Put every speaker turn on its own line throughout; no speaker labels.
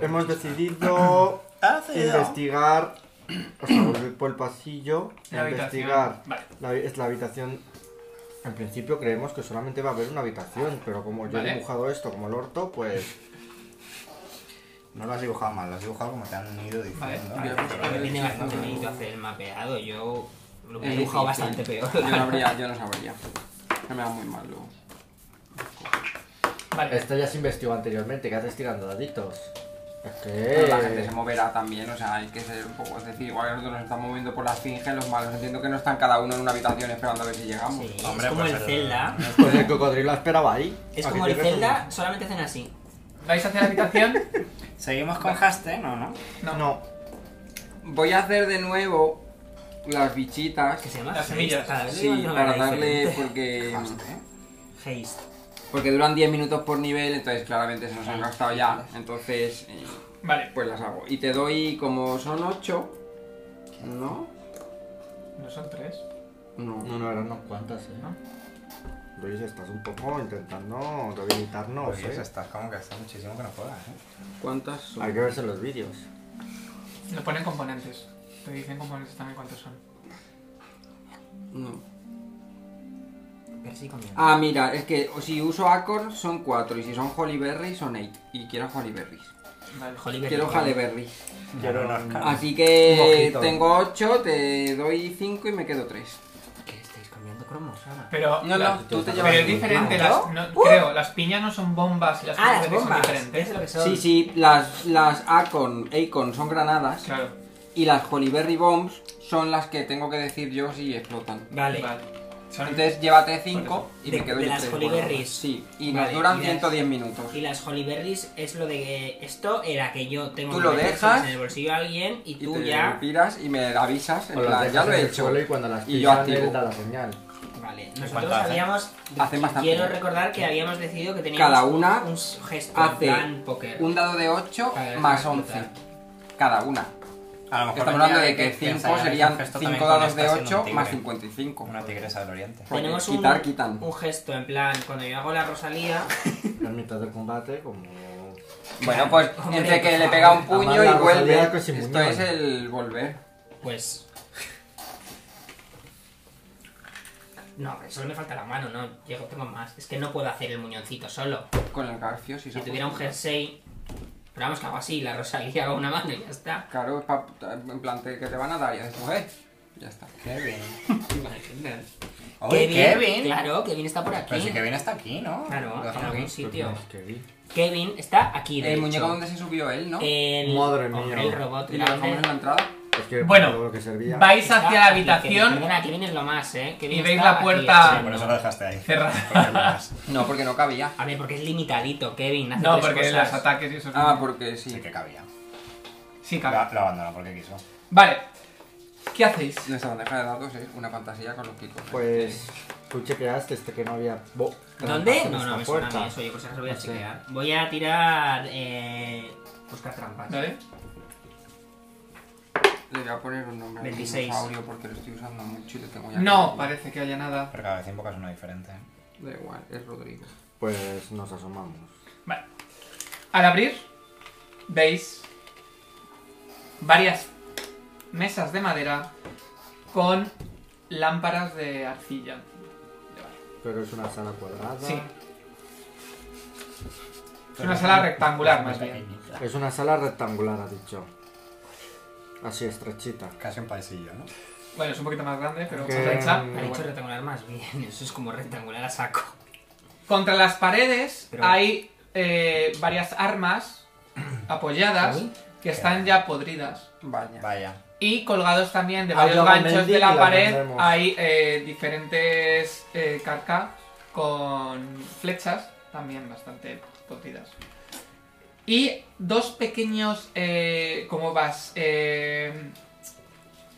de
Hemos
artista.
decidido
Ah, sí, ¿no?
investigar, o sea, volver por el pasillo,
La habitación.
investigar.
Vale.
La, es la habitación. En principio creemos que solamente va a haber una habitación, pero como yo
Vale.
he dibujado esto como el orto, pues.
No lo has dibujado mal, lo has dibujado como te han ido diciendo.
Vale,
A mí me
Sí,
han
no, no,
tenido
no.
que hacer el mapeado, yo lo he
Es
dibujado
difícil.
bastante peor.
Yo no habría, yo no sabría. Se me da muy mal luego.
Vale.
Esto ya se investigó anteriormente, que haces tirando daditos. Es
Pero La gente se
que.
moverá también, o sea, hay que ser un poco. Es decir, igual que nosotros nos estamos moviendo por las finges, los malos. Entiendo que no están cada uno en una habitación esperando a ver si llegamos.
Sí,
Hombre,
es como
pues
el
el-
Zelda.
Pues el cocodrilo esperaba ahí.
Es
¿A que
como el
llegues o no?
Zelda, solamente hacen así.
¿Vais hacia la habitación?
Seguimos con Haste, ¿no? no?
No,
Voy a hacer de nuevo las bichitas.
Que se llama
Las
Haste.
semillas.
Cada vez digo
Sí,
una
para
palabra
darle.
diferente.
Porque.
Haste.
Haste.
Porque duran 10 minutos por nivel, entonces claramente se nos han gastado ya. Entonces, eh,
Vale.
pues las hago. Y te doy, como son 8. ¿No?
No son tres.
No.
no, no, eran unas cuantas, eh.
¿No?
Luis, estás un poco intentando debilitarnos,
Oye,
eh.
estás como que hace muchísimo que no juegas, ¿eh?
¿Cuántas son?
Hay que verse los vídeos.
Lo ponen componentes. Te dicen componentes también cuántos son.
No.
Pero sí con
Ah, mira, es que si uso Acor son 4 y si son Holly Berry son 8. Y quiero Holly Berries.
Vale.
Holly Berry.
Quiero Halle Berries.
Quiero
no,
Mm.
no, no.
Así que
Mojito.
tengo 8, te doy 5 y me quedo 3.
¿Qué estáis cambiando cromos Ah, ahora?
Pero,
No,
la-
no, tú te
pero
llevas.
es diferente.
¿No?
Las, no- Creo, las piñas no son bombas y las
Ah, las
piñas son
bombas.
diferentes.
¿Ves lo que son?
Sí, sí, las, las Acon, Acon son granadas
Claro.
y las Holly Berry Bombs son las que tengo que decir yo si explotan.
Vale.
Vale. Son-
Entonces llévate 5 y
De-
me quedo
de
yo
las
3.
Holly Berries.
Sí, y
Vale,
nos duran
y las-
110 minutos.
Y las Holly Berries es lo de que esto era que yo tengo
Tú
que
lo
metérselas
dejas
en el bolsillo a alguien y
Y
tú
te
ya.
piras y me avisas. En
O las
plan, ya
dejas
lo
en
he
el
hecho.
suelo y cuando las
Y yo
pisan,
activo.
él da la señal.
Vale,
cuánto
nosotros
hacen?
habíamos.
Hacen bastante.
Quiero recordar que habíamos decidido que teníamos
Cada una
un gesto en
hace
plan póker.
Un dado de 8
Cada vez
más
más
11.
brutal.
Cada una.
A lo mejor
Estamos
venía
hablando de que
piensa
5
en
serían
hacer gesto
5
también con
dados
esta
de
siendo un
8
tigre,
más 55.
Una tigresa del oriente.
Porque
Tenemos
quitar,
un,
quitan.
un gesto en plan cuando yo hago la Rosalía.
En mitad del combate, como.
Bueno, pues
Hombre,
entre que le
por favor.
pega un
Además,
puño
la
y
Rosalía
vuelve.
que se
Esto
muñón.
es el volver.
Pues. No, solo me falta la mano, no. Yo tengo más. Es que no puedo hacer el muñoncito solo.
Con el garfio, si
Si
se
tuviera un
puede.
jersey. Pero vamos que hago así, la Rosalía hago una mano y ya está.
Claro, es pa- en plan te- que te van a dar y después, eh, ya está.
Kevin.
Imagínate.
Oye, Kevin.
Claro, Kevin está por aquí.
Pero si Kevin está aquí, ¿no?
Claro,
Lo
en
dejamos
algún
aquí. pues
pues,
sitio.
Kevin.
Kevin está aquí, de
El
hecho. eh,
muñeco donde se subió él, ¿no?
El...
Madre
hombre,
mía.
El robot
Y lo dejamos en
grande.
la entrada.
Es que
Bueno,
todo lo que servía.
Vais
Está
hacia la
aquí, Kevin.
habitación
Perdona, Kevin es lo más, ¿eh? Kevin
Y veis
está
la
aquí,
puerta-
esperando.
Por eso lo dejaste ahí.
cerrada.
No, porque no cabía.
A ver, porque es limitadito, Kevin. Hace
No,
tres
porque
cosas.
los ataques y eso. es
Ah,
un-
porque
Sí
sí.
que cabía.
Sí,
Lo,
cabe.
lo abandonó porque quiso.
Vale. ¿Qué hacéis?
Nuestra bandeja de datos es una fantasía con los picos.
Pues. Tú chequeaste este que no había. bo-
¿Dónde?
trampas en
No, no,
esta
me suena a
puerta.
mí eso. Yo por si acaso voy a
No sé.
chequear. Voy a tirar... Eh, buscar trampas.
¿Vale?
Le voy a poner un nombre
26.
al dinosaurio porque lo estoy usando mucho y le tengo ya.
No
vale.
parece que haya nada.
Pero cada vez invocas uno diferente.
Da igual, es Rodrigo.
Pues nos asomamos.
Vale. Al abrir, veis varias mesas de madera con lámparas de arcilla.
Pero es una sala cuadrada.
Sí. Es una sala rectangular, más bien.
Es una sala rectangular, ha dicho. Así estrechita.
Casi un pasillo, ¿no?
Bueno, es un poquito más grande, pero
Que-
más ancha,
Ha
pero
dicho
bueno.
rectangular más bien. Eso es como rectangular a saco.
Contra las paredes
Pero-
hay eh, varias armas apoyadas
Uy.
que están ya podridas.
Vaya.
Vaya.
Y colgados también de
Ah,
varios
yo
ganchos
vendí
de
y
la
la
pared
vendemos.
hay eh, diferentes eh, carcas con flechas también bastante podridas. Y dos pequeños, eh, como vas, eh,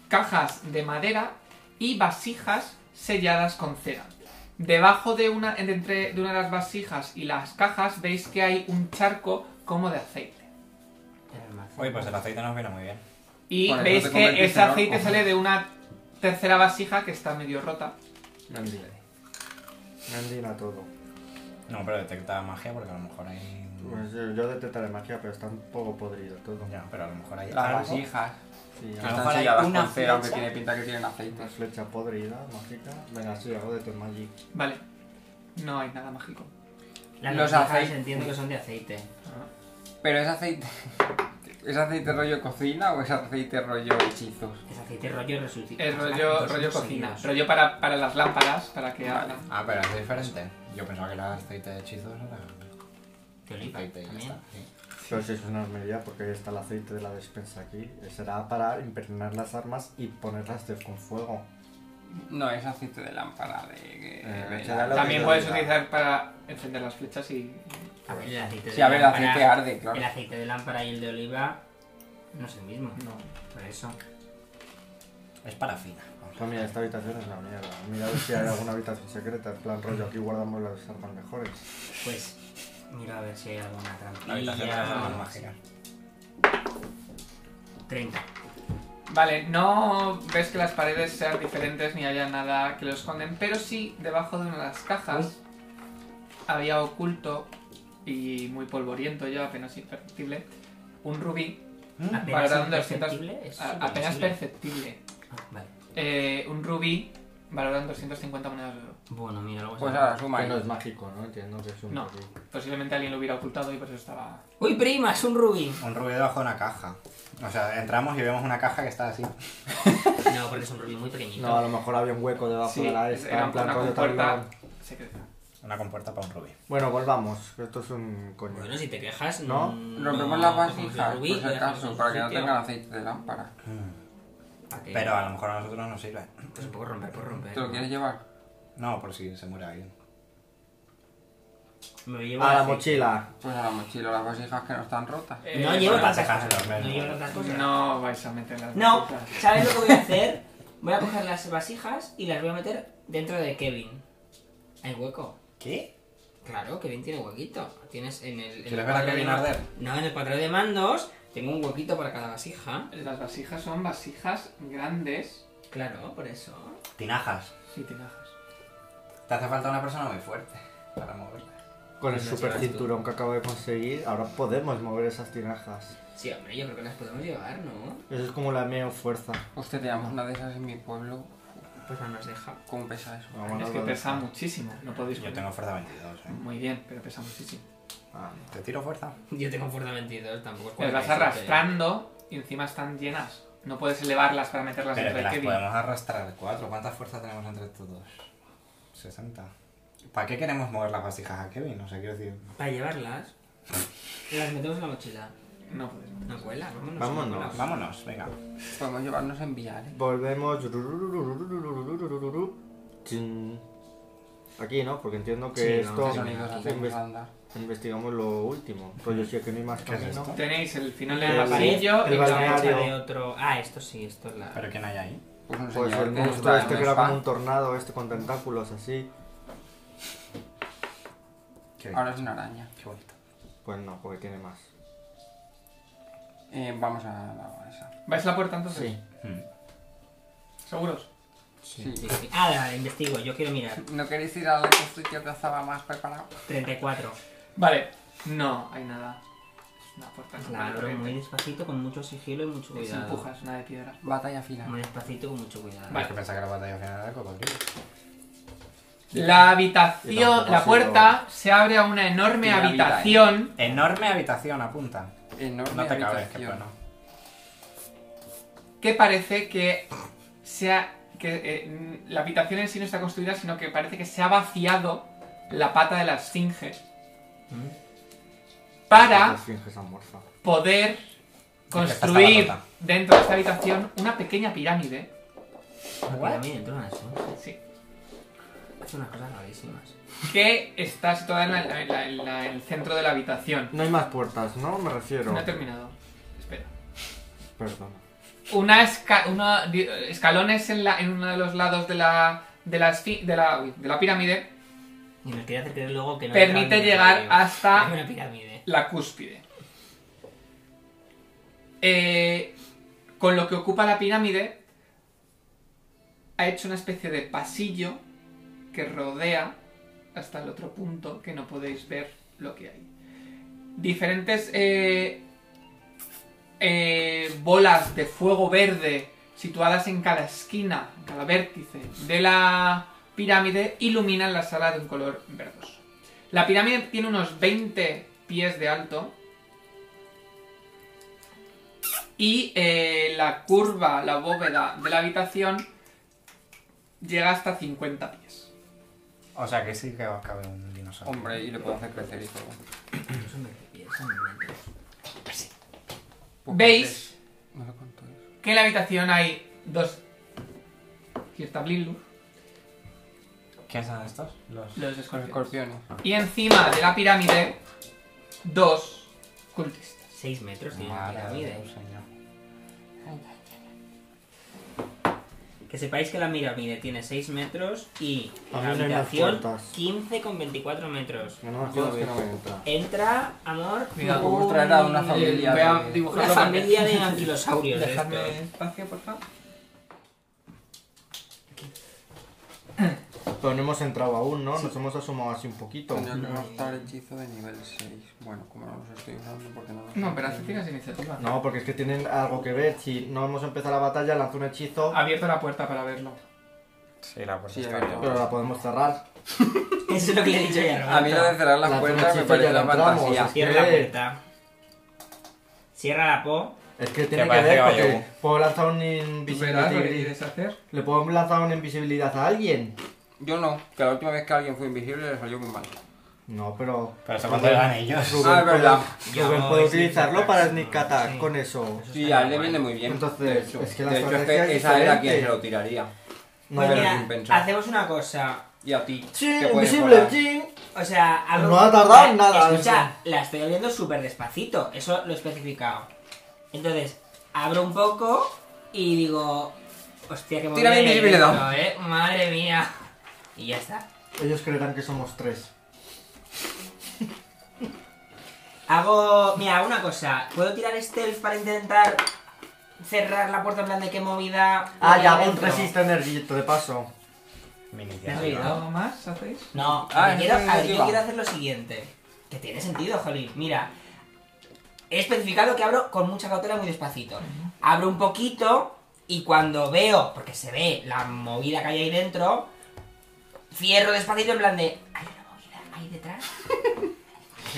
cajas de madera y vasijas selladas con cera. Debajo de una, de entre, de una de las vasijas y las cajas veis que hay un charco como de aceite.
Oye, pues el aceite nos viene muy bien.
Y
Vale,
veis
no te
que
convertís
ese
en orco.
aceite sale de una tercera vasija que está medio rota.
Gandhi. Gandhi a todo.
No, pero detecta magia porque a lo mejor hay.
Pues yo, yo detectaré magia, pero están todo podrido, todo.
Ya, pero a lo mejor hay.
Las
algo.
vasijas.
Sí,
Que
A lo
están
mejor hay
selladas
una
con cera, aunque
flecha.
tiene pinta que tienen
Una
aceite.
flecha podrida, mágica. Venga, sí, hago de tu magic.
Vale. No hay nada mágico.
Las
Los
naranjas
aceites.
entiendo que son de aceite.
Pero es aceite. ¿Es aceite rollo cocina o es aceite rollo hechizos?
Es aceite rollo resucitado.
Es rollo, rollo cocina. Rollo para, para las lámparas, para que
Vale.
hagan-
Ah, pero es diferente. Yo pensaba que era aceite de hechizos, era
De oliva
aceite y ya
también.
está. sí.
Pero si es una armería, porque ahí está el aceite de la despensa aquí. Será para impregnar las armas y ponerlas de- con fuego.
No, es aceite de lámpara de. de-
Eh,
de-
será lo-
También
que
puedes
yo diga.
utilizar para encender las flechas y.
A ver, el aceite
Sí,
de
a ver, el
lámpara-
aceite arde, claro.
El aceite de lámpara y el de oliva no es el mismo.
No.
Por eso.
Es parafina.
Pues mira, esta habitación es la mierda. Mira a ver si hay alguna habitación secreta. En plan rollo, aquí guardamos las armas mejores.
Pues mira a ver si hay alguna
La habitación de las armas
trampilla.
mágicas.
30.
Vale, no ves que las paredes sean diferentes ni haya nada que lo esconden, pero sí debajo de una de las cajas había oculto y muy polvoriento, ya apenas imperceptible, un rubí
Apenas
valorando 200
imperceptible, es
a- apenas
supervisible.
perceptible.
Ah, Vale.
Eh, un rubí valorando 250 monedas de oro.
Bueno, mira, luego
Pues
se-
ahora
Que
suma.
no es mágico, ¿no? Entiendo que es un
No.
poco-
Posiblemente alguien lo hubiera ocultado y por eso estaba.
¡Uy, prima! ¡Es un rubí!
Un rubí debajo de una caja. O sea, entramos y vemos una caja que está así.
No, porque es un rubí muy pequeñito.
No, a lo mejor había un hueco debajo
Sí,
de la esta.
era
en
una
plan rollo
compuerta
tal-
secreta.
Una compuerta para un rubí.
Bueno, volvamos. Esto es un coño.
Bueno, si te quejas, mm,
No.
no.
Rompemos las
cogemos el
vasijas, por
rubí,
si
lo dejamos en
acaso,
su
para que no
sitio.
tengan aceite de lámpara.
¿Para qué?
Pero a lo mejor a nosotros nos sirve.
Pues un poco romper por romper.
¿Te lo
¿no?
quieres llevar?
No, por si se muere alguien.
Me lo llevo
A la
aceite.
mochila.
Pues a la mochila, las vasijas que no están rotas.
Eh,
No llevo
bueno,
tantas
dejas
cosas.
los
No
menos.
llevo tantas cosas.
No vais a meter las
No,
cosas.
¿sabes lo que voy a hacer? Voy a coger las vasijas y las voy a meter dentro de Kevin. Hay hueco.
¿Qué?
Claro, Kevin tiene huequito. Tienes en el. en
¿Quieres
el
ver a
cuadro de
Kevin
ma-
arder?
No, en el cuadro de mandos tengo un huequito para cada vasija.
Las vasijas son vasijas grandes.
Claro, por eso.
Tinajas.
Sí, tinajas.
Te hace falta una persona muy fuerte para moverla.
Con el
Pues no
super
serás tú.
cinturón que acabo de conseguir, ahora podemos mover esas tinajas.
Sí, hombre, yo creo que las podemos llevar, ¿no?
Eso es como la meo fuerza.
Usted teníamos una de esas en mi pueblo.
Pues no nos deja.
¿Cómo pesa eso?
Vamos a
es que
hablar de-
pesa muchísimo, no podéis
Yo tengo fuerza 22, ¿eh?
Muy bien, pero pesa muchísimo.
Ah,
¿Te tiro fuerza?
Yo tengo fuerza 22, tampoco es
Pues Las vas
47.
arrastrando y encima están llenas. No puedes elevarlas para meterlas
Pero
dentro
que
de
las
Kevin.
podemos arrastrar cuatro. ¿Cuántas fuerzas tenemos entre todos? 60. ¿Para qué queremos mover las vasijas a Kevin? No sé, quiero decir.
Para llevarlas, las metemos en la mochila.
No puedes.
No cuela, vámonos.
Vámonos.
no cuela.
Vámonos, venga.
Podemos llevarnos ¿eh? en viales.
Volvemos. Chin. Aquí, ¿no? Porque entiendo que
Sí,
esto
¿Qué sonidos hacemos al
inves-
andar?
investigamos lo último. Rollo, si es que no hay más
¿Qué es
camino.
esto?
Tenéis el final
El
del
balneario,
pasillo
el
y la
balneario.
derecha.
Esta de otro. Ah, esto sí, esto es la.
¿Pero quién hay ahí?
Pues un
Pues
señor
el
que
monstruo
está
este
en
que era
spa.
como un tornado, este con tentáculos así.
¿Qué?
Ahora es una araña.
Qué bonito.
Pues no, porque tiene más.
Eh, vamos a la esa.
¿Vais a la puerta entonces?
Mm.
¿Seguros?
Sí.
Sí, sí. Ah, la investigo, yo quiero mirar.
¿No queréis ir al otro sitio que estaba más preparado?
34.
Vale. No, hay nada. Es una puerta normal,
La abro
corriente.
muy despacito, con mucho sigilo y mucho
Es
cuidado.
empuja, es una de piedra.
Batalla final.
Muy despacito, con mucho cuidado.
Vale.
Es que pensaba que la batalla final era cocodrilo.
La
Y tampoco
habitación,
ha
la
sido-
puerta se abre a una enorme
Pirámide, ¿eh?
habitación.
Enorme habitación, apunta.
Enorme
No te cabes, qué
habitación.
bueno.
que parece que sea que eh, n- la habitación en sí no está construida, sino que parece que se ha vaciado la pata de la esfinge
Esta
para
esfinge zamorza.
poder
está
construir
hasta la pata.
dentro de esta habitación una pequeña pirámide.
Para mí dentro de una esfinge.
Sí.
Hace unas cosas rarísimas.
Que está situada en, la- en la- en la- en el centro de la habitación.
No hay más puertas, ¿no? Me refiero.
No he terminado. Espera.
Perdón.
Una esca- una- di- eh, escalones en, la- en uno de los lados de la, de la, esfi- de la, uy, de la pirámide
Y nos quiere hacer creer luego que no.
Permite
entraba ni
llegar
medio.
hasta-
Hay una pirámide.
la cúspide. Eh, con lo que ocupa la pirámide, ha hecho una especie de pasillo que rodea hasta el otro punto que no podéis ver lo que hay. Diferentes eh, eh, bolas de fuego verde situadas en cada esquina, en cada vértice de la pirámide iluminan la sala de un color verdoso. La pirámide tiene unos 20 pies de alto y eh, la curva, la bóveda de la habitación llega hasta 50 pies.
O sea que sí que os cabe un dinosaurio.
Hombre, y le puedo hacer crecer y todo.
Son creepy, son lentos.
Pues
¿Veis?
antes- No sé cuánto es.
que en la habitación hay dos. Aquí está Blindlux,
¿Quiénes son estos? Los.
los
Los
escorpiones.
escorpiones.
Y encima de la pirámide, dos cultistas.
6 metros tiene la
Madre de Dios,
pirámide.
señor.
Que sepáis que la pirámide tiene 6 metros y la
También hay unas
habitación
puertas.
15 con 24 metros.
No, no,
Yo es que
joder,
no me-
puta.
Entra, amor,
Cuidado,
vamos a traer a una familia.
Eh, Voy a
de-
una
dibujarlo para que-
familia de anquilosaurios. de estos.
Dejadme espacio, por favor.
Pero no hemos entrado aún, ¿no? Nos hemos asomado así un poquito.
Tendría que gastar hechizo de nivel 6. Bueno, como no los estoy usando porque no los
No, pero así tienes iniciativa.
No, porque es que tienen algo que ver. Si no hemos empezado la batalla, lanza un hechizo,
Abierto la puerta para verlo.
Sí, la puerta
Sí,
está
a ver,
abierta.
pero la podemos cerrar.
Eso es lo que le he dicho ya.
A mí lo de cerrar las
Lanza un
puertas me Eh.
hechizo y
parece
ya
una
entramos.
fantasía.
Cierra la puerta. Cierra la po.
Es que tiene que
parece
ver
que va
porque
yo.
puedo lanzar un
¿Tú verás lo que
invisibilidad.
quieres hacer?
¿Le puedo lanzar una invisibilidad a alguien?
Yo no, que la última vez que alguien fue invisible le salió muy mal.
No, pero.
Pero eso cuando eran ellos.
Rubén
Ah, es
puede-
verdad.
Yo
Rubén
no
puede
voy
utilizarlo
sin
para
atacar,
sneak
no,
attack
sí.
con eso.
Eso
Sí,
está
a él le
guay.
viene muy bien.
Entonces,
de hecho,
es que la
De hecho, es
estrategia
que
es
esa era
diferente.
quien se lo tiraría.
No,
Pues
pero
mira,
sin pensar.
hacemos una cosa.
Y a ti.
Sí,
te puedes
invisible,
colar.
sí.
O sea, algo...
No ha tardado
Eh,
nada,
Escucha, la estoy abriendo súper despacito. Eso lo he especificado. Entonces, abro un poco y digo... Hostia, que me
Tírame invisibilidad.
¿eh? Madre mía. Y ya está.
Ellos creerán que somos tres.
Hago... Mira, hago una cosa. ¿Puedo tirar stealth para intentar cerrar la puerta en plan de qué movida?
Ah,
hay
ya, un
adentro?
resist energy de paso.
Mi
¿Te has
iniciativa.
leído?
¿Algo más hacéis?
No,
Ah,
yo
es
quiero,
una
a ver, yo
iniciativa.
quiero hacer lo siguiente. Que tiene sentido, Jolín. Mira, he especificado que abro con mucha cautela muy despacito. Abro un poquito y cuando veo, porque se ve la movida que hay ahí dentro, cierro despacito en plan de... Hay una movida ahí detrás.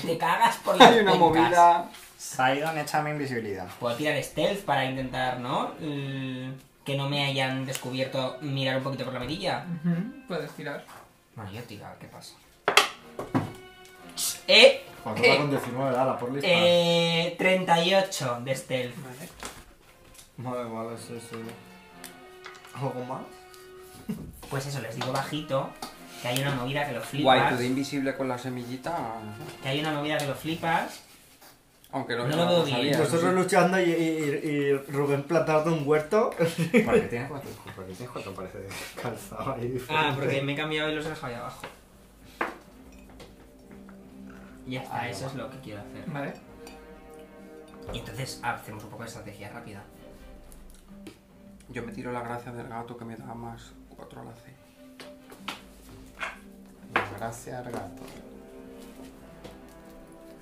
Te cagas por las
Hay una
pencas".
movida.
Sidon, échame invisibilidad.
Puedo tirar stealth para intentar, ¿no? Mm, Que no me hayan descubierto mirar un poquito por la mirilla.
Ujú, Puedes tirar.
Bueno, yo tira, ¿qué pasa? Eh,
Cuando
eh,
con 19, ala, por lista.
eh, 38 de stealth.
Vale, vale, sí, sí. ¿Algo más?
Pues eso, les digo bajito que hay una movida que lo
Guay, tú
flipas.
de invisible con la semillita.
Que hay una movida que lo flipas.
Aunque no,
No lo veo bien.
sabía, eso
Nosotros luchando y, y- y Rubén plantado en un huerto.
¿Por qué tienes cuatro? ¿Por qué tienes cuatro pares de-
Calzado ahí.
Ah,
diferente.
porque me he cambiado y los he dejado ahí abajo. Y ya está, eso es lo que quiero hacer.
Vale.
Y entonces ah, hacemos un poco de estrategia rápida.
sí. Yo me tiro la gracia del gato que me da más 4 a la C.
Gracias, al gato.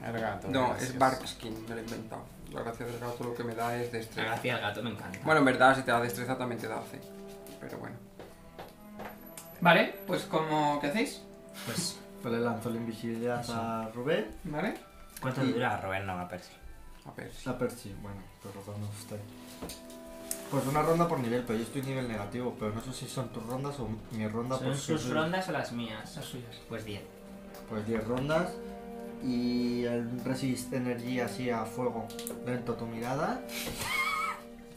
El gato.
No,
gracias.
es Barkskin, me lo he inventado. La gracia del gato lo que me da es destreza.
Gracias al gato, me encanta.
Bueno, en verdad, si te da destreza también te da C. Pero bueno.
Vale, pues como que hacéis,
pues,
Pues le lanzó la invisibilidad a Rubén.
¿vale?
¿cuánto
Y-
dura?
Rubén no va a percibir.
A ver. si-
La Percy, bueno, pero no usted. Pues una ronda por nivel, pero yo estoy nivel negativo, pero no sé si son tus rondas o mi ronda
¿Son
por
sus
ser-
rondas o las mías?
Las suyas.
Pues 10.
Pues 10 rondas y el resist energía así a fuego lento tu mirada.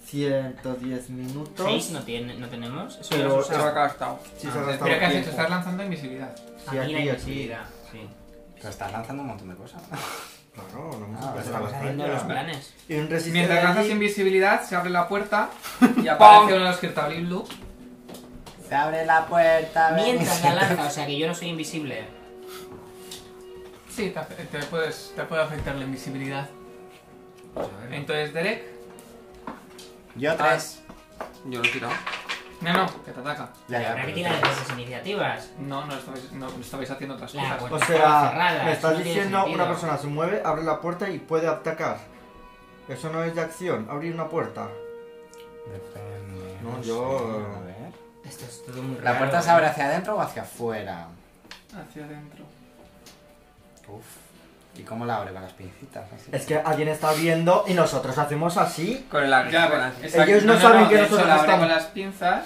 110 minutos.
6 no, tiene, no tenemos. Eso
Pero-
ya los
Se lo ha gastado.
Sí, se ha
Ah,
gastado.
Pero ¿qué has hecho?
tiempo.
Estás lanzando invisibilidad.
Sí,
Aquí la
aquí,
invisibilidad, sí.
Pero estás lanzando un montón de cosas.
Claro, no hemos
Ah,
empezado
estamos
la
Haciendo
batalla.
los planes.
Y un resist
Mientras lanzas
energy-
invisibilidad, se abre la puerta y aparece uno de los que está Blue.
Se abre la puerta,
Mientras la lanza, o sea que yo no soy invisible.
Sí, te, afe- te puedes, te puede afectar la invisibilidad. Entonces, Derek,
Yo tres. Ah,
Yo lo he tirado.
No, no, que te ataca.
Ya, ya,
Habrá que
pero-
tirar de esas iniciativas.
No, no estabais, no, estabais haciendo otras
La
cosas.
puerta.
O
Porque
sea,
estaba cerrada,
me
eso no
estás
tiene
diciendo
sentido.
una persona se mueve, abre la puerta y puede atacar. Eso no es de acción, abrir una puerta.
Depende.
No,
sé,
yo-
a ver.
Esto es todo muy
¿La
raro.
puerta se abre hacia adentro o hacia afuera?
Hacia adentro.
Uf. ¿Y cómo la abre? Con las pincitas. así?
Es que alguien está viendo y nosotros hacemos así.
Con el agri-
Ya,
con
pero-
así.
exacto.
Ellos no saben que
de
nosotros
hecho, la abre
estamos-
con las pinzas,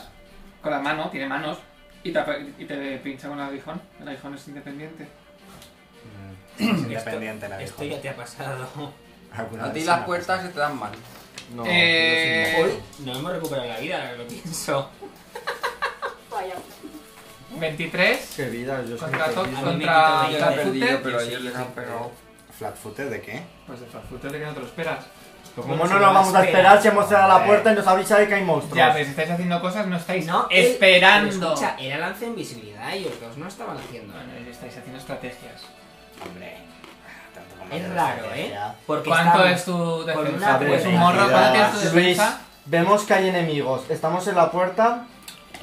con la mano, tiene manos, y te, ape- y te pincha con el aguijón. El aguijón es independiente.
Mm, es independiente la
Esto
aguijón.
ya te ha pasado.
Alguna
A ti
vez
las
sí me
puertas se te dan mal.
No,
Eh,
no, sí,
Hoy no hemos recuperado la vida, ahora que lo pienso.
Vaya.
23
no. Qué vida, yo soy
contra, to-
feliz.
A mí me
contra
quitaba
Yo
Yo
la he
Flat
de
perdido,
Footed.
pero
yo sí,
ellos les
sí,
han
sí.
pegado.
¿Flatfooted de qué?
Pues de Flat Footed de que no te lo esperas.
Pero
no
¿Cómo
se
no
lo
lo vamos a
espera.
esperar si hemos cerrado la
Hombre.
puerta y nos avisa de que hay monstruos?
pues-
Ya, pues, pero si estáis haciendo cosas, no estáis
No, él- pero
esperando.
escucha, era lance de invisibilidad y los dos no estaban haciendo nada.
Bueno, estáis haciendo estrategias.
Hombre. Tanto como
Es
la
raro, ¿eh?
estrategia.
Porque
¿Cuánto
estamos-
es tu
con
defensa?
una
¿Es un
buena
morro? ¿Cuánto
idea.
tienes tu
pues, Luis,
defensa?
vemos que hay enemigos, estamos en la puerta.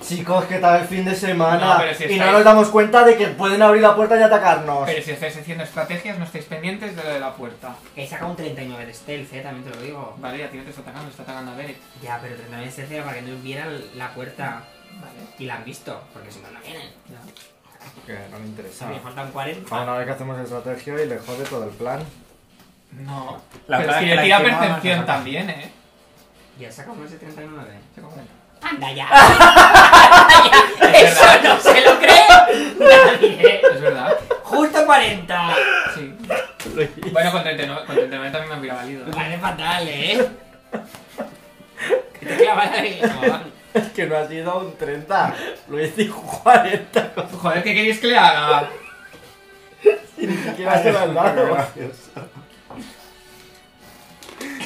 Chicos, ¿qué tal el fin de semana?
No, pero si
y no
estáis-
nos damos cuenta de que pueden abrir la puerta y atacarnos.
Pero si estáis haciendo estrategias, no estáis pendientes de lo de la puerta.
Que saca un 39 de stealth, eh, también te lo digo.
Vale, ya tiene te está atacando, está atacando a Beret.
Ya, pero 39 de stealth era para que no vieran la puerta
Vale,
y la han visto, porque si no, no vienen.
ya.
Que no me
Ah.
interesa.
Me faltan 40.
Una vez que hacemos estrategia y le jode todo el plan.
No.
La
pero
otra vez
es que
que
le
la
tira
hicimos,
percepción
vamos a-
también, ¿eh?
Ya saca unos de 39.
Se comenta.
¡Anda ya! ¡Anda ya!
Es
¡Eso no se lo cree nadie!
Es verdad.
¡Justo 40!
Sí. Bueno, con 39, con 39 también me hubiera valido.
Me parece fatal, ¿eh? Que te clavas ahí, cabrón.
Es que no ha sido un 30, lo he dicho 40.
Joder, ¿qué queréis que le haga?
Ni siquiera se lo han dado.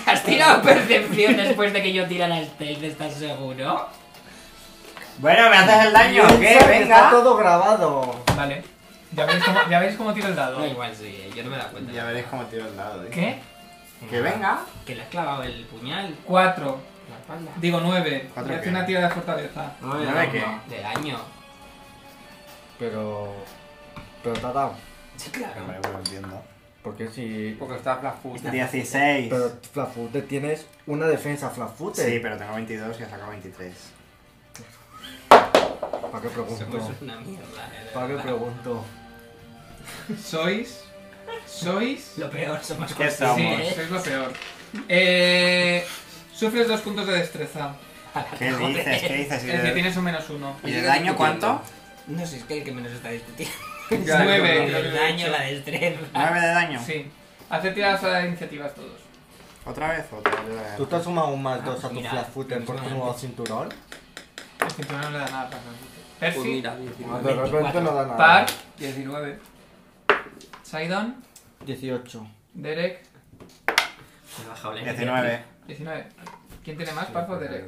¿Has tirado percepción después de que yo tirara stealth? ¿Estás seguro?
Bueno, ¿me haces el daño? o ¿Qué?
Piensa que Está
Venga.
todo grabado.
Vale. Ya veis cómo, ya veis cómo tiro el dado.
No, igual sí, ¿eh? yo no me he dado cuenta.
Ya veréis cómo tiro el dado, ¿eh?
¿Qué?
Que venga.
Que le has clavado el puñal
4.
en la espalda.
Digo 9.
¿Cuatro
Voy a hacer
qué?
una tira de fortaleza.
No,
¿Nueve qué?
De daño.
Pero. Pero te ha dado.
Sí, claro.
Hombre, pues lo entiendo.
Porque si.
Porque está Flash Food.
Este 16.
Pero Flafute tienes una defensa, Flafute.
Sí, pero tengo 22 y he sacado 23.
¿Para qué pregunto?
Somos una mierda. de
¿Para qué
verdad.
pregunto?
Sois. Sois.
Lo peor somos
¿Qué
conscientes.
somos?
Sí, sois lo peor. Eh. Sufres dos puntos de destreza.
¿Qué
Joder.
dices? ¿Qué dices? ¿Y
Es que
de,
tienes un menos uno.
y de daño cuánto?
No sé, es que el que menos está discutiendo.
Ya, Nueve, creo que
El
lo he
daño,
hecho.
la destreza.
9 de daño.
Sí. Haced tiradas a iniciativas todos.
¿Otra vez? Otra vez.
¿Tú te has sumado un más
Ah,
2 a tu
mira,
Flafute por tu nuevo cinturón?
El cinturón no le da nada a Flash Food.
Pues
Percy.
mira, 19.
De repente no da nada.
Par. 19. Sidon.
18.
Derek.
Me he bajado la
19.
19. ¿Quién tiene más? Parf o Derek.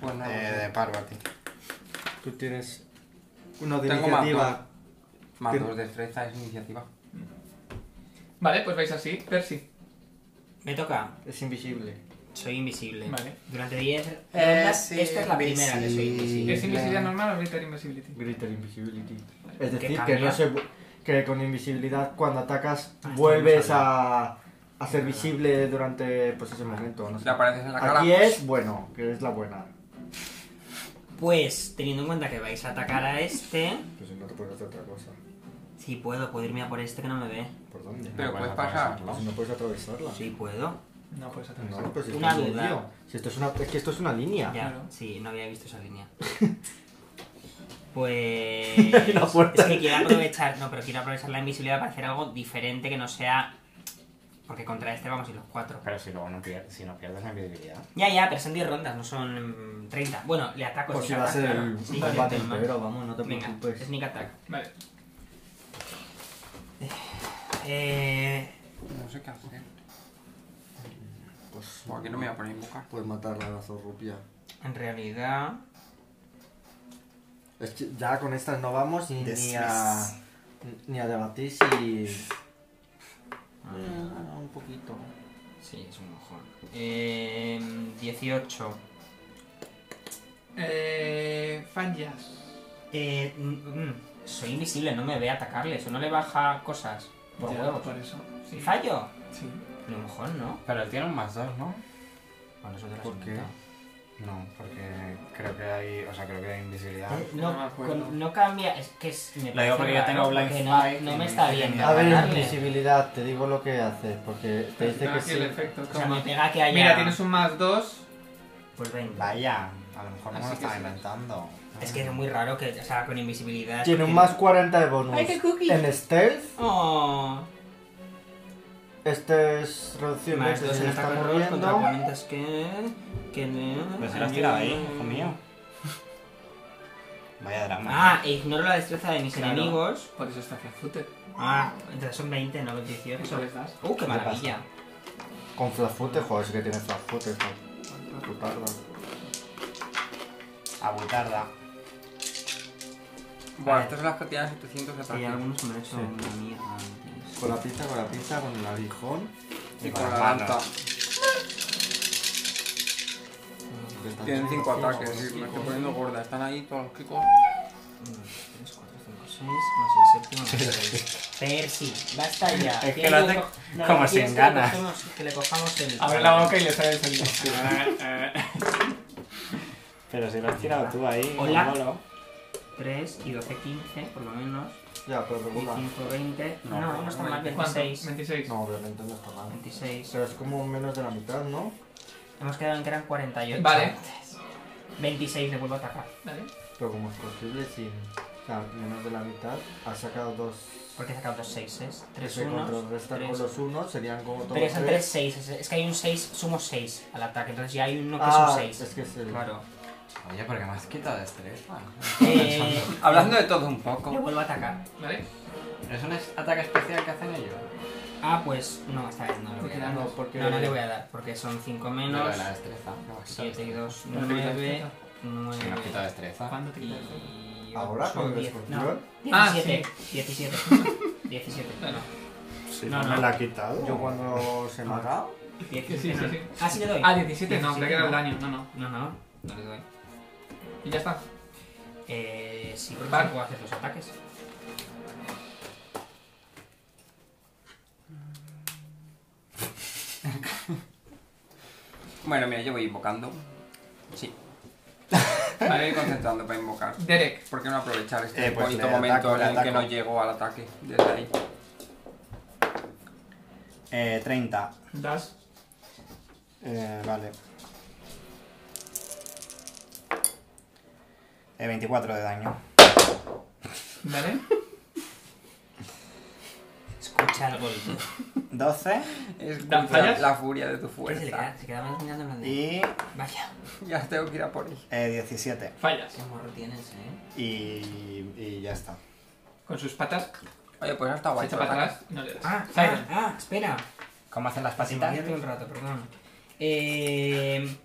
Pues
Eh,
nada.
de Parvati.
Tú tienes. Uno de
Tengo más
iniciativa.
Más dos destreza es iniciativa.
Vale, pues vais así. Percy.
Me toca.
Es invisible.
Soy invisible.
Vale.
Durante 10
Eh,
rondas,
sí,
esta es la primera que soy
sí.
invisible.
¿Es invisibilidad normal o Ritter Invisibility?
Greater Invisibility. Es
¿Qué
decir, que
cambia?
no se. vu- Que con invisibilidad, cuando atacas,
Ah,
vuelves
esto no
a. A ser visible durante pues ese momento. No
Si
sé.
te apareces en la cara.
Aquí es bueno, que es la buena.
Pues, teniendo en cuenta que vais a atacar a este,
Pues no te puedes hacer otra cosa.
sí puedo, puedo irme a por este que no me ve.
¿Por dónde? Pues
Pero
puedes
puedes pasar.
atravesarlo.
no puedes atravesarla.
Sí puedo.
No puedes hacer
No,
eso.
pues esto
Una
es un
duda.
lío. Si esto es una, es que esto es una línea.
Ya,
Claro.
sí, no había visto esa línea. Pues.
La puerta.
Es que quiero aprovechar. No, pero quiero aprovechar la invisibilidad para hacer algo diferente que no sea. Porque contra este vamos a ir los cuatro.
Pero si luego no pierdes, si no pierdes la invisibilidad.
Ya, ya, pero son 10 rondas, no son mm, 30. Bueno, le ataco
Por
sneak
si va a
attack,
ser
claro.
el
Sí,
combate
ya tengo más.
entero, vamos, no te
Venga,
preocupes.
sneak attack.
Vale.
Eh.
No sé qué hacer.
Pues,
Pues aquí no me voy a poner en boca.
Puedes matarla a la zorrupia.
En realidad.
Es que ya con estas no vamos ni, ni a. Ni a debatir si. Ah, un poquito.
Em, Sí, es un mojón. Eh, 18.
Eh, Fanjas.
Eh, mm, mm, soy invisible, no me ve atacarle. Eso no le baja cosas. Por
Ya,
huevos.
pues.
Por eso. Sí.
¿Fallo?
Sí.
A lo mejor no.
Pero él tiene un más dos, ¿no? Bueno, eso te lo has
¿Por qué?
inventado. No, porque creo que hay. O sea, creo que hay invisibilidad.
Eh,
no me
no,
acuerdo.
con- no cambia. Es que es, me
Lo
parece
digo porque yo
raro,
tengo blind
porque no,
sight
no
y
me
me
está
dice que
bien.
ni
A ver,
atacarle.
invisibilidad, te digo lo que haces, porque te dice
Pero
que
aquí el
sí.
efecto,
O sea, me
toma.
pega que haya.
Mira, tienes un más 2.
Pues venga.
Vaya, a lo mejor no me
Así
lo
que
estaba
sí.
inventando.
Es que es muy raro que, o sea, con invisibilidad.
Tiene un
que-
más 40 de bonus.
Ay, qué cookie.
En stealth,
Oh.
este es reducido en
Más
20,
dos
se
en
le está
ataque rol contra
moviendo.
oponentes que. que no.
Pero si lo has tirado ahí, hijo mío. Vaya drama.
Ah, e ignoro la destreza de mis
Claro.
enemigos.
Por eso está Flafute.
Ah, entonces son 20, no
Eso
18.
les das.
Uh, qué
Pues, pasa?
maravilla.
Con flashfoot, joder, es que tiene flashfoot esto. Putarda.
Abutarda.
Bueno, estas son las que tienen 700
Sí,
ataques.
algunos me han
Sí.
hecho una mierda Ah, antes.
Con la pizza, con la pizza, con el aguijón.
con
Y con
la
la
mano.
lanza.
lo que están
Tienen 5
haciendo.
ataques, sí, me estoy poniendo gorda. Están ahí todos los chicos.
1, 2, 3, 4, 5, 6, más el séptimo, más el Percy, basta ya.
Es que
Tienes
lo hace
co-
como
tienes
sin
que le
ganas.
cogemos- Que le cojamos el.
Abre la boca y le sale el Ah, sonido.
Pero si lo has tirado tú ahí,
Hola.
molo.
3 y 12, 15, por lo menos.
Ya, pero
Y
regula.
5, 20.
No,
No, no, está mal, 26.
26.
No, obviamente no está mal.
26.
Pero es como menos de la mitad, ¿no?
Hemos quedado en que eran 48.
Vale.
26 le vuelvo a atacar.
Vale.
Pero como es posible sin. O sea, menos de la mitad. Ha sacado dos.
Porque he sacado dos 6s. 3
Se
unos.
contrarrestan con
tres-
los unos, serían como todos.
Pero son
tres.
3 6s. Es que hay un 6, sumo 6 al ataque. Entonces ya hay uno que
Ah,
es un 6.
es que es el-
Claro.
Oye, porque me has quitado destreza.
Eh,
Hablando de todo un
le
poco.
vuelvo a atacar.
Vale.
¿Es un es- ataque especial que hacen ellos?
Ah, pues no, esta vez no le voy a
Porque
dar.
No, porque.
No, no le voy a dar, porque son 5
No,
menos.
de la destreza. ¿Qué más?
7 y 2,
Pero te quitas
9.
destreza.
9.
Si me has quitado destreza.
¿Cuándo te quitas?
y
Ahora,
ocho,
con el
diez.
escorpión.
No,
Ah,
17. 17. 17.
Bueno,
Sí,
No, no.
ha quitado.
Yo cuando se me haga.
sí, sí, sí.
Ah, sí le doy.
Ah, 17. No,
17,
te queda el
no.
daño. No, no.
No, no, no le doy.
Y ya está.
Eh, sí, porque
Vale.
sí puedo hacer los ataques.
Bueno, mira, yo voy invocando. Sí. Me voy concentrando para invocar.
Derek.
¿Por qué no aprovechar este
Eh, pues
bonito
le
momento
ataco, le
en el que
ataco.
no llego al ataque? Desde ahí.
Eh, 30.
Das.
Eh, vale. Eh, 24 de daño.
Vale.
Escucha el golpe.
12
Escucha
fallas?
la furia de tu
Pues se le
fuerza.
queda, se queda más mirando en plan de-
y
Vaya,
Ya tengo que ir a por él.
eh, 17.
Fallas.
qué morro tienes, eh.
Y, y ya está.
Con sus patas
Oye, pues hasta
se
guay.
echa
tu
para
ataque.
atrás y no le das.
Ah, ah,
Siren.
ah, espera.
¿Cómo hacen las
Se me
pasitas?
olvidó todo el rato, perdón. Eh,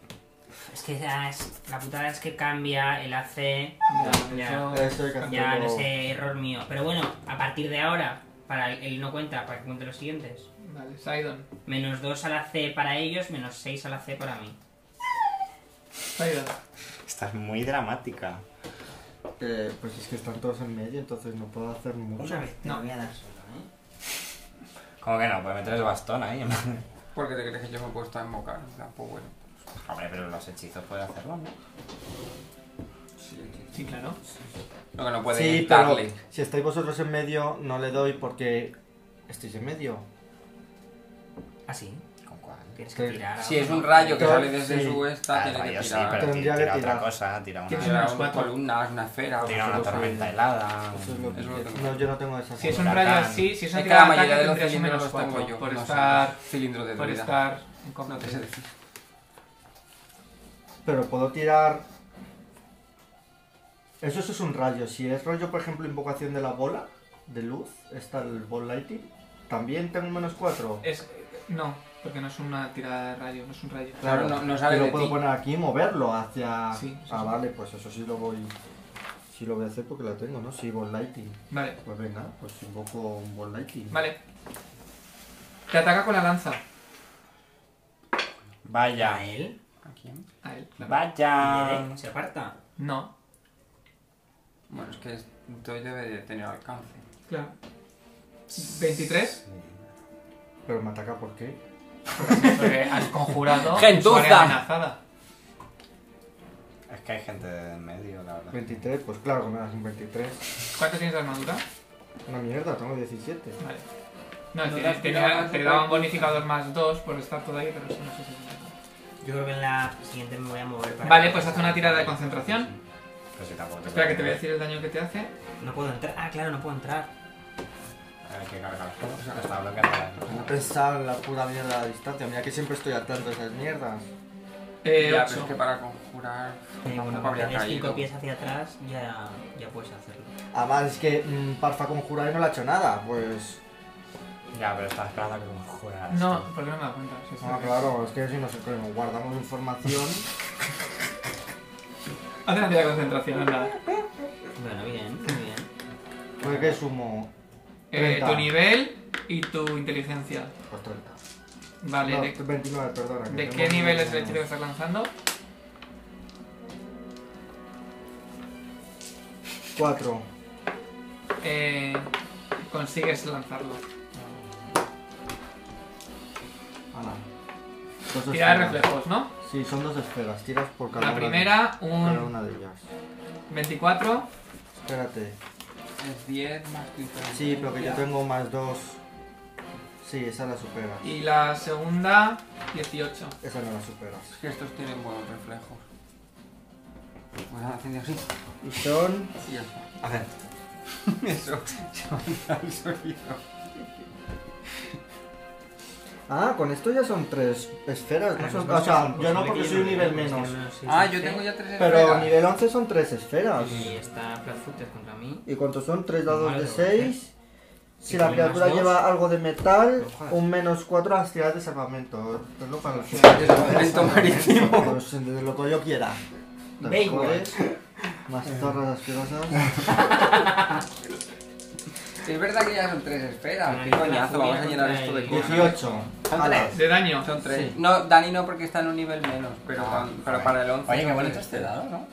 es que ya es- la putada es que cambia el AC.
Ya,
Ya.
eso-
Eso hay que
Ya no
hacerlo-
sé, error mío. Pero bueno, a partir de ahora, para el, el no cuenta, para que cuente los siguientes.
Vale, Sidon.
Menos 2 a la C para ellos, menos 6 a la C para mí.
Sidon.
Estás muy dramática.
Eh, pues es que están todos en medio, entonces no puedo hacer mucho.
vez,
No.
voy a dar solo, ¿eh?
¿Cómo que no? Pues meter el bastón ahí.
Porque te crees que yo me he puesto a invocar. Tampoco bueno.
Hombre, pero los hechizos puedes hacerlo, ¿no?
Sí, claro.
Lo que no puede
Sí,
es
pero
darle.
si estáis vosotros en medio, no le doy porque. ¿Estáis en medio?
Así.
¿Con cuál?
Tienes que
Sí.
tirar.
Si es
algo,
un
¿no?
rayo que
Yo-
sale desde
sí.
su esta,
Ah,
tiene que
rayos, sí,
tirar.
pero
Tendría
tira,
que
tira otra
tirar.
cosa, tira
Tienes
una,
Tira
unas
una
cuatro.
columna, una esfera.
tira una
algo.
tormenta helada.
Eso es lo que-
Eso lo tengo.
No, yo no tengo esas
Si es un
cosas.
rayo
Huracán.
así, si es
Es
una
que la
tirada de
mayoría
ataque
de los
tendrías un
cilindros
menos
los tengo
4
yo.
por
no sé,
estar...
Cilindros de
Por
druida.
estar en
No te sé
combate.
decir.
Pero puedo tirar. Eso, eso es un rayo. Si es rollo, por ejemplo, invocación de la bola de luz, está el ball lighting. También tengo un menos 4.
Es... No, porque no es una tirada de rayo, no es un rayo.
Claro, no, no sale
Yo
de
lo puedo
ti.
poner aquí y moverlo hacia.
Sí, sí,
ah,
sí.
vale, pues eso sí lo voy. Sí lo voy a hacer porque lo tengo, ¿no? Sí, ball lighting.
Vale,
Pues venga, pues invoco un ball lighting.
vale. Te ataca con la lanza.
Vaya.
¿A él?
¿A quién?
A él.
Vaya. Ah.
¿Se aparta?
No,
Bueno, es que esto debe de tener alcance.
claro. 23,
Pero me ataca por qué.
porque has conjurado
Gentuza.
su área amenazada.
Es que hay gente de en medio, la verdad.
23, pues claro que me das un 23.
¿Cuánto tienes de armadura?
Una mierda, tengo 17.
Vale. No,
No te
te,
has
te-
tirado
te
la
daba un
super-
bonificador más 2 por estar todo ahí, pero eso no sé si es
Yo creo que en la siguiente me voy a mover para.
Vale, pues haz una tirada de concentración.
Pero si tampoco
Espera que te voy a decir el daño que te hace.
No puedo entrar. Ah, claro, no puedo entrar.
Hay Eh, que cargar los juegos, que está bloqueando.
No pensaba en la pura mierda de distancia. Mira que siempre estoy al tanto de esas mierdas.
Eh,
ya,
ocho.
pero es que para conjurar.
Eh,
No,
cuando
no habría
tienes cinco
caído.
pies hacia atrás, ya, ya puedes hacerlo.
Además, es que mm, Parfa conjura y no le ha hecho nada. Pues.
Ya, pero estaba esperando a que me juegas.
No, porque no me da cuenta. si es
Ah,
que-
claro, es que si nos guardamos información.
Haz una tirada de concentración, anda.
Bueno, bien, muy bien.
Pues que sumo.
Eh,
30.
tu nivel y tu inteligencia.
Pues 30.
Vale,
No,
de-
29, perdona. que
¿De qué
tengo
nivel es el
29.
tiro que estás lanzando?
4.
Eh, consigues lanzarlo.
Ala. Ah, Dos
Tirar
esferas.
reflejos, ¿no?
Sí, son dos esferas. Tiras por cada
La
una-
primera,
cada
un
una de ellas.
24.
Espérate.
Es 10 más 15.
Sí, pero que yo tengo más dos. Sí, esa la superas.
Y la segunda, 18.
Esa no la superas.
Es que estos tienen buenos reflejos. Pues han haciendo así.
Y son.
Y ya está.
A ver,
Eso. Se me ha sonido.
Ah, con esto ya son tres esferas. No
Ah,
son...
pues
O sea,
pues
yo no
vale
porque
que
soy un nivel
porque
menos.
no soy
Ah,
este.
yo tengo ya 3
Pero nivel 11 son tres esferas.
Y está Flatfooted contra mí.
¿Y cuántos son? Tres dados
Vale,
de
ok.
6. Si
Y
la
tú
criatura
más dos.
lleva algo de metal,
Ojalá.
un menos 4 a las tiradas de salvamento. Tenlo para los
de salvamento marítimo.
Pues desde lo que yo quiera. Los
Baywatch.
cores, Más torres asquerosas.
Es verdad que ya son 3 esferas.
Ay,
Qué
la
coñazo, vamos a
furia
llenar
contra
esto de
el-
cosas.
18. Ala.
De daño.
Son 3.
Sí.
No, Dani no porque está en un nivel menos, pero,
Ah,
tan- pero
joder.
para el 11.
Oye, qué
son
bonito
tres.
este dado, ¿no?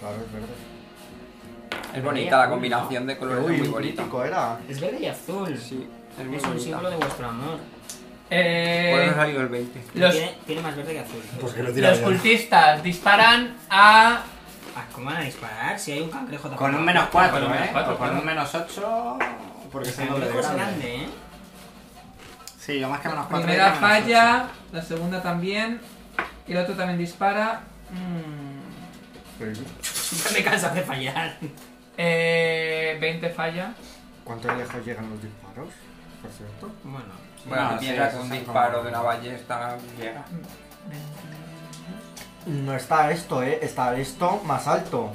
Claro, es verde.
Es bonita la combinación de colores, es muy
un
bonita.
crítico era.
Es verde y azul.
Sí, es muy
Es un
bonita.
símbolo de vuestro amor.
Por eso
Eh,
ha salido el 20.
los,
Tiene, tiene más verde que azul.
que lo
los cultistas disparan a.
Ah, ¿Cómo van a disparar si hay un cangrejo
Con un menos 4, ¿eh? O con un menos 8. Porque es
El
el doble de
cangrejo es
grande.
grande, ¿eh?
Sí, yo más que menos 4.
Primera falla, la segunda también. Y el otro también dispara. Mm,
Nunca me cansas de fallar.
eh, 20 falla.
¿Cuánto lejos llegan los disparos? Por cierto.
Bueno,
Bueno,
No,
si
sí,
piensas
eso
que un
son
disparo
como-
de una ballesta llega.
No está esto, eh. Está esto más alto.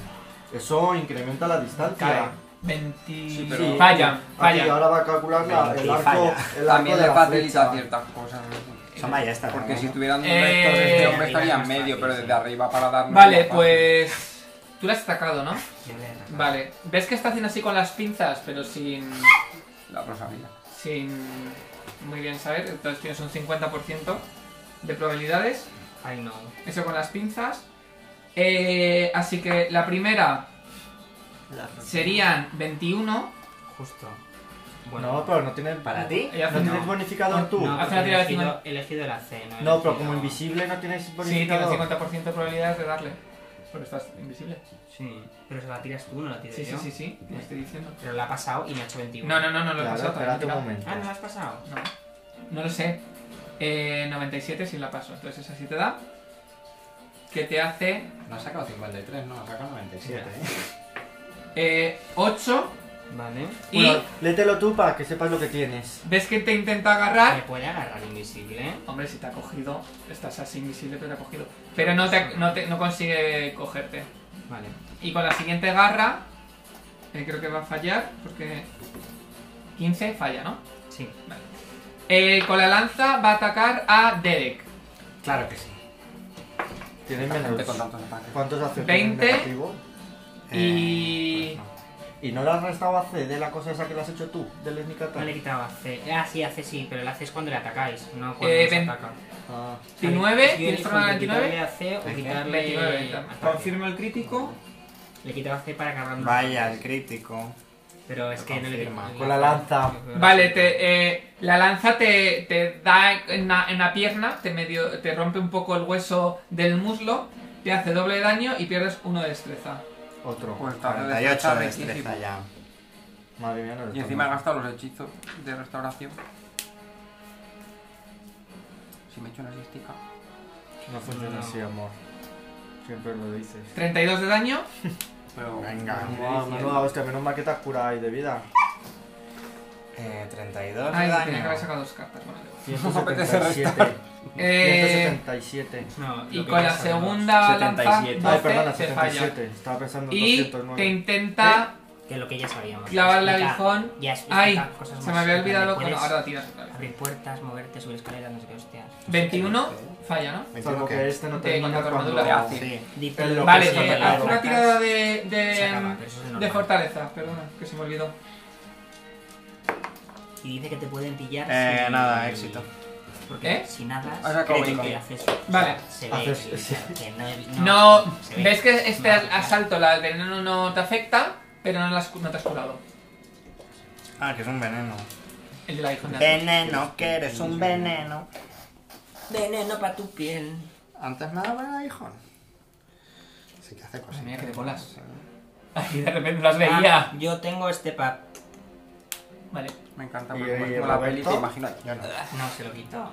Eso incrementa la distancia.
Cae. 20. Sí,
pero-
falla,
Aquí
falla.
ahora va a calcular la- el
Veinte,
arco,
falla.
el arco
También
de
le
la
facilita
flecha.
ciertas cosas. ¿no?
Son ballestas,
Porque
¿no?
si tuvieran
Eh,
rectos, este hombre
arriba
estaría
es
en
más
medio,
fácil,
pero
sí.
desde arriba para darnos.
Vale,
la paz.
pues. Tú la has atacado, ¿no?
yo le he atacado.
Vale. ¿Ves que está haciendo así con las pinzas, pero sin.
La Rosalía.
Pues- sin. muy bien saber? Entonces tienes un 50% de probabilidades.
Ay, no.
Eso con las pinzas. Eh, así que la primera serían 21.
Justo.
No, pero no tiene.
Para ti.
Ella hace
¿No tienes
no.
bonificador tú?
No,
Haz
porque
una tirada
he
de
elegido,
cincuenta.
he elegido la C, ¿no? he
No, pero
elegido-
como invisible no tienes
Sí, tienes
bonificador.
50% de probabilidades de darle. Porque estás invisible.
Sí, pero se la tiras tú, no la tiras
Sí, sí,
yo.
sí, sí. Te estoy diciendo.
Pero la ha pasado y me ha hecho 21.
No, no, no, no lo he
Claro,
pasado. todavía
espérate un
no.
momento.
Ah, ¿no la has pasado?
No, no lo sé. Eh, 97 si la paso. Entonces esa sí te da. Que te hace
No ha sacado 53, no, ha sacado 97. ¿eh?
eh, 8
Vale.
y
Bueno, léetelo tú para que sepas lo que tienes.
ves que te intenta
Me
agarrar.
puede agarrar invisible, ¿eh?
Hombre, si te ha cogido, estás así invisible, pero te ha cogido. Pero no, te, no, te- no consigue cogerte.
Vale.
Y con la siguiente garra, eh, creo que va a fallar, porque 15 falla, ¿no?
Sí.
Eh, con la lanza va a atacar a Derek.
Claro que sí.
Tienes
La gente con
menos.
tantos ataques.
¿Cuántos hace?
20.
Negativo?
Y-
Eh, pues
¿Y no le has restado a C de la cosa esa que le has hecho tú, del Esnicata?
No le he quitado a C. Ah, sí, hace sí, pero la hace es cuando le atacáis, no cuando
Eh,
os
ven-
ataca.
Ah,
Vale,
29,
yo
¿tienes
elijo
forma de
entre
29?
pues Quitarle a C o quitarle.
29.
ataque.
Confirmo el crítico.
Le quitaba C para cargar una.
Vaya, el crítico.
Pero es
Lo
que no le
confirma.
quitaba.
Con la lanza.
Vale, te, eh, la lanza te, te da en la, en la pierna, te, medio, te rompe un poco el hueso del muslo, te hace doble daño y pierdes uno de destreza.
Otro.
Pues está,
48
está
de
riquísimo.
destreza ya.
Madre mía, no
Y
eres
encima he
tonto.
gastado los hechizos de restauración. Si me echo una cestica.
No funciona así, amor. Siempre lo dices.
32 de daño.
Pero.
Venga.
Ni de
Wow,
cien.
menuda hostia, menos mal que te has curado ahí de vida.
Eh, 32 de
Ay, tenía que haber
daño.
sacado dos cartas. Vale.
No me apetece
177.
Mm.
Eh,
177.
No,
y
lo que
con la
pasa, ¿no?
segunda lanza,
77.
Ay,
12,
perdona,
te falla.
77. Estaba pensando en
Y te
209.
intenta.
Que lo que ya sabíamos.
Clavar la
Explica-
aguijón.
Ya
Ay,
Eh, explica cosas
se me
más.
había olvidado.
Puedes
Bueno, ahora la tiras otra vez.
Abrir puertas, moverte, subir escaleras, no sé qué hostias.
21, falla, ¿no?
Salvo
21
que
que.
este no
De
termina
contra tu
cuando...
armadura
de ácido.
Ah, Sí.
El
Diplo-
Lo
Vale,
que
eh,
se
haz
acaba.
una tirada de,
Se acaba, pero
de,
eso es
de
normal.
fortaleza, perdona, que se me olvidó.
Y dice que te pueden pillar.
Eh,
si-
nada, éxito.
Porque
¿Eh?
si nadas,
Has sacado
creo que
20.
haces eso.
Vale.
Se ve
Haces-
que-
sí.
que no,
No,
se ve.
ves que este
No, claro.
asalto, la del veneno no te afecta, pero no, la has- no te has curado.
Ah, que es un veneno.
El de la hija de
Veneno, que eres un veneno.
Veneno para tu piel.
Antes me daba hijón. Sí que hace cosas.
Madre mía, que de bolas. Ay, de repente las veía.
Ah, yo tengo este pack.
Vale.
Me encanta
Y-
porque
y
es como la peli,
Roberto.
te imaginas.
Yo no.
No, se lo quito.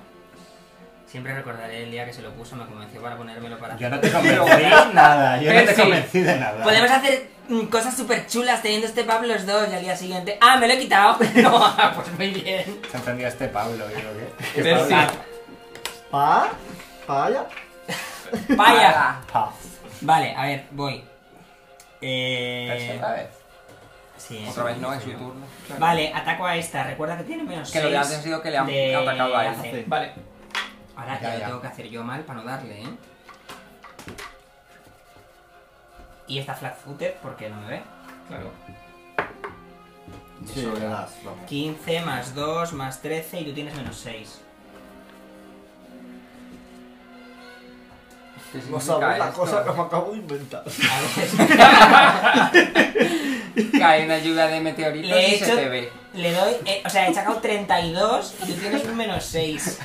Siempre recordaré el día que se lo puso, me convenció para ponérmelo para.
Yo no te convencí nada. Yo no te
Percy.
convencí de nada.
Podemos hacer mm, cosas súper chulas teniendo este pack los dos y al día siguiente. ¡Ah, me lo he quitado! No, ah, pues muy bien.
Se entendía este Pablo, yo creo que.
Percy.
¿Pa? ¿Pa allá?
Vaya.
Pa.
Vale, a ver, voy.
Tercera
Eh.
vez.
Sí,
Otra vez no, es su
YouTube.
turno. claro.
Vale, ataco a esta. Recuerda que tiene menos
Que lo de
seis
antes ha sido que le han
de
atacado a él.
AC.
Vale.
Ahora
Ya,
ya,
ya.
lo tengo que hacer yo mal para no darle, ¿eh? Y esta flat footed porque no me ve.
Claro.
Sí, le das, vamos.
15 más 2 más 13 y tú tienes menos 6.
¿Qué
No
significa
sabes pues la
esto?
cosa que me acabo de inventar.
A ver,
Cae una lluvia de meteoritos
Le he
y
hecho-
se te ve.
le doy. eh, o sea, he sacado 32 y tú tienes un menos 6.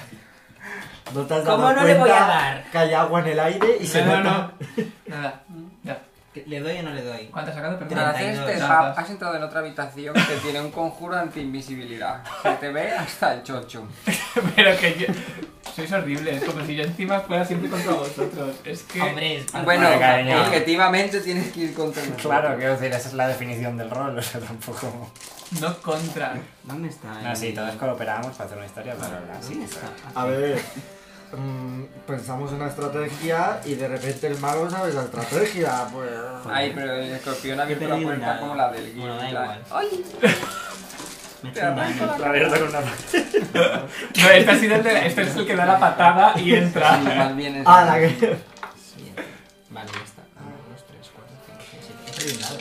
¿No te has
¿Cómo
dado
no le voy
cuenta
a dar?
Que hay agua en el aire y se
no, no,
nota?
no. Nada. Ya.
¿Le doy o no le doy?
¿Cuánto has sacado? Perdón.
Al hacer
32
este
tazas.
tap, has entrado en otra habitación que tiene un conjuro anti-invisibilidad. Se te ve hasta el chocho.
Pero que yo. Sois horribles, como si yo encima fuera siempre contra vosotros. Es que.
Hombre, es
Bueno,
Vale, cariño.
objetivamente tienes que ir contra nosotros.
Claro, quiero decir, esa es la definición del rol, o sea, tampoco.
No contra.
¿Dónde está?
No,
el-
sí, todos cooperábamos para hacer una historia, pero así.
¿Dónde está? Ah,
A ver, mm, pensamos una estrategia y de repente el mago sabe la estrategia, pues...
Ay, pero el escorpión ha abierto la
perdido
puerta
nada.
como la del
Bueno, da
en plan,
igual.
¡Ay!
Me
Te
estoy
arranco
dando.
la
La abierto con una mano.
No, este, ha sido el de- este es el que da la patada y entra.
Sí, más bien es...
Ah, la que...
Siguiente. Vale, ya está. 1, 2, 3, 4, 5, 6, 7. He perdido un lado.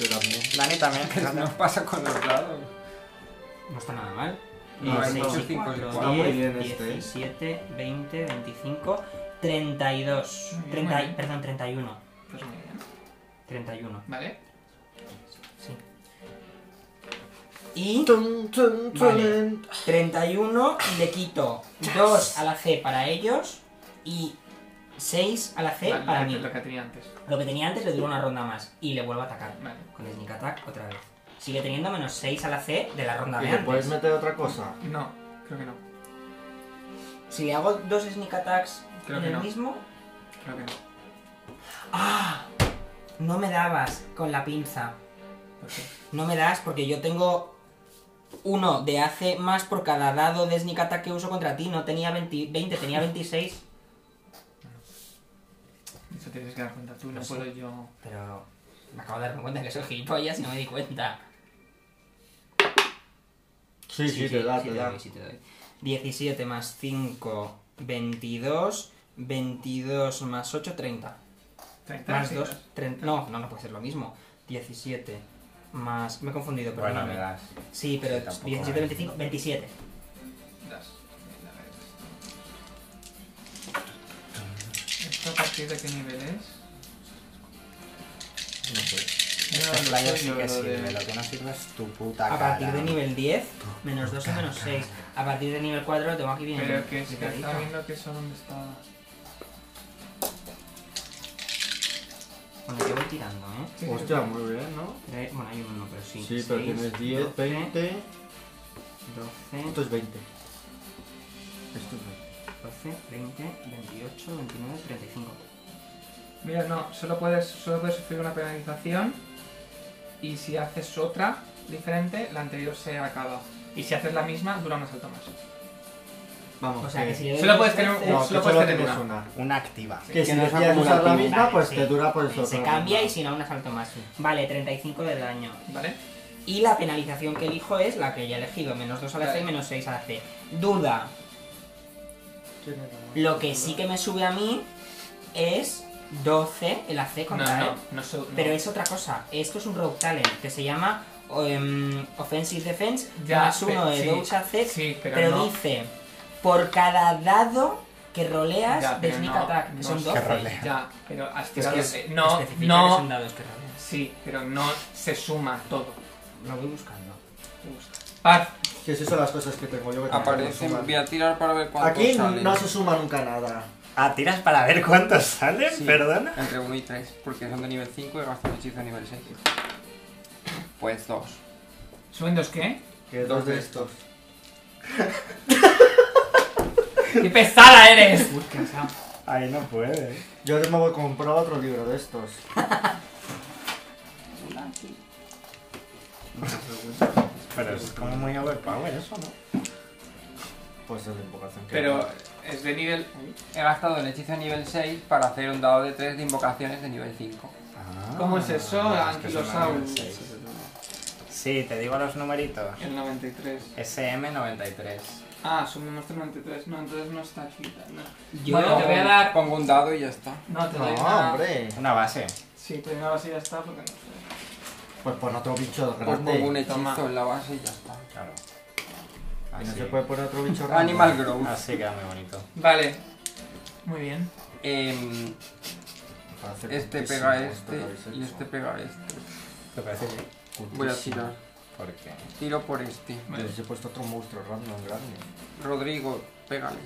Yo también.
Dani también.
¿Qué nos pasa con los dados?
No está nada mal.
No,
Eh,
hay
seis
muchos
y
cinco y
cuatro,
cuatro.
diez,
Está muy bien este, eh.
17, 20, 25, 32.
Muy bien,
30,
muy bien.
Perdón, 31.
Pues muy bien.
31.
Vale.
Sí. Y
Tun, tun,
Vale.
tun.
31 le quito 2 a la C para ellos y 6 a la C
Vale,
para
lo que-
mí.
Lo que tenía antes.
Lo que tenía antes le duro una ronda más y le vuelvo a atacar.
Vale.
Con el Sneak Attack otra vez. Sigue teniendo menos 6 a la C de la ronda
¿Y
de
le
antes.
puedes meter otra cosa?
No, creo que no.
Si le hago dos sneak attacks
Creo
en
que
el
no.
mismo,
Creo que no.
no me dabas con la pinza.
¿Por qué?
No me das porque yo tengo uno de AC más por cada dado de sneak attack que uso contra ti. No tenía 20, 20, tenía 26.
Eso tienes que dar cuenta tú, no
Lo sé.
puedo yo.
Pero me acabo de darme cuenta que soy gilipollas y no me di cuenta.
Sí, sí, te da,
sí
te
te
da.
doy, sí te doy. 17 más 5, 22. 22 más 8, 30.
30
Más
sí,
2,
¿no?
30. No, no, no puede ser lo mismo. 17 más. Me he confundido, pero
Bueno, me das.
Sí, pero
Sí, tampoco
17,
es.
25, 27.
Das. Venga, a ver. ¿Esto a partir de qué nivel es?
No sé.
No,
Esta
no
playa
soy
este sí
yo
que
lo
sirve,
de-
lo que no sirve es tu puta cara.
A partir de nivel 10, menos 2 o menos 6. A partir de nivel 4 lo tengo aquí bien.
Pero que es que
explicadito.
está viendo que eso donde está.
Bueno, yo voy tirando, ¿eh?
Hostia, muy bien, ¿no?
Tres- Bueno, hay uno, pero sí.
Sí, pero
Seis,
tienes 10,
doce,
20.
12,
Esto es 20. Esto es 20.
12, 20, 28, 29, 35.
Mira, no, solo puedes, solo puedes sufrir una penalización y si haces otra diferente, la anterior se acaba. Y si haces la misma, dura un asalto más.
Vamos,
O sea que si le doy
Solo
dos
puedes tener
veces,
un-
No,
Eh, solo
solo
puedes
solo
tener
tienes
una.
una.
Una activa.
Que si
no
decides
es
usar la
acumulativa.
misma, pues
sí.
te dura por eso.
Se cambia y si no, un asalto más. Vale, 35 de daño.
¿Vale?
Y la penalización que elijo es la que ya he elegido, menos 2 a la C y menos 6 a la C. Duda, lo que sí que me sube a mí es 12 el AC
No,
contra
no,
él.
no, se- no.
Pero es otra cosa, esto es un Rogue Talent que se llama em, Offensive Defense
Ya,
más
pe-
uno de
sí.
Dodge AC,
Sí, pero
pero,
no.
dice, por cada dado que roleas
Ya,
de
pero
Sneak
no,
Attack, que
no
son
sé.
12.
Que rolea.
Ya, pero has
Es
tirado.
que
eh,
es-
no,
especifica que son
no.
dados que roleas.
Sí, pero no se suma todo.
Lo voy buscando.
Paz,
Que si son las cosas que tengo yo que tengo,
Aparece,
no suman.
voy a tirar para ver cuánto
Aquí
sale.
no se suma nunca nada.
Ah, tiras para ver cuántos salen,
Sí.
perdona.
Entre 1 y 3, porque son de nivel 5 y gasto un hechizo de nivel 6. Pues 2.
¿suben dos qué?
Que
Dos
dos de
de
estos.
¡Qué pesada eres! Uy, qué pesado.
Ay, no puede.
Yo me voy a comprar otro libro de estos.
Pero es como muy overpower eso, ¿no?
Pues es la invocación que
Pero es de nivel. He gastado el hechizo de nivel 6 para hacer un dado de 3 de invocaciones de nivel 5.
¿Cómo es eso,
Ah, es que son a nivel
Ankylosaurus?
seis. Sí, te digo los numeritos.
El 93.
SM93.
Ah, sumemos el 93. No, entonces no está aquí. No.
Yo-
Bueno, te voy a dar.
Pongo un dado y ya está.
No, te
No,
doy una.
hombre.
Una base.
Sí, primero así ya está porque no sé.
Pues pon otro bicho
Pues pongo un
grande.
hechizo
Toma.
en la base y ya está.
Claro.
Y no
Así,
se puede poner otro bicho grande.
Animal Growth.
así Ah, queda muy bonito.
Vale. Muy bien.
Em,
Para hacer
este
cultísimo,
pega a
esto lo
este
habéis hecho.
y este pega a este.
¿Te parece bien?
Voy a
Cultísimo.
tirar.
Porque
Tiro por este.
Yo les he puesto otro monstruo random grande.
Rodrigo, pégale.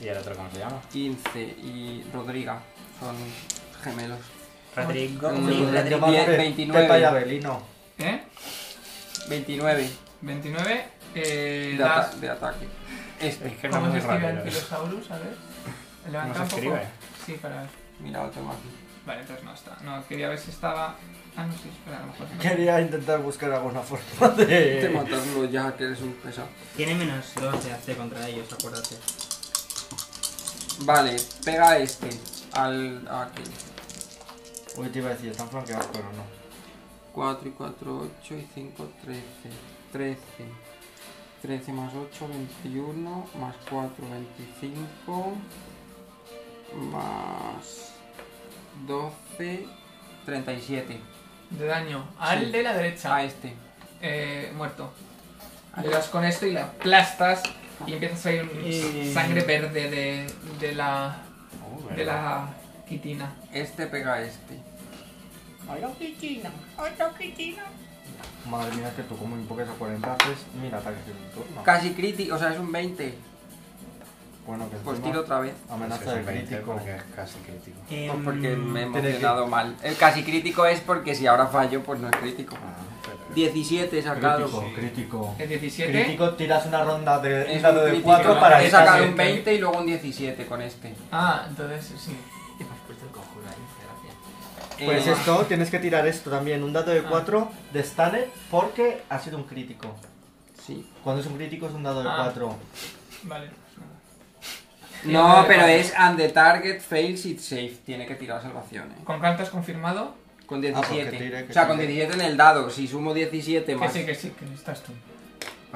¿Y el otro cómo se llama?
15 y Rodriga son gemelos.
Rodrigo.
Mm.
Se
Sí,
podrían
Rodrigo,
llamar
diez,
Pe-
29.
Pepa y Abelino.
¿Eh?
29
29. Eh,
de, ata-
das.
de ataque.
Es
Este.
que no
¿Cómo se
muy
escribe
raro. ¿eh?
Ankylosaurus? A ver.
¿Cómo
Levanta
se
un poco.
escribe?
Sí, para ver.
Mira, lo tengo aquí.
Vale, entonces no está. No, quería ver si estaba. Ah, no, sí, espera, a lo mejor. no.
Quería intentar buscar alguna forma de...
Este matarlo ya, que eres un pesado.
Tiene menos 2 de AC contra ellos, acuérdate.
Vale, pega a este. Al. a aquel.
Uy, te iba a decir, están flanqueados, pero no.
4 y 4, 8 y 5, 13. 13. 13 más 8, 21. Más 4, 25. Más 12, 37.
De daño. Al
Sí.
de la derecha.
A este.
Eh, muerto. Le das con esto y la aplastas y empieza a salir un
Y-
sangre verde de, de la.
Uh,
de
¿verdad?
la quitina.
Este pega a este.
Madre mía, es que tú como invocas a 40 haces mil ataques en un turno.
Casi crítico, o sea, es un 20.
Bueno, que
Pues
encima
tiro otra vez.
Es que
amenaza
es
de
un 20
crítico.
porque es casi crítico.
Pues porque me he
tiene
Em,
que-
emocionado mal. El casi crítico es porque si ahora fallo, pues no es crítico.
Ah, pero...
17 he sacado.
Crítico, crítico.
El 17.
Crítico tiras una ronda de,
Es
un
un
dado de
crítico,
4
¿no?
para este.
He
que
sacado
casi-
un 20 y luego un 17 con este.
Ah, entonces sí.
Te has puesto el conjuro ahí, gracias.
Pues
Eh,
esto, tienes que tirar esto también, un dado de
Ah.
4 de Stanley porque ha sido un crítico.
Sí.
Cuando es un crítico es un dado de
Ah.
4.
Vale.
No, pero es and the target fails it safe. Tiene que tirar salvación, eh.
¿Con cuánto has confirmado?
Con
Ah, pues que
17.
tire, que
O sea, con
tire.
17 en el dado. Si sumo 17
Que
más.
sí, que sí, que estás tú.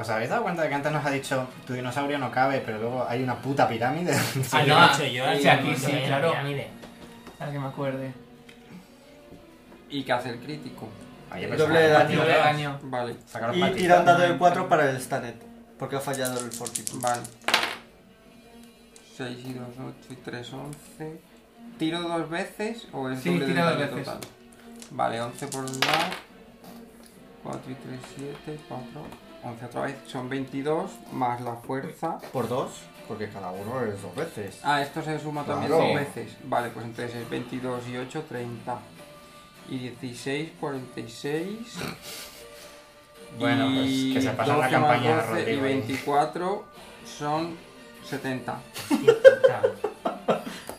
¿Os habéis dado cuenta de que antes nos ha dicho tu dinosaurio no cabe, pero luego hay una puta pirámide?
Ah,
no,
no, he hecho yo.
sí,
he hecho
aquí
yo,
sí,
eh, la
claro.
pirámide.
Para que me acuerde.
Y que hace el crítico.
Oye,
El
pues,
doble de
saca los
Yo
daño.
le
patitos,
daño. ¿eh?
Vale,
saca los
Y
patitos.
tira un dado de 4 para el Stanley porque ha fallado el Fortitude.
vale. 6 y 2, 8 y 3, 11. ¿Tiro dos veces o es
Sí,
doble de
tira dos
daño
veces.
total? Vale, 11 por un lado. 4 y 3, 7, 4. 11 otra vez. Son 22 más la fuerza.
Por dos, porque cada uno es dos veces.
Ah, esto se suma también
Claro.
dos veces. Vale, pues entonces es 22 y 8, 30. Y 16, 46.
Bueno,
y
pues que se pasa la
12 más
campaña
12 Y
Rodrigo ahí.
24 son 70.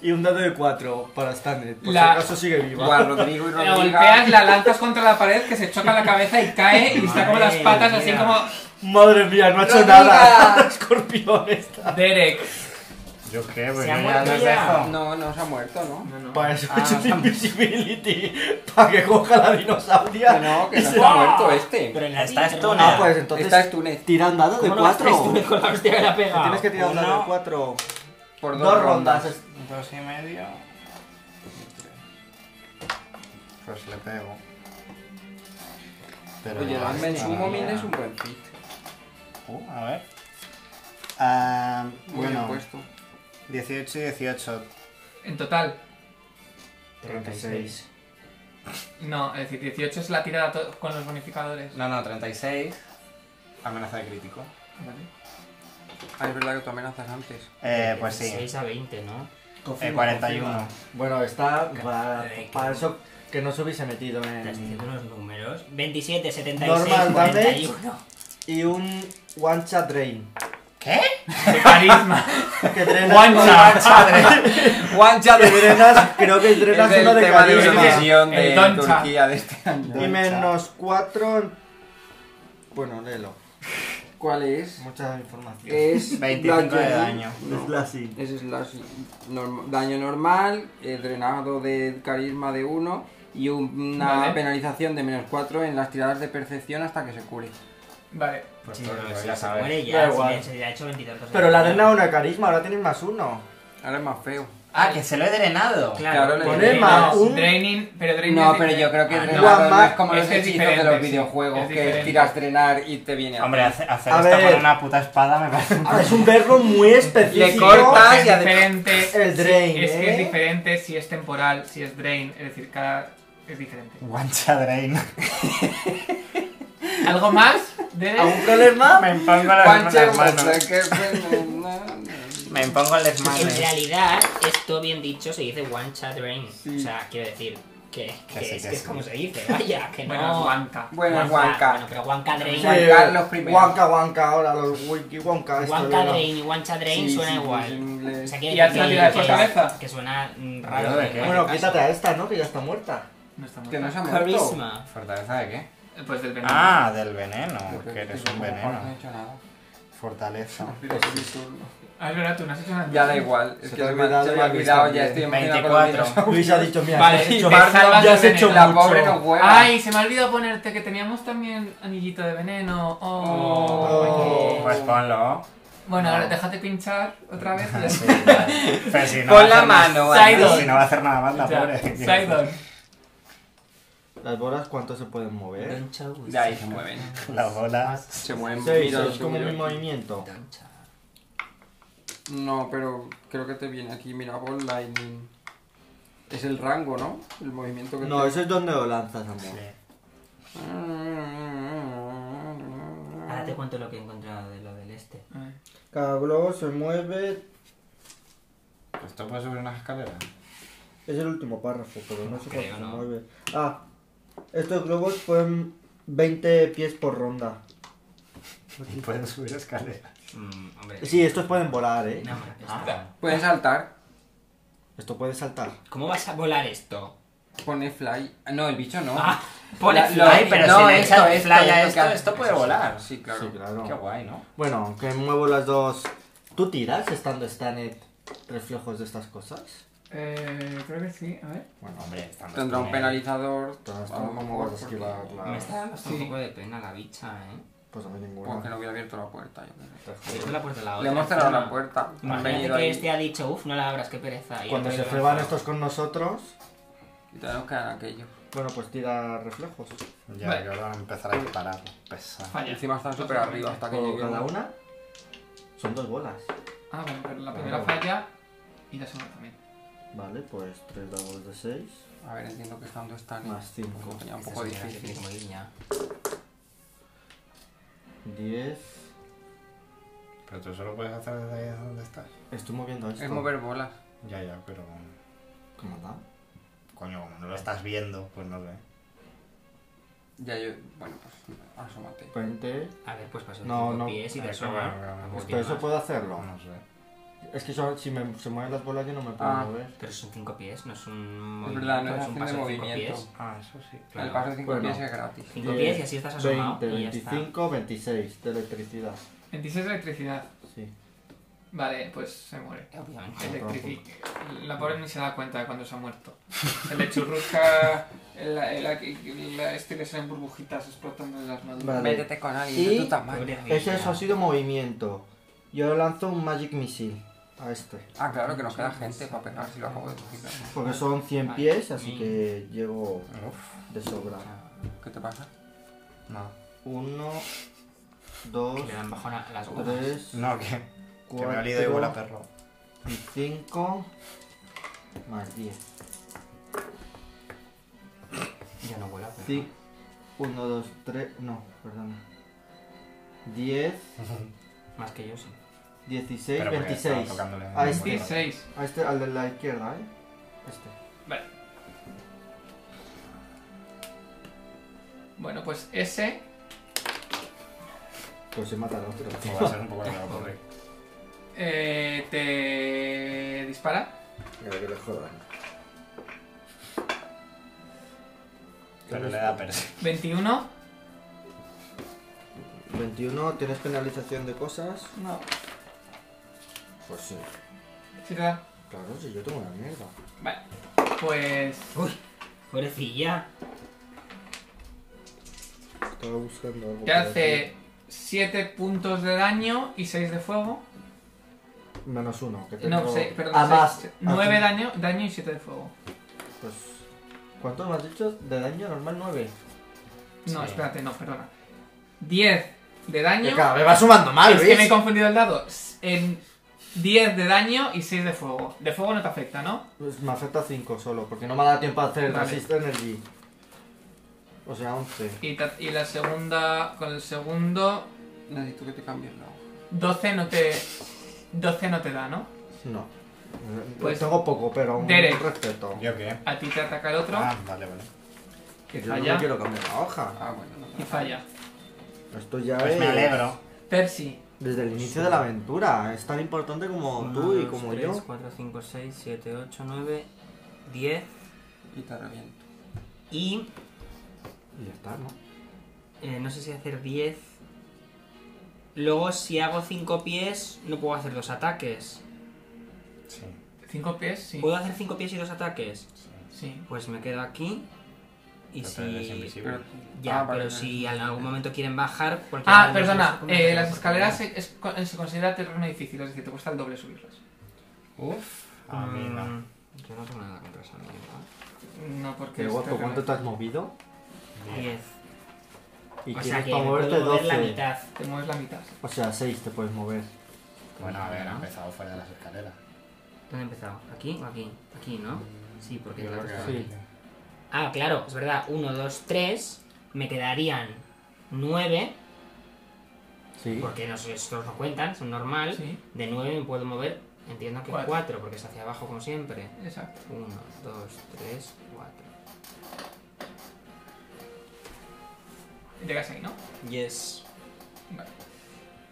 Y un dado de cuatro para Stanley. Por
La-
si acaso sigue viva.
Igual Rodrigo y
La
Rodrigo.
golpeas, la lanzas contra la pared, que se choca la cabeza y cae y está como las
Madre
patas así
mía.
como...
Madre mía, no ha hecho
¡Rodriga!
nada. Escorpión esta.
Derek.
Yo qué,
Se
pues yo
ha
ya
muerto
los
ya.
dejo.
No, no se ha muerto, ¿no?
Para eso
Ah,
he hecho
está-
invisibility. Para que coja la dinosauria.
Que no, que no se ha
¡Guau!
muerto este.
Pero en la
Está
vida,
esto,
hermano.
nada.
Ah, pues entonces.
Esta es Túnez.
Tira un dado de
¿Cómo no vas
cuatro.
tres tú con la hostia que le ha pegado?
Tienes que tirar un dado
Uno.
de cuatro.
Por
Dos,
dos,
rondas.
Dos y medio. Pues le pego. Pero
Oye,
ya
darme en
está,
sumo
ya.
min es un buen fit.
Uh, a ver. Ah,
Muy bien
bueno,
puesto.
18 y 18.
En total.
36.
No, es decir, 18 es la tirada to- con los bonificadores.
No, no, 36. Amenaza de crítico.
Vale.
Ah, es verdad que tú amenazas antes.
Eh, pues sí.
6 a 20, ¿no?
Eh, 41.
Bueno, está. va-
Correcto.
Para eso que no se hubiese metido
Estás diciendo
en.
unos números. 27, 76,
Normal damage.
41.
Y un One Chat Drain.
¿Qué?
Carisma.
Que drenas.
One shot.
One
Que drenas, creo que drenas
es
uno
el
de
tema de
Eurovisión.
carisma.
Eurovisión
El
de
Doncha.
Turquía de este año.
Y menos 4. Bueno, léelo.
¿Cuál es?
Mucha información.
Es
25 de
Bludgeoning.
daño.
No,
Slashing.
Es slashing. Norm- daño normal, eh, drenado de carisma de 1 y una
Vale.
penalización de menos 4 en las tiradas de percepción hasta que se cure.
Vale.
Pues
Sí,
todo
pero
lo
si
ya
se
sabes.
muere
Da
ya, si
igual.
le- se le ha hecho 20 y tantos
Pero
de
la
daño.
drena una carisma, ahora tienes más uno.
Ahora es más feo.
Ah, pues que se lo he drenado.
Claro,
Claro,
le-
con
Con
él
Emma.
más.
Draining,
un-
Draining, pero draining
No,
es
pero
diferente.
yo creo que
Ah, no.
drenado
Guau,
no es
ma-
como
es
los
que es
hechizos de los
diferente, sí.
videojuegos
Es
que
diferente.
tiras drenar y te viene.
Hombre, hace- hacer
A
esto
ver.
con una puta espada me parece.
Ahora Ah, es un verbo muy específico.
Le corta.
Es
y además-
diferente.
El drain,
Es que es
¿eh?
diferente si es temporal, si es drain. Es decir, cada. Es diferente.
Guancha drain.
¿Algo más?
¿Algún
Derek?
problema?
Me impongo las
Pancher,
las manos.
que se-
Me impongo las
En
manos.
realidad, esto bien dicho se dice one chat rain. O sea, quiero decir que, que
Que sí,
es,
que
que es
sí.
como se dice, vaya, que no.
Bueno, es Wanka.
Bueno, es
Bueno,
Wanka.
pero one chat drain.
Sí. Wanka los primeros.
Wanka, Wanka, ahora los wiki, Wanka. esto,
One
léelo.
Cat Drain y One Chat Drain
Sí,
suena
sí, sí,
igual.
en inglés.
O sea, quiere
¿Y al
decir
final de
que-
fortaleza?
Que suena mm,
Yo
raro.
de qué.
Bueno, quítate a esta, ¿no? Que ya está muerta.
No está
Que no
muerto.
se ha muerto.
Carisma.
¿Fortaleza de qué?
Pues del veneno.
Ah, del veneno. Que eres un
No he
veneno.
hecho nada.
Fortaleza.
Ah, es verdad, tú no has hecho nada.
Ya da igual, es
Se
que
te ha
se me
olvidado
se me
y
ha
has
olvidado,
visto
ya
bien.
estoy emocionado con los
24.
dinosaurios.
Luis ha dicho, mira,
Vale,
has
y
hecho-
te salvas
ya
del
has hecho
veneno.
La
mucho.
pobre no juega.
Ay, se me ha olvidado ponerte que teníamos también anillito de veneno. Oh.
Oh.
Pues ponlo.
Bueno,
No.
ahora déjate pinchar otra vez. y ya
Sí,
está.
vale. Pero si no va a
Pon la
hacer nada-
mano,
Sidon.
Si no va a hacer nada más la
Ya,
pobre.
Sidon.
Las bolas, ¿cuánto se pueden mover?
Don't shout.
De ahí se mueven.
Las bolas.
Se mueven,
Seis,
mira,
es
se
como mi
mueven.
movimiento.
Don't shout.
No, pero creo que te viene aquí, mira, Ball Lightning. Es el rango, ¿no? El movimiento que
No,
te- Ah,
eso es donde lo lanzas, amor.
Ahora te cuento lo que he encontrado de lo del este.
Cada globo se mueve.
¿Esto puede subir una escalera?
Es el último párrafo, pero no sé cuánto
Creo,
se
¿no?
mueve. Ah, estos globos pueden 20 pies por ronda.
Pueden subir escalera.
Mm, hombre.
Sí, estos pueden volar, ¿eh?
No, hombre, esto-
Pueden saltar,
Esto puede saltar.
¿Cómo vas a volar esto?
pone fly. Ah, No, el bicho no.
Ah, pone
La-
fly.
lo-
Ay, pero
no,
si le
esto,
echas
esto,
fly a
esto
esto,
que-
esto puede
eso sí.
volar.
Sí, claro.
Sí, claro.
Qué guay, ¿no?
Bueno, que muevo las dos. ¿Tú tiras estando Stanet reflejos de estas cosas?
Eh, creo que sí, a ver.
Bueno,
Hombre, estamos
Tendrá un
con
penalizador.
todas
a lo mejor, porque-
Me está dando hasta un poco de pena la bicha, ¿eh?
Pues a mí
Porque
ninguna.
no hubiera abierto la puerta. yo creo.
Esto la puerta a la otra.
Le hemos cerrado la
encima.
puerta. Han
Imagínate
venido
que
ahí.
este ha dicho, uff, no la abras, qué pereza. y
Cuando
otro
se
le
freban
lanza.
estos con nosotros,
Y tenemos que ganar aquello.
bueno, pues tira reflejos.
Ya,
Vale.
que ahora van a empezar a disparar. Pesa.
Falla.
Encima están súper arriba hasta que
¿Pero cada
lleguemos.
una? Son dos bolas.
Ah, bueno, pero la primera
Claro.
falla y la segunda también.
Vale, pues tres dados de seis.
A ver, entiendo que estando está en-
Más Este cinco.
pues, ya un
Esta
poco
señora que tiene
difícil.
como guiña.
10.
Pero tú solo puedes hacer desde ahí donde estás.
Estoy moviendo esto.
Es mover bolas.
Ya, ya, pero.
¿Cómo da?
Coño, como no lo estás viendo, pues no sé.
Ya yo. Bueno, pues asómate.
20.
A ver, pues pasó
No,
cinco
no.
pies y te
Ah,
asoma.
claro, claro.
Tampoco
Pues
Pero
tiene
eso
más.
puedo hacerlo.
No sé.
Es que yo- si me, se mueven las bolas yo no me puedo
Ah.
mover.
Pero son cinco pies, no es un
Es verdad, no
movimiento,
es
un
acción de
paso de cinco
movimiento.
pies.
Ah, eso sí.
El paso de 5
Bueno.
pies es gratis.
Cinco
Diez,
pies y así estás asomado
20,
y ya está.
25, 26 de electricidad.
26 de electricidad.
Sí.
Vale, pues se muere.
Eh, Obviamente.
Electrici- La pobre ni se da cuenta de cuando se ha muerto. Se le churrusca la, la- la- este que salen burbujitas explotando de las manos.
Vale.
Métete con alguien
Y-
de tu tamaño.
Pobre
Ese eso
Mira.
ha sido movimiento. Yo lanzo un Magic Missile a este.
Ah, claro que nos queda gente para pegar si lo acabo de decir.
Porque son 100
Vale.
pies, así
Mm.
que llego
Uf.
de sobra.
¿Qué te pasa?
No.
1, 2,
Que le dan bajón a las bolas.
3,
No, que. Que me ha olido igual a
4
perro.
y 5 más 10.
Ya no vuela, pero...
1, 2, 3, no, perdón. 10,
Más que yo, sí.
16,
Pero porque estaba
26.
tocándole en
A
el
este,
26.
a este, al de la izquierda, ¿eh? Este.
Vale. Bueno, pues ese
Pues se mata al otro.
Va a ser un poco raro, pobre.
eh, te dispara.
Mira que le jodan.
Pero le da perse.
21.
21, ¿tienes penalización de cosas?
No.
Pues sí.
Sí te da.
Claro, si yo tengo una mierda.
Vale. Pues.
Uy, pobrecilla.
Estaba buscando algo.
Te
para
hace 7 puntos de daño y 6 de fuego.
decir. Menos uno, que tengo.
No, sé, perdón.
Ah, más.
9
Ah,
daño, daño y 7 de fuego.
sí. Pues. ¿Cuánto me has dicho? De daño normal 9.
No,
Sí.
espérate, no, perdona. 10 de daño.
me va sumando mal,
es que me he confundido el dado. S- En 10 de daño y 6 de fuego. De fuego no te afecta, ¿no?
Pues me afecta 5 solo, porque no me ha dado tiempo a hacer el
Vale.
Resist Energy. O sea, 11.
Y, ta- y la segunda. Con el segundo.
Necesito que te cambies la hoja.
12 no te. 12 no te da, ¿no?
No.
Pues-
tengo poco, pero un
Derek.
respeto.
¿Yo qué?
A ti te ataca el otro.
Ah, vale, vale.
que
Yo no
falla.
me quiero cambiar la hoja.
Ah, bueno. no.
y falla.
Esto ya
Pues
es.
me alegro.
Percy.
Desde el inicio de la aventura. Es tan importante como tú y como yo.
4, 5, 6, 7, 8, 9, 10
Y te reviento.
y
Y ya está, ¿no?
Pues
eh, no sé si hacer 10. Luego si hago 5 pies no puedo hacer dos ataques.
Sí,
5 pies, sí.
¿Puedo hacer 5 pies y dos ataques?
sí.
Sí.
Pues me quedo aquí y
Pero eres
si...
invisible.
Ya,
Ah, vale,
pero
vale.
si en algún momento quieren bajar... cualquiera
Ah,
de los dos
perdona.
se convierte
eh,
en
las
un
escaleras
portero.
se, es- con- se considera terreno difícil, es decir, te cuesta el doble subirlas.
Uf.
Ah,
A mí no.
Mm, Yo no tengo nada contra esa mierda.
No, porque. este
Qué
es
guapo,
terreno-
¿cuánto te has movido?
10.
Y
O sea
quieres
que
para
me
moverte
puedo mover la
12.
mitad.
Te mueves la mitad.
O sea, 6 te puedes mover.
Bueno, a ver,
¿no?
ha empezado fuera de las escaleras.
¿Dónde he empezado? ¿Aquí o aquí? Aquí, ¿no? Sí, porque...
Yo
la
creo que
otra-
Sí.
aquí.
Ah, claro, es verdad. 1, 2, 3. Me quedarían 9.
Sí.
Porque no, sé, estos no cuentan, son
¿Eh?
normal.
Sí.
De 9 me puedo mover, entiendo que
Cuatro.
4, porque es hacia abajo como siempre.
Exacto.
1, 2, 3, 4.
Llegas ahí, ¿no?
Yes.
Vale.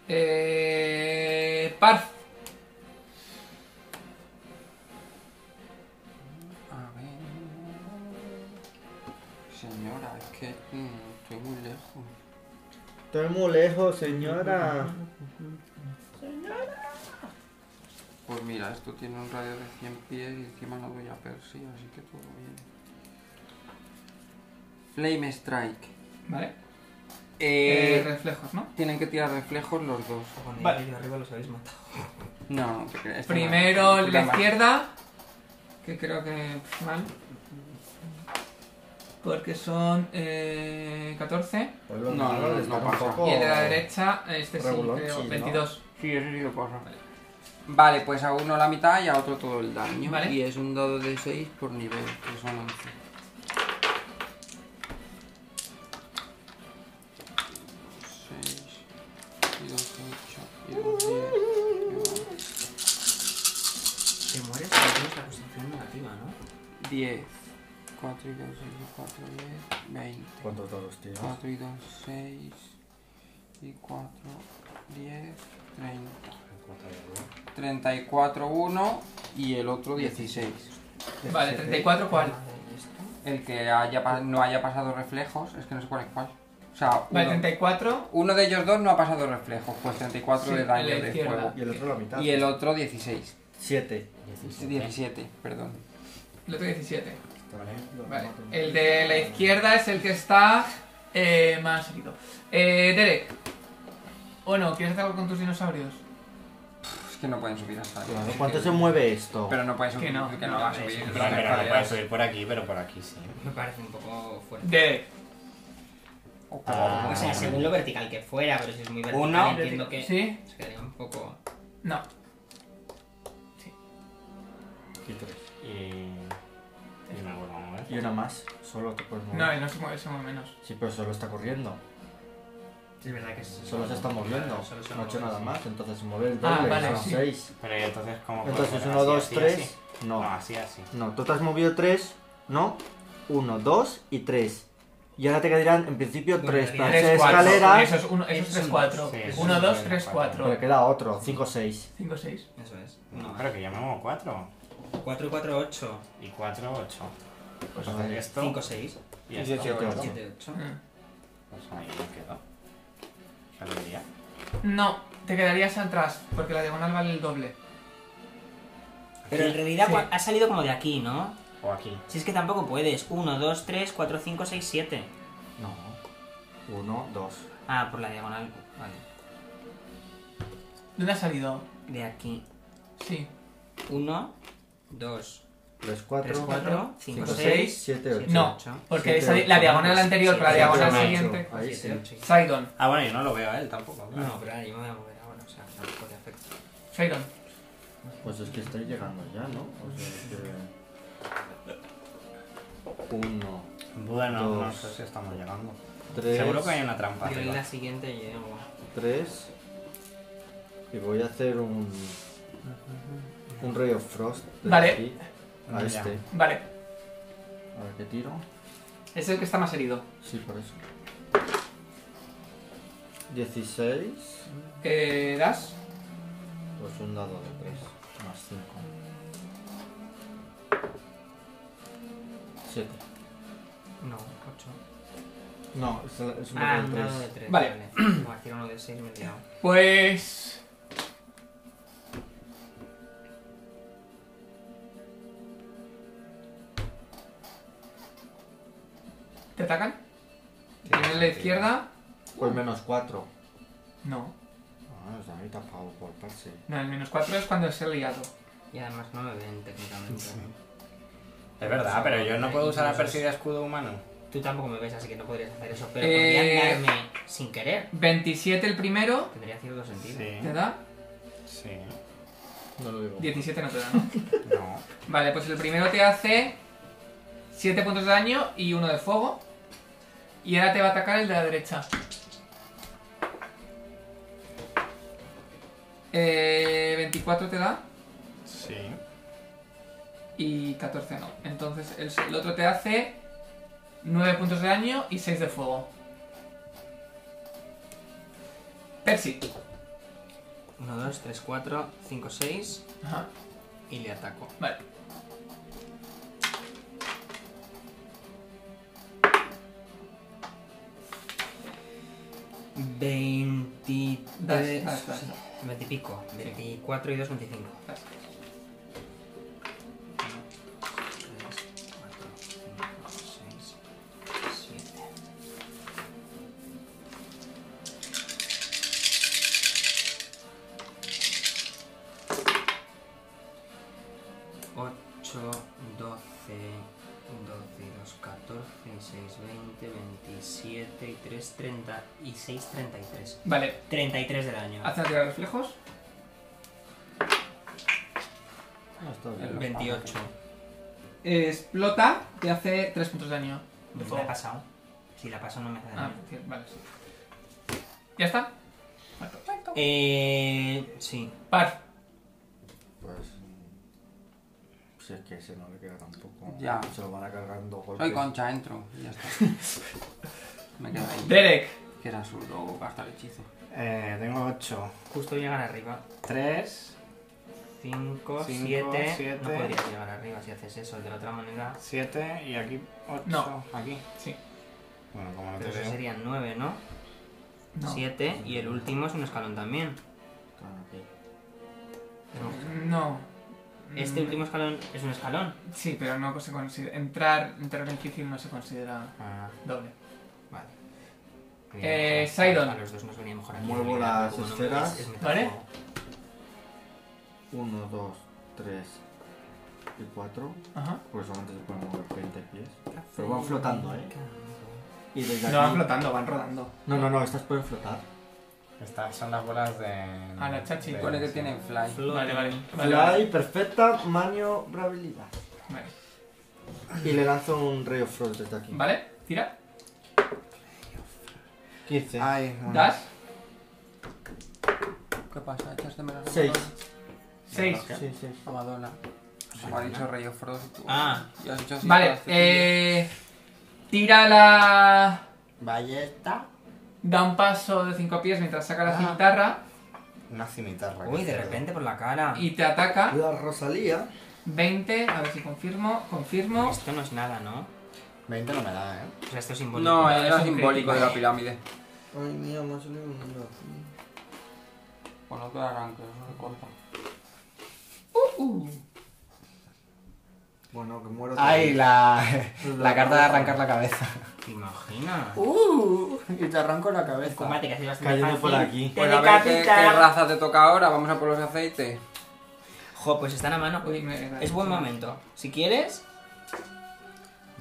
Eh, Parf.
A ver. Señora, es que mm, estoy muy lejos.
Estoy muy lejos, señora.
Pues mira, esto tiene un radio de 100 pies y encima no doy a Percy, así que todo bien. Flame Strike.
Vale. Eh,
Eh,
reflejos, ¿no?
tienen que tirar reflejos los dos.
Con
Vale.
el de arriba los habéis matado.
No, no te creas. está mal.
Primero
Puta
la
madre.
izquierda, que creo que pf, mal. Porque son eh, 14.
Vuelve a
No,
mirarlo,
no,
le
no
está un
pasa.
poco-
Y el de la derecha, este sí,
Regulonchi,
creo,
¿no?
22.
Sí, eso sí que pasa. Vale, pues a uno la mitad y a otro todo el daño.
Vale.
Y es un dado de 6 por nivel, que son 11. Seis, y dos, ocho, y dos, diez, y dos,
Te mueres porque tienes la constitución negativa, ¿no?
diez. Cuatro y dos, seis, cuatro, diez, veinte.
¿Cuántos dados tienes?
4 y 2, 6 y 4, 10, 30. 34, 1 y el otro 16.
Vale, 34, ¿cuál?
El que haya, pa- no haya pasado reflejos, es que no sé cuál es cuál. O sea,
Vale,
uno,
34.
uno de ellos dos no ha pasado reflejos, pues 34
Sí,
de
el
daño
de
de
izquierda.
fuego.
Y el otro la mitad.
Y el otro 16.
7.
Sí, 17, perdón.
El otro 17.
Vale.
Vale. El de la izquierda es el que está eh, más herido. Eh, Derek. ¿O no? ¿Quieres hacer algo con tus dinosaurios?
Pff, Es que no pueden subir hasta ahí.
Claro, ¿Cuánto se mueve esto?
Pero no pueden subir,
Que no,
que no,
no,
van a
no,
subir.
no,
las
Pero, pero no puedes
escaleras.
subir por aquí, pero por aquí sí.
Me parece un poco fuerte. Ah,
Derek.
Ah.
Ah.
O sea, según lo vertical que fuera, pero si es muy vertical,
Uno.
entiendo que
¿Sí?
se quedaría un poco.
No.
Y tres.
Y. Y me vuelvo a mover.
Y una más. Solo te puedes mover.
No, y no se mueve, se mueve menos.
Sí, pero solo está corriendo.
Es verdad que es.
Solo se está moviendo.
Solo se
No ha hecho
mueve,
nada
sí.
más. Entonces mover el
Ah,
doble.
vale,
son
sí.
seis.
Pero ¿y entonces, ¿cómo puedo
Entonces
hacer?
uno,
¿Así,
dos,
así,
tres.
así? Ah. No,
No.
así, así.
No, tú te has movido tres. No. Uno, dos y tres. Y ahora te quedarán en principio
Bueno,
tres.
y
Para
tres,
hacer
cuatro.
Ah, escalera.
Eso es 1, eso es
Eso es
3,
un
4.
dos, sí, eso
1,
es
2,
un
3,
cuatro.
4.
Pero queda otro. Cinco, seis.
5, 6.
Eso es.
No,
No,
pero que yo me muevo cuatro.
4 y 4, 8.
Y cuatro, ocho. Pues
Vale.
esto.
5, 6.
y
y
esto.
dieciocho. Ocho.
7, 8.
Mm.
Pues ahí me quedo. ¿Qué alegría?
No, te quedarías atrás, porque la diagonal vale el doble.
Pero en realidad
Sí.
cua- ha salido como de aquí, ¿no?
O aquí.
Si es que tampoco puedes. 1, 2, 3, 4, 5, 6, 7.
No. Uno, dos.
Ah, por la diagonal. Vale.
¿Dónde ha salido?
De aquí.
Sí.
1, 2,
Tres,
3,
cuatro.
4,
cinco,
5, 6.
seis, siete, ocho.
No,
ocho.
porque
Siete,
esa di-
ocho,
la
nueve,
diagonal anterior con la
siete,
diagonal
ocho,
siguiente.
Ahí sí.
Sidon,
Ah, bueno, yo no lo veo a él tampoco. claro.
No, pero ahora yo me voy a mover ahora, o sea, tampoco te afecta.
Sidon.
Pues es que estoy llegando ya, ¿no? O sea, es que... Uno,
Bueno, no
Dos.
sé si estamos llegando.
tres,
Seguro que hay una trampa.
Yo en
arriba.
la siguiente llego.
tres. Y voy a hacer un. Un Ray of Frost. desde
Vale.
aquí a
Ya.
este.
Vale,
A ver qué tiro.
es el que está más herido.
Sí, por eso. 16.
¿Qué das?
Pues un dado de 3. Más 5. 7.
No, 8.
No, es, es un
Ah,
dado
un
de 3.
dado de 3.
Vale.
Vale. Como hacía uno de 6 me he liado.
Pues... ¿Te atacan? ¿Tienes la izquierda?
Pues menos 4.
No.
Ah, o sea, a mí tampoco por parse.
No, el menos 4 es cuando es el liado.
Y además no me ven técnicamente.
Es verdad, pero yo no puedo usar la Percy de escudo humano.
Tú tampoco me ves, así que no podrías hacer eso. Pero
Eh.
podrías darme sin querer.
27 el primero.
Tendría cierto sentido.
¿Te da?
Sí.
No lo digo.
17 no te da, ¿no?
No.
Vale, pues el primero te hace 7 puntos de daño y uno de fuego. Y ahora te va a atacar el de la derecha. Eh, 24 te da
Sí.
y 14 no. Entonces el, el otro te hace 9 puntos de daño y 6 de fuego. Percy.
1, 2, 3, 4, 5, 6.
Ajá,
Y le ataco.
vale. Das,
23.
das, das.
20 y pico. 24 y 2, 25. 3,
das.
4, 5, 6, 7. Ocho, doce, doce y dos, catorce y seis, veinte, veintisiete y tres, treinta y seis, treinta y tres.
Vale,
Treinta y tres de daño.
haz una tirada de reflejos.
No Ah, está bien.
28.
Eh, explota, te hace 3 puntos de daño. De
la he
fuego.
pasado. Si la paso no me hace
Ah,
daño.
sí, vale, sí. ¿Ya está?
Eh. Sí.
Par.
Pues. mm, Si es que ese no le queda tampoco.
Ya.
Se lo van a cargar en dos golpes.
Soy concha, entro. y Ya está. Me quedo ahí.
Derek.
Que era absurdo gastar hechizo.
Eh, tengo 8.
Justo llegan arriba.
3, Cinco,
5, 7.
siete.
No podrías llegar arriba si haces eso. De la otra manera.
7 y aquí 8.
No.
Aquí.
Sí.
Bueno, como no
Pero
te
eso
veo.
serían 9, ¿no?
No.
7. Y el último es un escalón también.
Claro, ok.
No.
Este
Mm,
último escalón es un escalón.
Sí, pero no se considera. Entrar en terreno difícil no se considera
Ah,
doble.
vale.
Eh,
A- a-
Sidon.
A los dos nos venía mejor aquí.
Muevo
en realidad,
las
pero como no
esferas.
es- es metal
¿Vale?
fuego.
1, 2, 3 y 4.
Ajá.
Pues solamente se pueden mover 20 pies. Pero van flotando, ¿eh? Y desde
No van
aquí...
flotando, van rodando.
No, no, no, estas pueden flotar.
Estas son las bolas de.
Ah, la chachi.
de-
Pone que
sí.
tienen fly.
Vale, vale.
Fly,
Vale, vale.
perfecta maniobrabilidad.
Vale.
Y le lanzo un Ray of Frost desde aquí.
Vale, tira.
15.
Ah,
Ay, bueno.
Das.
¿Qué pasa? ¿Echas de menos a
Seis.
Madonna?
6.
¿Qué?
Sí, sí.
A Madonna. Como ha dicho Rey of Frost. tú.
Ah.
Yo has dicho sí,
Vale,
las tetillas.
eh. Tira la.
Ballesta.
Da un paso de 5 pies mientras saca la
Ah.
cimitarra
Una cimitarra.
Uy,
que
de
se ve.
repente por la cara.
y te ataca.
La Rosalía.
20, a ver si confirmo. Confirmo.
Esto no es nada, ¿no?
20 no me da, ¿eh?
O sea, esto es simbólico.
No,
es
era
un
simbólico de
crítico.
la pirámide.
Ay, mía, más o menos.
Con otro arranque, eso se corta.
Uh,
Bueno, que muero.
Ay, la,
la
carta de arrancar la cabeza.
¿Te imaginas?
Uh, y te arranco la cabeza.
Combate que ha sido bastante
Cayendo
fácil.
por aquí.
Te
Bueno, a ver qué, qué
decapita.
raza te toca ahora. Vamos a por los aceites.
Jo, pues están a mano.
Uy, me- me-
Es buen momento. Si quieres,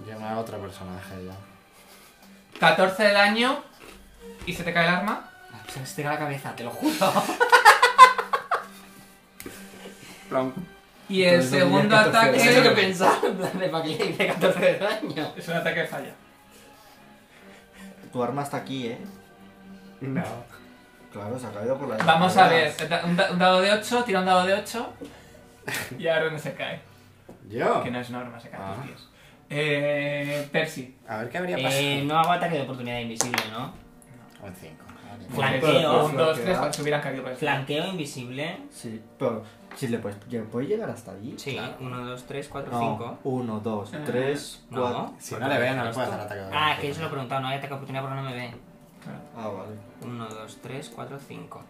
Yo me hago otro personaje ya.
14 de daño y se te cae el arma.
se te cae la cabeza, te lo juro.
Plom.
Y el
Entonces, no
segundo
tenía 14 de
ataque.
Eso es lo que pensaba. En plan de para que le hice 14 de daño.
Es un ataque de falla.
Tu arma está aquí, ¿eh?
No.
Claro, se ha caído por la.
Vamos a ver. da- Un, da- un dado de 8, tira un dado de 8. Y ahora no se cae.
¿Yo?
Que no es norma, se cae a
Ah.
tus pies. Eh. Percy.
A ver qué habría pasado.
Eh, no hago ataque de oportunidad invisible, ¿no?
Un 5.
Flanqueo.
1, 2, 3,
Flanqueo.
se hubieran caído por el suelo.
Flanqueo invisible.
Sí, pero. Si le puedes, ya puedes llegar hasta allí.
Sí, 1, 2, 3, 4, 5.
No, 1, 2,
Ah.
3,
no.
4.
Si no le veo, no le puedo hacer ataque. de
Ah, es que yo
oportunidad.
se lo he preguntado, no hay ataque de oportunidad porque no me ve.
Claro.
Ah, vale.
1, 2, 3, 4, 5.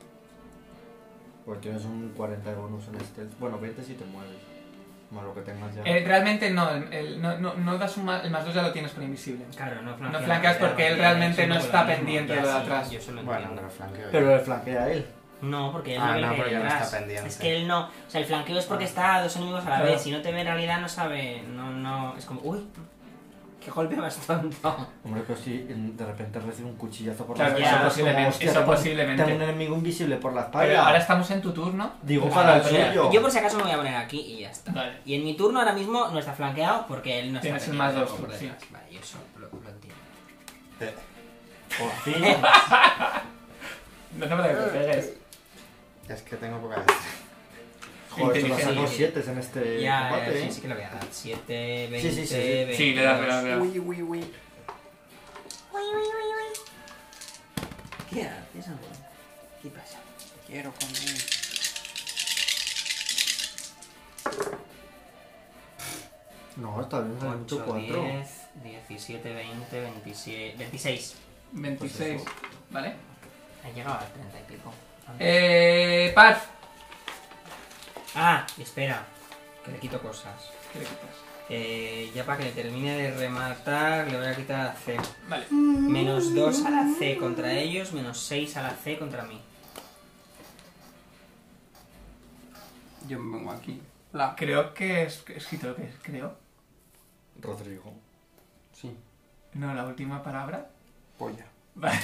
Pues tienes un 40 de bonus en stealth. Bueno, 20 si te mueves. Más lo que tengas ya.
Eh, realmente no, el, el- no, no, no das un ma- el más 2 ya lo tienes con invisible.
Claro, no
No flanqueas porque él realmente no está pendiente de lo de atrás.
Yo solo
Bueno,
entiendo.
pero flanqueo.
Pero le flanquea a él.
No, porque él
Ah,
no ve lo
no,
que hay
porque no
detrás.
está pendiente.
Es que él no. O sea, el flanqueo es porque está a dos enemigos a la
Claro.
vez. Si no te ve en realidad, no sabe. No, no. Es como. Uy, qué golpe más tonto.
Hombre, pero si de repente recibe un cuchillazo por
Claro,
la
eso
espalda.
posiblemente- eso posiblemente.
Tengo un enemigo invisible por la espalda.
Pero ahora estamos en tu turno.
Digo
Ah,
para el
vale.
suyo.
Yo por si acaso me voy a poner aquí y ya está.
Vale.
Y en mi turno ahora mismo no está flanqueado porque él no está.
Tienes el
pendiente
más
de lo
dos,
por
sí.
detrás. Vale, yo eso lo, lo entiendo.
Por fin.
No hace falta que te pegues.
Es que tengo poca destreza.
Joder, solo
Inteligente.
saco 7 en este
Ya,
combate.
eh,
¿eh?
sí, sí que lo voy a dar. 7, 20,
Sí, sí, sí, sí.
Sí, le das, le das, le das.
Uy, uy, uy.
¿Qué haces, amor? ¿Qué pasa?
Quiero comer.
No, está bien, sale mucho
8,
4.
10, 17, 20, 27, 26.
26. Vale.
Ha llegado al 30 y pico.
Eh. Paz.
Ah, espera, que le quito cosas.
¿Qué le quitas?
Eh, ya para que le termine de rematar, le voy a quitar a la C.
Vale.
Menos 2 a la C contra ellos, menos 6 a la C contra mí.
Yo me vengo aquí. La.
Creo que es que he escrito lo que es, creo.
Rodrigo.
Sí.
No, la última palabra.
Polla.
Vale.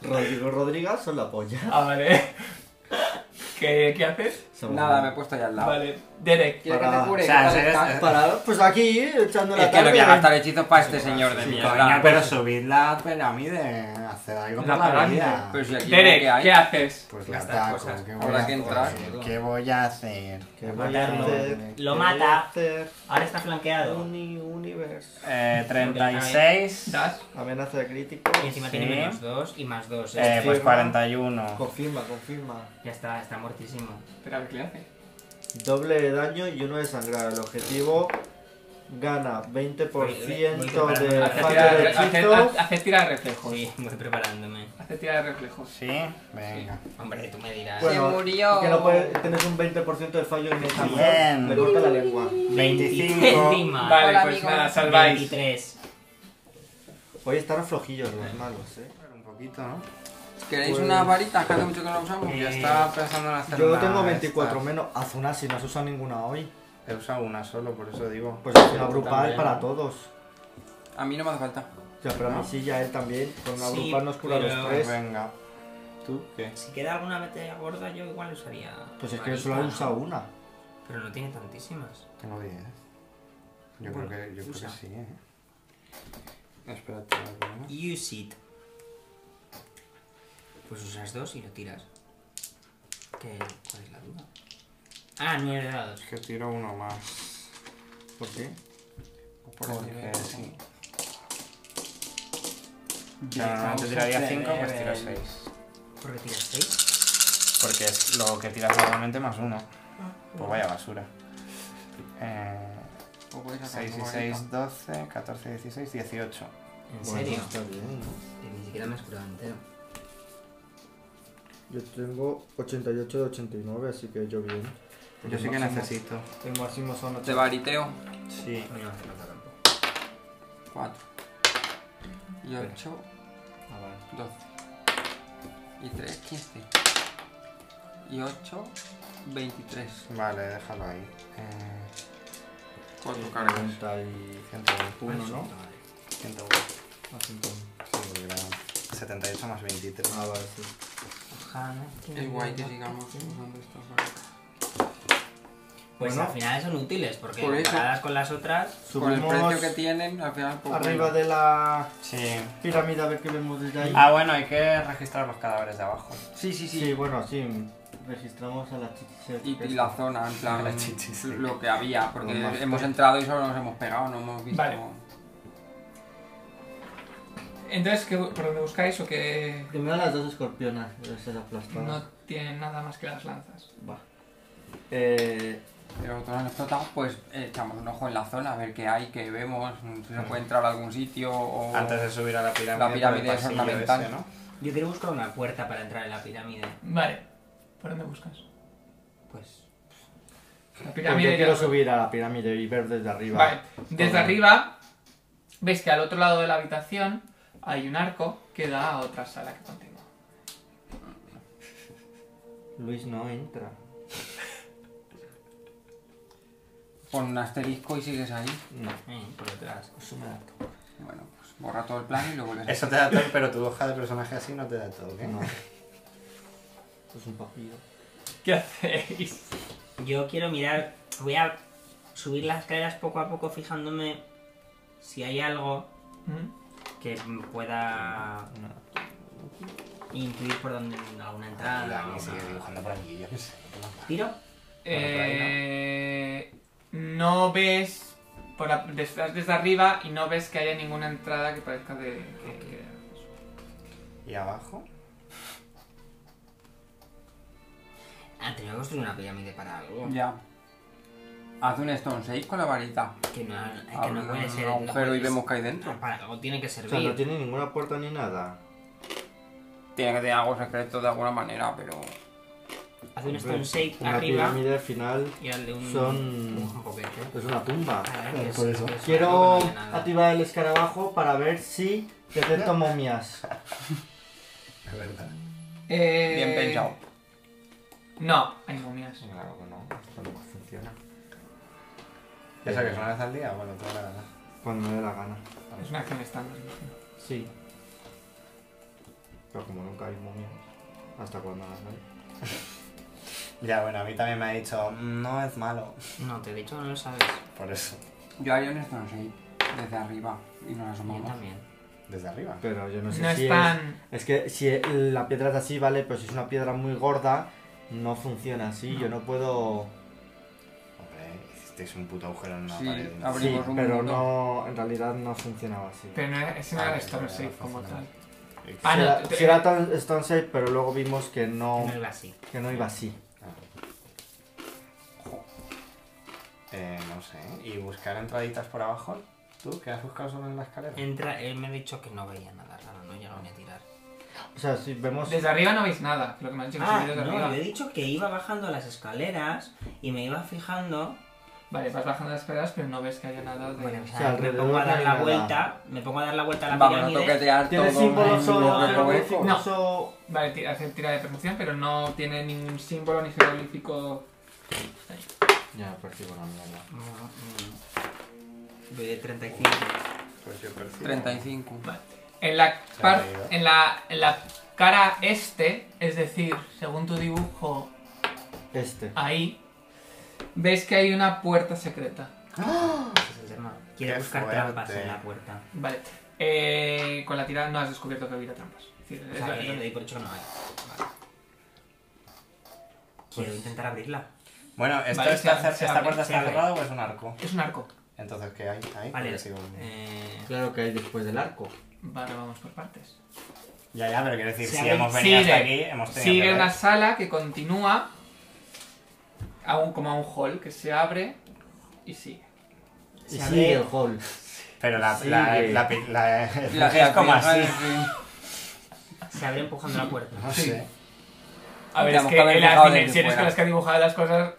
Rodrigo Rodríguez son la polla.
Ah, vale. ¿Qué, qué haces?
Nada, me he puesto allá al lado.
Vale, Derek.
¿Quieres que
Para-
te cure?
o sea,
Vale,
es-
está.
es-
Parado, pues aquí, echando la
Es que no
tarde. ¿eh?
voy a gastar hechizos para este señor de
Sí,
mierda.
coño,
Pero subid la pirámide, hacer algo
La
por la
pirámide,
vida.
Pero si aquí
Derek,
que hay.
¿qué haces?
Pues
Gastar
gastar
cosas.
cosas.
Habrá que entrar.
¿Qué voy a hacer?
Que voy a
Matarlo.
hacer,
Lo
que voy a
mata.
hacer
Ahora está flanqueado.
Uni universe.
Eh, 36.
Das.
Amenaza de crítico.
Y encima
Sí.
tiene menos 2 y más 2.
Eh, pues
Confirma.
41.
Confirma, confirma.
Ya está, está muertísimo.
Espera, a ver ¿qué le hace?
Doble de daño y uno de sangrado. El objetivo gana 20%
Voy-
de
voy- voy
Hace
fallo
tirar
de
de
hechizo.
reflejos.
Joder, voy preparándome.
Hace tirar de reflejos.
Sí, venga.
Hombre, tú me dirás.
Bueno, Se murió.
Que no puede, tienes un 20% de fallo en esta
Bien.
Le corta la lengua.
25.
Encima.
Vale,
Ah. Hola,
pues
amigo.
nada, salváis.
23.
Hoy están flojillos los malos, eh.
Un poquito, ¿no?
¿Queréis
Pues-
una varita? Que hace mucho que no la usamos.
Yo estaba pensando en hacer
Yo
una
tengo
de
24
estas.
menos. Haz una si no has usado ninguna hoy.
He usado una solo, por eso digo.
Pues haz una grupal
También.
para todos.
A mí no me hace falta.
O sea, pero a mí sí, ya él también. Con una
Sí,
grupal nos cura
pero-
los
Pues
tres.
venga. ¿Tú qué?
Si queda alguna metralla gorda, yo igual usaría.
Pues es que yo
varita,
solo he
¿no?
usado una.
Pero no tiene tantísimas.
Tengo 10. Yo
Bueno,
creo que, yo creo
usa.
que sí, ¿eh? Espérate, a ver, ¿no?
Use it. Pues usas dos y lo tiras. ¿Qué? ¿Cuál es la duda? Ah, nueve dados.
Es que tiro uno más.
¿Por qué?
Porque pues
pues,
sí.
Ya,
Ya, normalmente
usa
tiraría 5,
el-
pues tiro 6.
¿Por qué tiras seis?
Porque es lo que tiras normalmente más uno. Pues vaya basura. Eh,
O pues podéis hacer
6 y
una
6, 12, 14, 16, 18.
¿En
Bueno,
serio?
está bien, ¿no?
Que Ni siquiera me has curado entero.
Yo tengo 88 de 89, así que yo bien.
Yo sí que
máximo-
necesito.
El máximo son
varita. Te
80.
variteo.
Sí.
No, no hace falta tampoco.
4 y 8,
Ah, vale.
12 y 3, 15 y 8, 23.
Vale, déjalo ahí. Eh,
4 cargas.
pues,
101, ¿no? 101.
A 50.
Sí, era 78 más 23.
Ah, vale, sí.
Ojalá. que-
Es guay que sigamos usando estas varitas.
Pues
Bueno.
al final son útiles, porque
Por eso.
comparadas con las otras.
Por el
Subimos
precio que tienen, al final, pues,
arriba
bueno.
de la
Sí.
pirámide a ver qué vemos desde ahí.
Ah, bueno, hay que registrar los cadáveres de abajo.
Sí, sí,
sí.
sí.
bueno, sí. Registramos a la chichis.
Y, y la zona, en plan,
Las chichis, sí.
lo que había, porque
Lo más-
hemos entrado y solo nos hemos pegado, no hemos visto.
Vale. Entonces, ¿qué, ¿por dónde buscáis o qué?
Primero las dos escorpionas, eh, esas aplastadas.
No tienen nada más que las lanzas.
Va. Eh,
Pero otros han explotado, pues eh, echamos un ojo en la zona, a ver qué hay, qué vemos, si se puede entrar a algún sitio o...
Antes de subir a la pirámide.
La pirámide
por el
es
pasillo
ornamental.
ese, ¿no?
Yo quiero buscar una puerta para entrar en la pirámide.
Vale, ¿por dónde buscas?
Pues.
La
pues
pirámide
yo
y
quiero
los-
subir a la pirámide y ver desde arriba.
Vale, desde
Todo.
arriba ves que al otro lado de la habitación hay un arco que da a otra sala que continúa.
Luis no entra.
Pon un asterisco y sigues ahí.
No.
Eh, por detrás.
Eso me da toque.
Bueno, pues borra todo el plan y lo vuelves a
Eso te da todo, pero tu hoja de personaje así no te da todo, ¿eh? ¿qué?
No. Esto es un papiro.
¿Qué hacéis?
Yo quiero mirar, voy a subir las escaleras poco a poco fijándome si hay algo
¿Mm?
que pueda
Nada.
intuir por donde alguna entrada.
Dani
alguna-
sigue dibujando por aquí, yo qué sé. no tengo nada.
¿Tiro?
Eh, no ves... Por la- estás desde arriba y no ves que haya ninguna entrada que parezca de... que- que-
¿Y abajo?
Ah, tenía que construir una pirámide para algo.
Ya. Haz un stone 6 con la varita.
Que no, es que
Abre
no puede
un
ser. no
agujero
puede
y vemos que hay
ser.
dentro.
Para algo tiene que
O
servir.
sea, no tiene ninguna puerta ni nada.
Tiene que tener algo secreto de alguna manera, pero.
Hace un
Hombre,
stone shake
Una
arriba
pirámide al final
y hazle un.
son-
Un poquete.
es una tumba.
Ah,
Por
que es-
eso.
que es
Quiero
algo que no había nada.
activar el escarabajo para ver si detecto momias.
Es verdad.
Eh,
Bien pensado.
No, hay momias.
Claro que no, esto no funciona.
¿Ya sabes que es una vez al día? Bueno, toda la gana.
Cuando me dé la gana.
Es una acción estándar. imagino.
Sí. Pero como nunca hay momias, hasta cuando las hay.
Ya, bueno, a mí también me ha dicho, "Mm, no es malo.
No, te he dicho, no lo sabes.
Por eso,
Yo a Iones no sé, desde arriba y nos
Yo
asomamos.
también.
desde arriba.
Pero yo no sé
No
si
es tan.
Es que si la piedra es así, vale, pero si es una piedra muy gorda, no funciona así. Yo no puedo.
Hombre, hicisteis un puto agujero en una
Sí,
pared.
abrí-
Sí,
Abrimos un
pero
mundo.
no. En realidad no funcionaba así.
Pero no era- ese no
Ah,
era
vale,
Storm
vale,
Safe
vale,
como tal.
vale.
Si
Ah, no,
era,
te-
sí era tan- Stone Safe, pero luego vimos que no,
No iba así.
que no iba así.
Eh, no sé. ¿Y buscar entraditas por abajo? ¿Tú? ¿Que has buscado solo en la escalera?
Entra, él me ha dicho que no veía nada raro, no llegaron ni a tirar.
O sea, si vemos.
Desde arriba no veis nada, lo que me han dicho que
Ah,
subir desde
no, le he
arriba.
dicho que iba bajando las escaleras y me iba fijando.
Vale, vas bajando las escaleras, pero no ves que haya nada de.
Bueno, o sea,
sea,
me
alrededor
pongo a
no
dar
hay
la
nada.
vuelta, me pongo a dar la vuelta a la
Vamos a
pirámide.
toquetear todo.
Tiene símbolos
en
solo,
los
pero tiene
huecos.
símbolos solo-
Vale, tira, hace tira de percepción, pero no tiene ningún símbolo ni jeroglífico.
Ya, percibo la mierda.
Mm, mm. Voy de 35.
Pues yo percibo.
35.
En la, par-
Ya veo.
en, la, en la cara este, es decir, según tu dibujo
Este.
ahí, ves que hay una puerta secreta.
Ese es el tema. Quiere
Qué
buscar
fuerte.
trampas en la puerta.
Vale. Eh, con la tirada no has descubierto que hubiera trampas. Es decir,
O
es
sea,
la-
que le doy por hecho que no hay. Vale. Quiero intentar abrirla.
Bueno, esto
Vale, se
está
abre,
cer-
se
¿esta
abre,
puerta
se
está
abre.
cerrada o es un arco?
es un arco.
Entonces, ¿qué hay? ¿Hay?
Vale.
Porque sigo-
eh,
Claro que hay después del arco.
Vale, vamos por partes.
Ya, ya, pero quiero decir,
Se
si
abre-
hemos venido hasta aquí,
Sigue,
hemos tenido
sigue
que ver.
una sala que continúa a un- como a un hall que se abre y sigue.
Se
Y
abre-
sigue el hall.
Pero la... la,
Sigue.
la, pi- la-
La-
es como
la-
así.
se abre empujando la puerta.
No
Sí.
sé.
A ver,
Te
es
hemos
que
que haber
en las
dejado desde
dimensiones con
fuera.
las que ha dibujado las cosas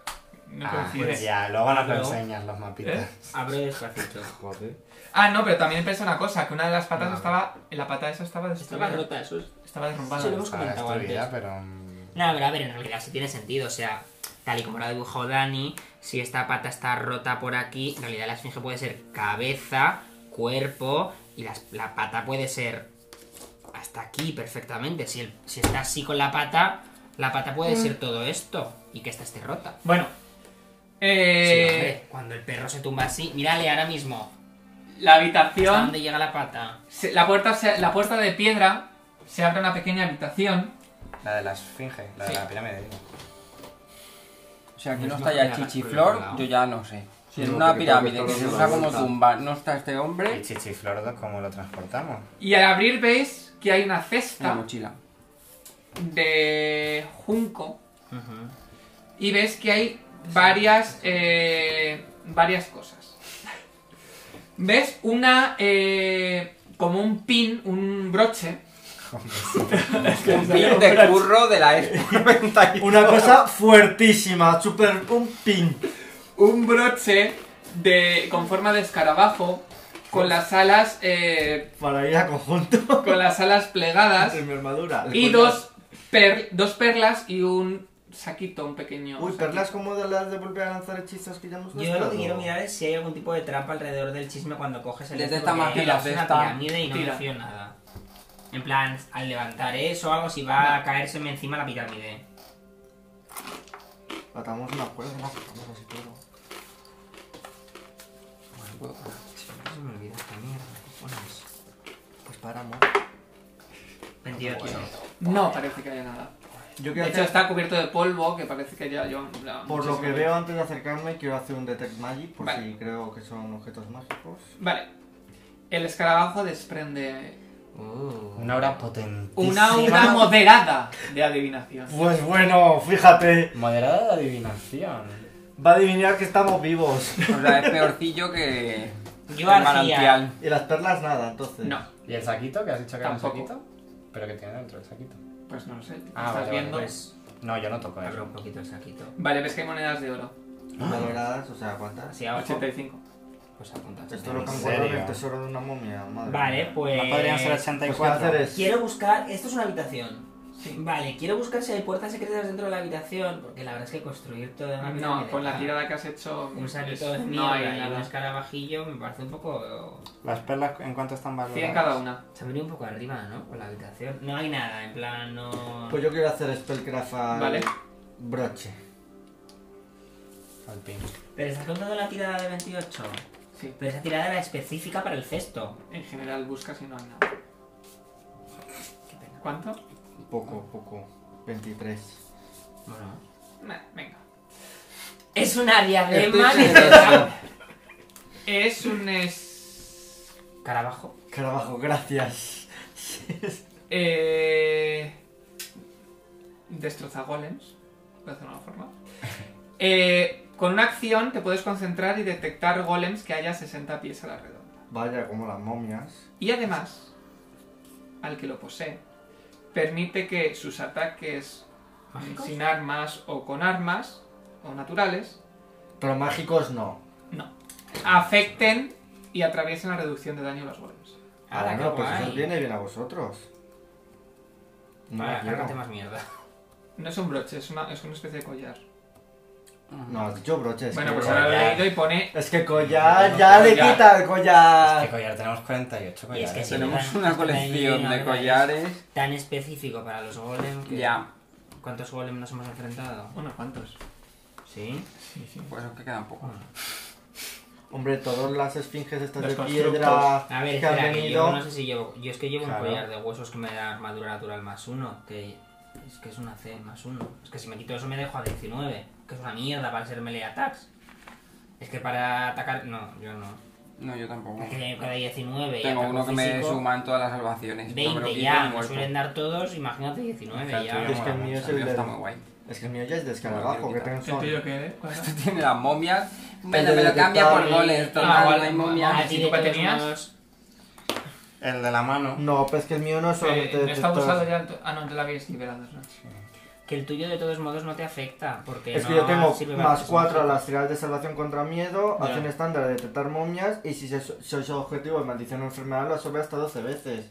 no
Ah,
coincide.
pues ya, luego nos lo
Luego.
enseñas los mapitas.
¿Eh?
Abro despacito.
Joder.
Ah, no, pero también pensé una cosa, que una de las patas
No.
estaba... La pata esa estaba destruida.
Estaba rota, eso es.
Estaba derrumbada.
Sí, lo hemos
Para la
comentado antes.
historia, pero... mm,
No, pero a ver, en realidad sí tiene sentido. O sea, tal y como lo ha dibujado Dani, si esta pata está rota por aquí, en realidad la esfinge puede ser cabeza, cuerpo y las- la pata puede ser hasta aquí perfectamente. Si, el- si está así con la pata, la pata puede ser todo esto y que esta esté rota.
Bueno.
Sí,
Eh,
hombre, cuando el perro se tumba así, mírale ahora mismo.
la
¿Hasta
habitación...
dónde llega la pata?
se- la, puerta se- la puerta de piedra se abre una pequeña habitación.
La de la esfinge, la
Sí.
de la pirámide. digo.
O sea, que
No
no
es
está
lo
ya
que hagas,
chichiflor,
cuidado.
yo ya no sé. Si
Sí,
en
no,
una
porque tengo que
pirámide que
estar
se
dando
usa
la
como
vuelta.
tumba no está este
¿Y
hombre,
Chichiflordo cómo lo transportamos?
Y al abrir veis que hay una
la
cesta
mochila.
de junco. Y ves que hay varias, eh, varias cosas. Ves una, eh, como un pin, un broche.
Un pin de curro de la S92.
Una cosa fuertísima, super un pin.
Un broche de, con forma de escarabajo, con las alas, eh,
Para ir a conjunto
con las alas plegadas.
en mi armadura.
Y dos, per- dos perlas y un saquito, un pequeño.
Uy,
saquito.
perlas como de las de volver a lanzar hechizos que ya hemos
Yo lo
gastado.
que quiero mirar es si hay algún tipo de trampa alrededor del chisme cuando coges el...
Detecta
esto, porque
más que la
es una
cesta.
pirámide y no me
Tira.
fío nada. En plan, al levantar eso o algo, si va a caérseme encima la pirámide.
Atamos una cuerda, nos atamos así todo. Ah,
Se me olvida esta mierda.
Pues paramos.
28.
No parece que haya nada.
Yo
De
quiero
hecho,
hacer,
está cubierto de polvo que parece que ya yo. la-
por lo que
muchísimo-
veo antes de acercarme, quiero hacer un Detect Magic, por
Vale.
si creo que son objetos mágicos.
Vale. El escarabajo desprende Uh.
Una hora potente.
una aura moderada de adivinación.
Pues bueno, fíjate,
Moderada de adivinación.
va a adivinar que estamos vivos.
O sea, es peorcillo que.
Yo
el
hacía...
Y las perlas nada, entonces.
No,
¿Y el saquito? ¿Qué has dicho que
Tampoco.
era un saquito? ¿Pero qué tiene dentro el saquito?
pues no lo sé. ¿Estás
Ah, vale, vale,
viendo?
Pues
No, yo no toco
abro
eso.
un poquito el saquito.
Vale, ves que hay monedas de oro.
Valoradas, o sea, ¿cuántas?
Hacia abajo,
85.
pues apuntas.
Esto es lo que
¿En
han guardado en el
serio?
tesoro de una momia, madre.
Vale, pues...
¿No podrían ser
Pues ¿qué voy a
84?
hacer es...
Quiero buscar... Esto es una habitación.
Sí.
Vale, quiero buscar si hay puertas secretas dentro de la habitación, porque la verdad es que construir todo... una
No,
pirámide-
con la tirada que has hecho.
Ah. Un saquito
es-
de
No hay
mierda y un
nada.
escarabajillo me parece un poco...
¿Las perlas en cuánto están valoradas?
100 cada una.
Se ha venido un poco arriba, ¿no? Con la
Pues-
habitación. No hay nada, en plan, no...
Pues yo quiero hacer Spellcraft al
Vale.
broche.
Al pin.
Pero estás contando la tirada de 28.
Sí.
Pero esa tirada era específica para el cesto.
En general buscas y no hay nada. ¿Cuánto?
Poco, poco. 23.
Bueno.
Nah, venga.
Es una diadema
Estoy
de
pensando.
Es un es.
Carabajo.
Carabajo, gracias.
Eh... Destroza golems, por decirlo de alguna forma. Eh, con una acción te puedes concentrar y detectar golems que haya 60 pies a la redonda.
Vaya, como las momias.
Y además, al que lo posee, permite que sus ataques mm, sin armas o con armas, o naturales,
Pero mágicos no.
no, afecten y atraviesen la reducción de daño de los golems.
Ah,
Ah,
qué
no, pues
guay.
eso os viene bien a vosotros. No,
Ahora,
la quiero.
agárrate más mierda.
No es un broche, es una, es una especie de collar.
no has dicho broches.
bueno,
que
pues
collar.
ahora lo he leído y pone
Es
eh,
que collar,
No,
ya le
collar.
quita el
¿Qué
Ah.
collar.
collar? Tenemos 48
Y
collares.
es que sí,
Tenemos
¿verdad?
una colección de collares.
Tan específico para los golems. que-
Ya.
¿Cuántos golems nos hemos enfrentado?
unos cuantos.
¿Sí?
Pues aunque quedan pocos.
Hombre, todas las esfinges estas
Los
de
constructos.
piedra
A ver,
que han
espera, que yo
venido.
no sé si llevo... Yo es que llevo
Claro.
un collar de huesos que me da armadura natural más uno, que... Es que es una C más uno. Es que si me quito eso me dejo a 19, que es una mierda para ser melee attacks. Es que para atacar... No, yo no.
No, yo tampoco.
Es que cada 19 y
Tengo
ataco
uno que me
físico,
suma en todas las salvaciones. pero me lo
20
quito
ya,
y
me
muerto.
suelen dar todos, imagínate 19
Exacto,
ya.
yo-
Es que el mío es
El
el
mío está
de.
muy guay.
Es que el mío ya es de escarabajo, que tengo
¿El
son.
tuyo qué era?
Tiene las momias. Me,
Pero
me lo
de
cambia por
tal-
goles. Total,
Ah, vale,
no hay
vale.
momias.
A ti
si
de
tú que
todos
tenías,
modos,
El de la mano.
No, pues que el mío no es
Eh,
solamente
no está
detector.
usado ya. ento- Ah, no, te la habías liberado. ¿no?
Que el tuyo de todos modos no te afecta, porque
Es que
no
yo tengo
sirve para
más
que se
4 a
mate.
las tiradas de salvación contra miedo,
Ya.
acción estándar de detectar momias y si se- sois objetivo de maldición o enfermedad la sube hasta 12 veces.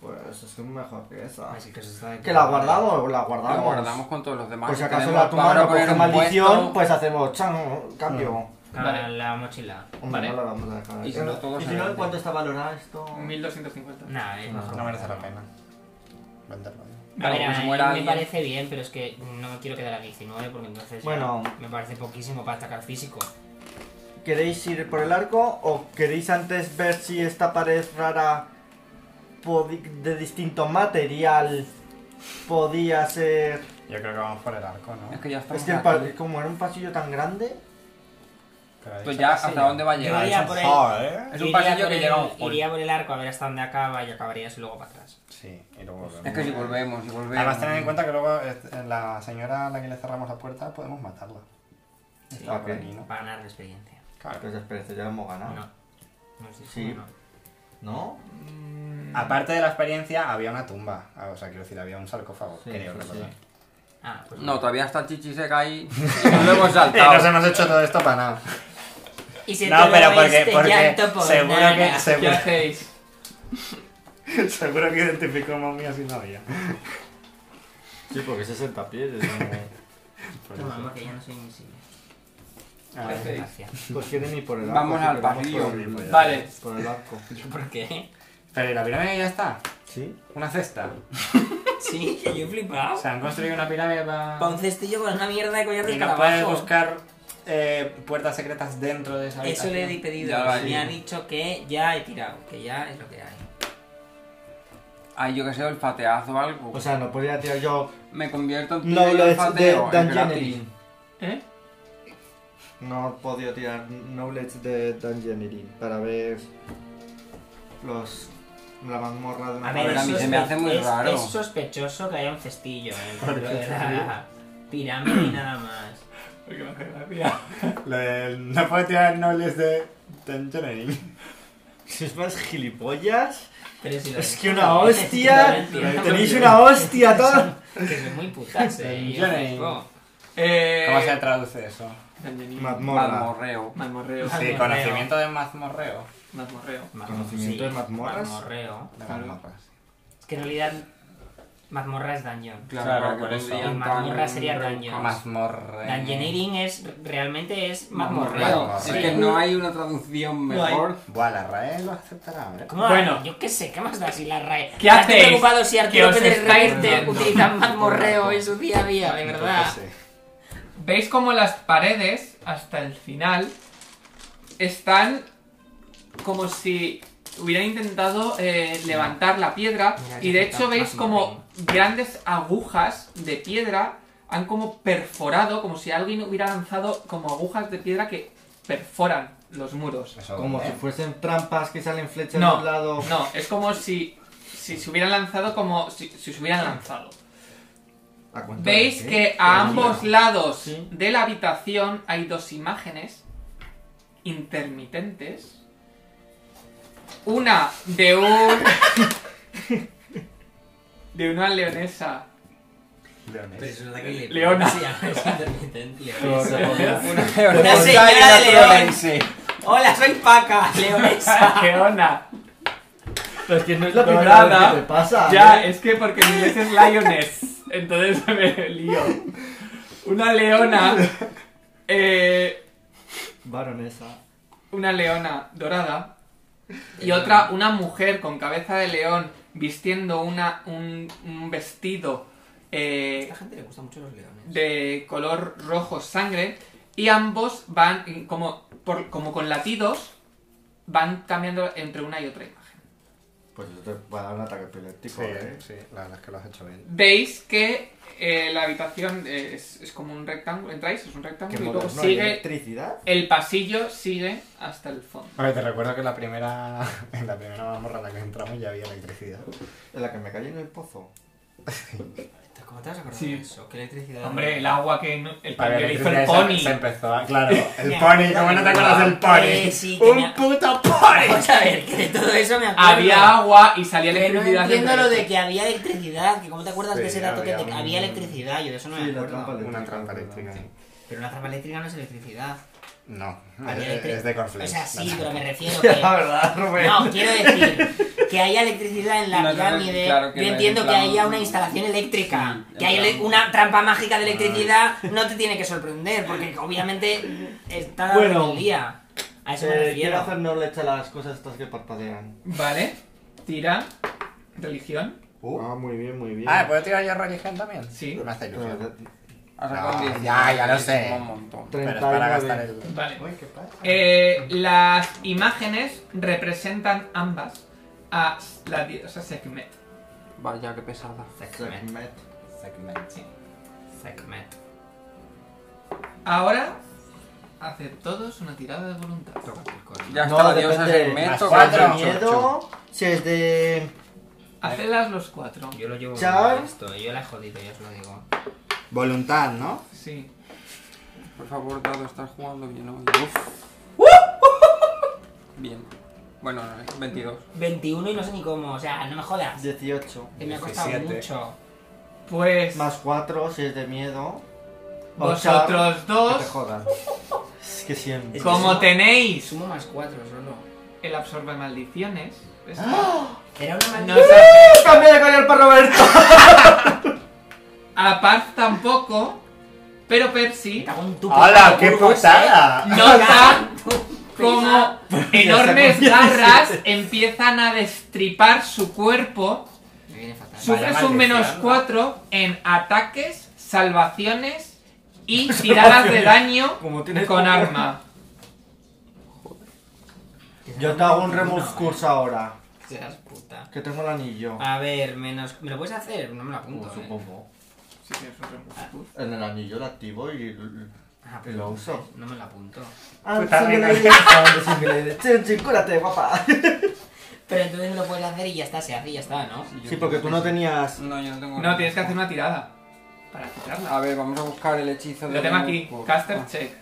Pues es que es mejor que esa.
Así que se está de
Que la
puta madre.
guardamos, la guardamos.
Lo guardamos con todos los demás.
Pues Ah, si
que
acaso
tenemos
la tu
para
mano
poner
coge
un
maldición,
puesto.
pues hacemos chan, cambio.
Claro,
Vale.
la mochila.
Hombre,
Vale.
no la vamos a dejar.
Y si no,
¿Y
todos
si no, ¿en
adelante.
cuánto está valorada esto?
1250.
Nah, eh, es
No,
mejor.
No merece la pena. Venderlo.
A
Claro,
ver,
como
a
se
mí
muera
me
alguien.
parece bien, pero es que no me quiero quedar a 19 porque entonces ya
Bueno.
me parece poquísimo para atacar físico.
¿Queréis ir por el arco o queréis antes ver si esta pared rara podi- de distinto material podía ser...
Yo creo que vamos por el arco, ¿no?
Es que ya está.
Es que el pa- como era un pasillo tan grande...
Pues ya, ¿hasta dónde va a llegar?
Yo iría por el-
Joder.
Es
Yo
un
iría
pasillo
por
que
el-
llega a un hall.
Iría por el arco a ver hasta dónde acaba y acabarías luego para atrás.
Sí, y luego volvemos.
Es que si volvemos, si volvemos.
Además, tened en cuenta que luego eh, la señora a la que le cerramos la puerta podemos matarla. Está por
Ok.
aquí, ¿no?
Para ganar la experiencia.
Claro.
Pues espérate, ya lo hemos ganado.
No. No estoy
Sí.
seguro,
¿No?
Mm,
Aparte de la experiencia, había una tumba. Ah, O sea, quiero decir, había un sarcófago,
Sí,
creo
sí,
recordar.
sí.
no. Ah, pues
No,
no.
todavía está el chichiseca ahí. y No lo hemos
Y Eh, nos
saltado.
hemos hecho todo esto para nada.
Y si
No,
todo
pero porque,
este
porque
llanto por
seguro, que,
nada.
¿Qué
seguro,
hacéis?
seguro que identificó momias y no había.
Sí, porque 60 pies. es como-
Por
No,
eso.
mamá, que ya no soy invisible.
Ah,
¿Qué hacéis?
Gracias.
pues quieren ir por el arco.
Vamos
así
al
que
pasillo.
Por el,
Vale.
Por el arco.
¿Yo por qué?
Pero ¿y la pirámide ya está.
¿Sí?
Una cesta.
Sí, que yo he flipado.
Se han construido una pirámide para...
Pa' un cestillo con una mierda de collar de
Y no puedes
escarabajo.
buscar eh, puertas secretas dentro de esa
Eso
habitación.
le he pedido.
Ya lo hay.
Me ha dicho que ya he tirado, que ya es lo que hay.
Ay, yo que sé, olfateazo o algo.
O sea, no podía tirar yo...
Me convierto en
No,
pibe y
Pues, lo es de
olfateo, es gratis.
Dungeoneering.
¿Eh?
No he podido tirar Knowledge de Dungeoneering para ver los la mazmorra de una
A ver,
ver, a
es
mí se me hace muy
sospe- es-
raro.
Es sospechoso que haya un cestillo en el de la pirámide y nada más.
Porque me hace gracia.
Lo del- no puedo tirar nobles de Dungeoneering.
Si es más gilipollas,
Pero si lo
es
ves-
que una hostia.
Efectivamente, no
Tenéis
me
una hostia todo.
Que soy muy putas, eh.
Yo
yo
no-
flipo.
Eh,
¿Cómo se traduce eso?
Dungeoning.
Mazmorra.
Mazmorreo.
Mazmorreo.
Sí,
Mazmorreo.
conocimiento de mazmorreo.
Mazmorreo.
Conocimiento de mazmorras.
Mazmorreo.
De
Claro.
mazmorras.
Es que en realidad mazmorra es dungeon.
Claro,
porque
por eso.
pondrían
Y mazmorra
tan
sería
rebuscado.
dungeons.
Mazmorre.
Dungeoneering es realmente es mazmorreo.
Mazmorreo. Es
Sí.
que no hay una traducción
No hay.
mejor.
Buah, la RAE lo aceptará, ¿eh?
¿Cómo?
Bueno.
Yo qué sé, ¿qué más da si la RAE?
¿Qué
Estás
hacéis?
preocupado si
¿Qué
Arturo
os
Pérez
estáis
Raider
dando?
utiliza mazmorreo en su día a día, de
Yo creo
verdad.
que sí.
Veis como las paredes, hasta el final, están como si hubieran intentado eh, levantar la piedra.
Mira,
Y
ya
de
está
hecho veis
más
como grandes agujas de piedra han como perforado, como si alguien hubiera lanzado como agujas de piedra que perforan los muros.
Eso,
Como
¿eh?
si fuesen trampas que salen flechas
No,
de un lado.
No, es como si, si se hubieran lanzado como si, si se hubieran lanzado.
¿A cuánto
Veis
es, eh?
que a ambos lados
Sí.
de la habitación hay dos imágenes intermitentes. Una de un... de una leonesa.
Leones.
Leona.
Sí, a ver, es intermitente.
Una
Una señora de León.
Sí.
Hola, soy Paca, leonesa.
Leona.
Pero es que no es la primera
Dorada.
vez que te pasa.
Ya,
¿eh?
es que porque en inglés es lioness. Entonces me lío. Una leona... Eh,
Baronesa.
una leona dorada y
Eh.
otra una mujer con cabeza de león vistiendo una, un, un vestido
A
eh,
esta gente le gustan mucho los leones.
de color rojo sangre y ambos van eh, como, por- como con latidos van cambiando entre una y otra imagen.
Pues eso te va a dar un ataque epiléptico,
Sí,
¿eh?
sí, la verdad es que lo has hecho bien.
Veis que eh, la habitación eh, es, es como un rectángulo, entráis, es un rectángulo
Que
y luego
moderno, ¿hay
sigue,
electricidad.
el pasillo sigue hasta el fondo.
A ver, te recuerdo que en la primera, en la primera mazmorra en la que entramos ya había electricidad.
En la que me caí en el pozo.
¿Cómo te vas a acordar
Sí.
de eso? ¿Qué electricidad?
Eh, Hombre, el agua que no- el
Para ver,
cambio le hizo el
electricidad
pony.
se- Se empezó a... Claro, el
Me
pony,
acuerdo
¿cómo no te
de-
acuerdas del pony?
Eh, sí, que me-
¡Un puto pony!
Vamos a ver, que de todo eso me acuerdo.
Había agua y salía
Que no
electricidad.
entiendo
entre
lo de
ellos.
que había electricidad, que cómo te acuerdas
Sí,
de ese dato que
había
te-
un-
había electricidad, yo de eso no
Sí,
me
la
acuerdo.
trampa de-
Una trampa eléctrica.
Pero una trampa eléctrica no es electricidad.
No,
Había
Ah, es,
electric-
es de
O
cornflakes.
sea, sí,
La-
pero me refiero
La
que...
verdad, Rubén.
No, quiero decir que haya electricidad en la
No, no,
pirámide.
claro que
yo
no,
entiendo
en
que
plan-
haya una instalación eléctrica.
Sí, en Ah.
que hay ele-
plan-
una trampa mágica de electricidad. No te tiene que sorprender, porque obviamente está dado
Bueno.
el día. A eso me
Eh, quiero
refiero.
hacer knowledge a las cosas estas que parpadean.
Vale, tira. Religión.
Uh.
Ah, muy bien, muy bien.
Ah, ¿puedo tirar yo religión también?
Sí.
Me hace
Pero,
ilusión.
Ha sacado
No,
19,
ya, ya lo
que es
sé.
Un montón.
Pero es para gastar el...
Vale.
Uy, ¿qué pasa?
Eh, las imágenes representan ambas a la diosa Sekhmet.
Vaya, qué pesada.
Segment.
Met.
Segment.
Segment.
Ahora, haced todos una tirada de voluntad.
Ya
No,
está la diosa
depende.
del
Más
metro.
cuatro.
cabrón.
Ocho,
miedo. Si es de.
Hacedlas los cuatro.
Yo lo llevo
Chao.
mal esto, yo la he jodido, ya os lo digo.
Voluntad, ¿no?
Sí.
Por favor, Dado, estás jugando bien hoy. Uf. Bien. Bueno, no sé, 22.
21 y no sé ni cómo, o sea, no me jodas.
18.
Que me ha costado
17.
mucho.
Pues
Más 4 si es de miedo. Ocho,
vosotros
Que te
dos,
jodan. Es que siempre.
Es que
como
sumo-
tenéis
Sumo más 4 solo.
el absorbe maldiciones, esto
Era una
no
maldita.
os hace-
¡Ah! ¡Cambia de collar para Roberto!
a Paz tampoco, pero Percy
Me cago en tu
¡Hala,
puta
qué
burgos, ¿eh?
putada!
nota
Prima.
como enormes garras empiezan a destripar su cuerpo.
eh. Me viene fatal.
Su-
Sufres
maldición,
un menos
¿no?
4 en ataques, salvaciones y tiradas de daño
Como tienes
con
poco.
arma.
Yo te hago un remove
remus
curse ahora.
Seas puta.
Que tengo el anillo.
A ver, menos. ¿Me lo puedes hacer? No me lo
Como
apunto. eh.
Pues supongo.
Sí, tienes un remojo.
En el anillo lo activo y. l-
Ah,
y lo uso.
No me lo apunto.
Pues
Puta reina.
Ah,
Chin, cúrate, guapa.
Pero entonces lo puedes hacer y ya está, se hace y ya está, ¿no?
Sí, porque tú no tenías.
No, yo no tengo.
No, tienes que hacer una tirada para quitarla.
A ver, vamos a buscar el hechizo de.
Lo tengo aquí,
Por-
caster
Ah,
check.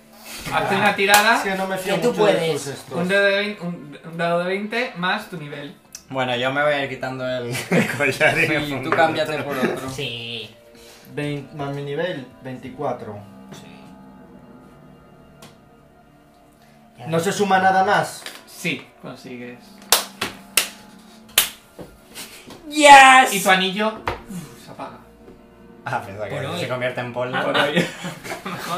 Hace una tirada,
Es que no me fío
Que tú
mucho de
puedes.
tus estos.
un dado de 20, un- un dado de 20 más tu nivel.
Bueno, yo me voy a ir quitando el el collar y me
Y tú
pongo-
cámbiate por otro.
Sí.
Vein- más mi nivel, 24.
Sí.
No se suma nada más.
Sí, consigues.
¡Yes!
Y tu anillo uf, se apaga.
Ah, pensaba que
Por hoy.
se convierte en polvo.
Por hoy.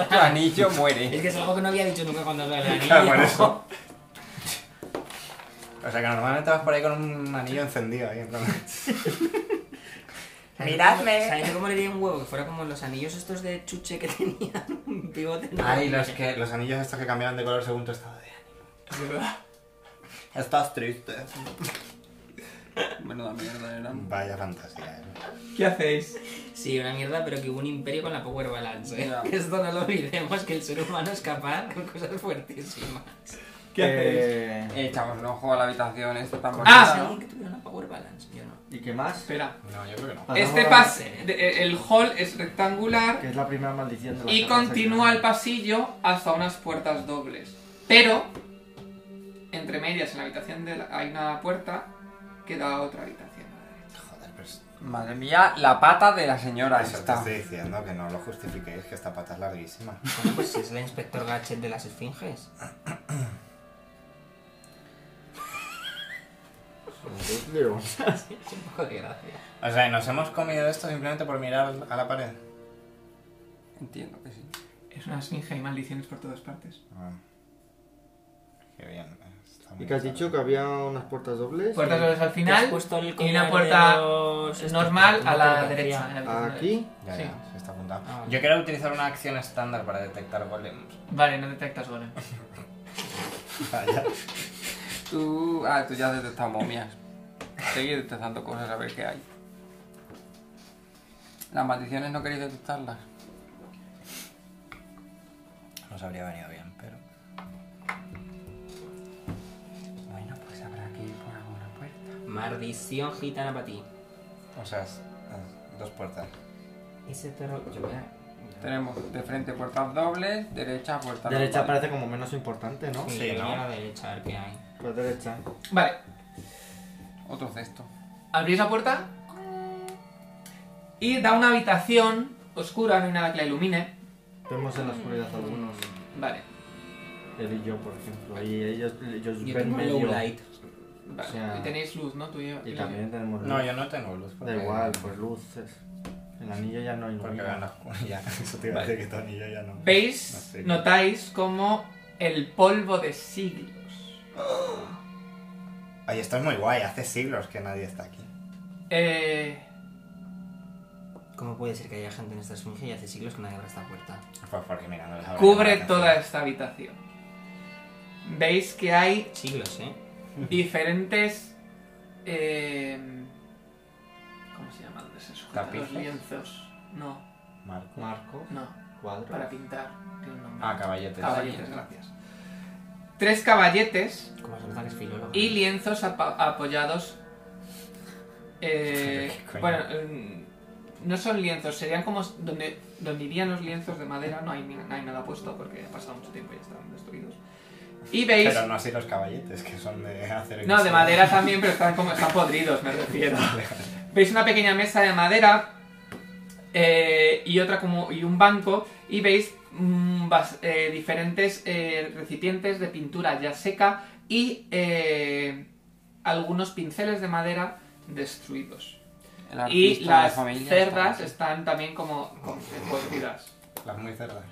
Tu anillo muere.
Es que es algo que no había dicho nunca cuando lo del anillo.
Claro, Ah, por eso. O sea que normalmente vas por ahí con un anillo encendido ahí. en plan-
O sea, ¿Sabes
Miradme.
cómo- ¿Sabes cómo le di un huevo? Que fuera como los anillos estos de chuche que tenían un pivote.
Ay,
enorme.
los, que, los anillos estos que cambiaban de color según tu estado de ánimo. Estás triste.
Menuda mierda eran.
Vaya fantasía, ¿eh?
¿Qué hacéis?
Sí, una mierda, pero que hubo un imperio con la Power Balance. ¿eh?
Ya.
Esto no lo olvidemos, que el ser humano es capaz con cosas fuertísimas.
¿Qué hacéis?
Eh,
Echamos un ojo a la habitación esta tan
Ah.
Es alguien que tuviera una Power Balance, yo no.
¿Y qué más?
Espera.
No, yo creo que no.
Pasamos
Este
a-
pas... de- eh, El hall es rectangular
Que es la primera maldición de la
y
casa,
continúa
que-
el pasillo hasta unas puertas dobles. Pero, entre medias, en la habitación de la- hay una puerta que da a otra habitación. a la derecha.
Joder, pero es-
Madre mía, la pata de la señora
eso te
esta.
estoy diciendo, que no lo justifiquéis, que esta pata es larguísima.
Bueno, pues es el inspector Gadget de las esfinges. Es un poco de gracia.
O sea, ¿y nos hemos comido esto simplemente por mirar a la pared.
Entiendo que sí.
Es una esfinge y maldiciones por todas partes.
Ah. Qué bien. está muy
¿Y que has
claro.
dicho que había unas puertas dobles?
Puertas dobles al
¿Te has
final.
puesto el
y una
collar
puerta
de los-
Es normal a la
Una
derecha. en
fotografía.
la habitación de-
Aquí.
Ya,
Sí.
ya, se está apuntando.
Ah, vale.
Yo quería utilizar una acción estándar para detectar golems.
Vale, no detectas golems.
Vaya.
Tú. Ah, tú ya has detectado momias. Seguir detectando cosas a ver qué hay. Las maldiciones no queréis detectarlas.
Nos habría venido bien, pero...
Bueno, pues habrá que ir por alguna puerta.
Maldición gitana para ti.
O sea, es- es dos puertas.
Ese perro. Yo voy a-
Tenemos de frente puertas dobles, derecha puerta
Derecha
normal.
parece como menos importante, ¿no?
Sí,
Sí,
yo
¿no?
voy a la derecha a ver qué hay.
Pues derecha.
Vale,
Otro cesto.
abrís la puerta y da una habitación oscura, no hay nada que la ilumine.
Vemos en la oscuridad algunos.
Vale,
Él y yo, por ejemplo. Y ellos, ellos
Yo
ven
tengo un
medio.
low light.
vale.
O sea-
Y tenéis luz, ¿no? Tú y yo. y
Y
yo.
también tenemos luz.
No, yo no tengo luz.
Da igual, pues luces. El anillo ya no
Porque veo en la
ilumina.
oscuridad. Eso te iba a decir que Tony y yo ya no.
¿Veis?
No sé.
Notáis como el polvo de siglos.
Oye, esto es muy guay. Hace siglos que nadie está aquí.
Eh,
¿Cómo puede ser que haya gente en esta esfinge y hace siglos que nadie abre esta puerta?
Pues porque mirándoles ahora
cubre
llama la
toda
atención.
esta habitación. Veis que hay
Siglos, ¿eh?
diferentes. eh, ¿Cómo se llaman? ¿Dónde se sujetan los
¿Tapices?
lienzos? No,
Marco.
Marco,
no.
cuadro.
Para pintar. Tiene un nombre.
Ah, caballetes.
Caballetes, gracias. Tres caballetes
Como se nota que es filólogo.
y lienzos apa- apoyados. eh,
Qué coño.
bueno, eh, no son lienzos, serían como s- donde, donde irían los lienzos de madera. No hay, ni- no hay nada puesto porque ha pasado mucho tiempo y ya están destruidos. Y veis.
Pero no así los caballetes, que son de hacer...
No, de madera también, pero están como están podridos, me refiero. Veis una pequeña mesa de madera eh, y otra como y un banco y veis mm, bas- eh, diferentes eh, recipientes de pintura ya seca y eh, algunos pinceles de madera destruidos.
El
Y
artista de
las
familia está
cerdas
aquí.
están también como, como podridas.
Las muy cerdas.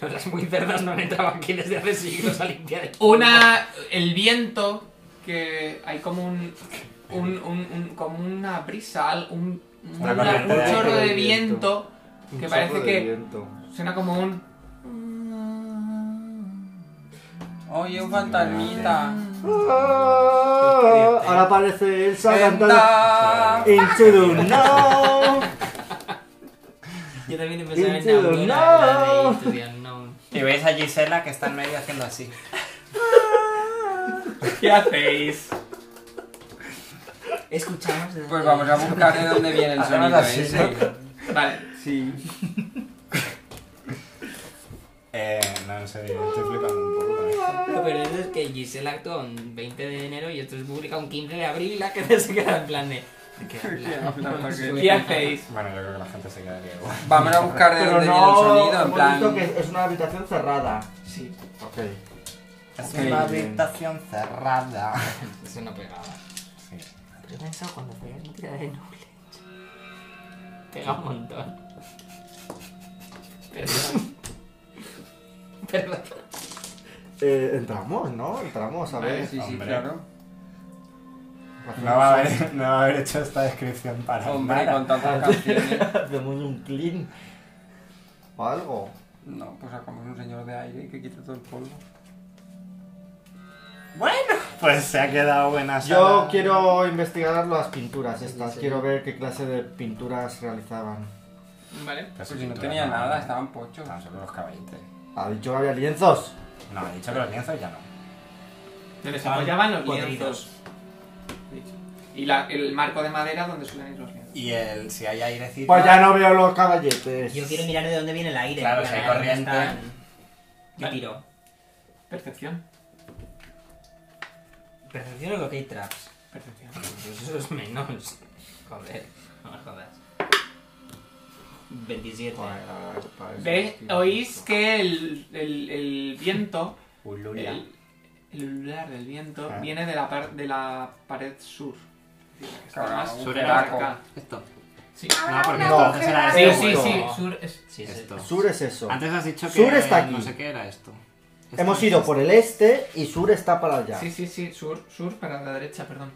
No, las muy cerdas no han entrado aquí desde hace siglos a limpiar el
Una. El viento. Que hay como un. un- un- un- como una brisa. al- Un,
Una
una-
corriente
un
de
chorro
aire.
de viento.
Un
Que
chorro
parece
de
que-
viento.
Suena como un.
Oye, un fantasmita.
Mm.
Ah, Ahora aparece Elsa cantando.
Anda.
Into the now.
Yo también empecé a
Into the
vender no.
unknown.
Y veis a Gisela que está en medio haciendo así.
¿Qué hacéis?
Escuchamos de
Pues vamos a buscar de dónde viene el
Hacemos
sonido
así,
ese.
Vale.
Sí.
Eh, no, en serio, estoy flipando un poco con esto.
Lo peor es que Giselle actuó un 20 de enero y esto es publica un 15 de abril y la gente se queda en plan de... ¿de qué habla?
¿Qué hacéis?
Bueno, yo creo que la gente se quedaría igual.
Vamos a buscar de
Pero
dónde viene el
no,
sonido, en
hemos visto
plan.
que es una habitación cerrada.
Sí.
Ok.
Es
Ok.
una habitación cerrada.
Es una pegada.
Sí.
Pero he pensado cuando pegas una tirada de Knowledge. Pega un montón. Perdón. Perdón.
Eh, entramos, ¿no? Entramos, a ver.
Sí, sí,
Hombre.
claro.
No va, a haber, no va a haber hecho esta descripción para
Hombre,
nada.
con tantas canciones.
Hacemos un clean. O algo.
No, pues sacamos un señor de aire y que quita todo el polvo.
Bueno, pues se ha quedado buena
Yo
sala.
quiero investigar las pinturas estas.
sí.
Quiero ver qué clase de pinturas realizaban.
Vale.
Pero
Pues
si
si no
tú
tenía
eres
nada,
normal.
estaban pochos.
Estaban solo los caballitos.
Ha dicho que Ah, había lienzos.
No, he dicho que los lienzos ya no.
Se les apoyaban los
Podridos.
lienzos. Y la- el marco de madera donde suelen ir los lienzos.
Y el, si hay airecito...
Pues ya no veo los caballetes.
Yo quiero mirar de dónde viene el aire.
Claro,
en
si hay
plan, ¿dónde
corriente.
están? Yo
Vale.
tiro.
Percepción.
Percepción o locate traps.
Percepción.
Pues eso es menos. Joder, no me jodas. 27.
¿Veis? Oís que el, el- el viento,
Ulula.
el, el ulular del viento,
Ah.
viene de la, par- de la pared sur. Es decir, la que está
Claro,
más
un
para
buraco.
acá.
Esto.
Sí.
No, porque
No.
entonces era
Sí,
esto.
sí,
Esto.
sí, sur es-
Sí, es
Esto.
Sur es eso.
Antes has dicho que
Sur está aquí.
no sé qué era esto. Esto
Hemos
es
ido
esto.
por el este y sur está para allá.
sí, sí, sí, sur, sur para la derecha, perdón.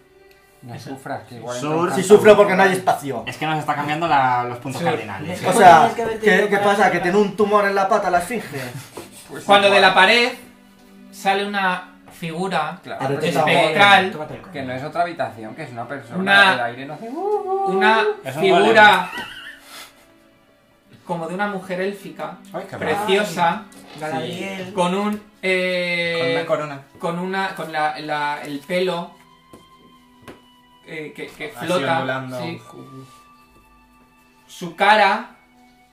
No sufras, que igual.
Sur,
encuentran
Si
sí
sufro
todo.
porque no hay espacio.
Es que nos está cambiando la- los puntos
Sur.
cardinales.
O
¿Cómo
sea,
tienes que
¿qué,
haberte ido
qué
para
pasa?
allá?
¿Que tiene un tumor en la pata la esfinge?
Pues
Cuando de
igual.
la pared sale una figura,
Claro,
Ahora te
pero
tapo.
Espectral.
Tómate el coño.
Que no es otra habitación, que es una persona.
Una-
El aire no hace. uh,
una
Es un
figura como de una mujer élfica,
Ay, qué mal.
preciosa,
Galadriel.
con un...
Con
eh,
una corona.
con una con la, la- el pelo eh, que, que
Así
flota
ondulando.
sí. su cara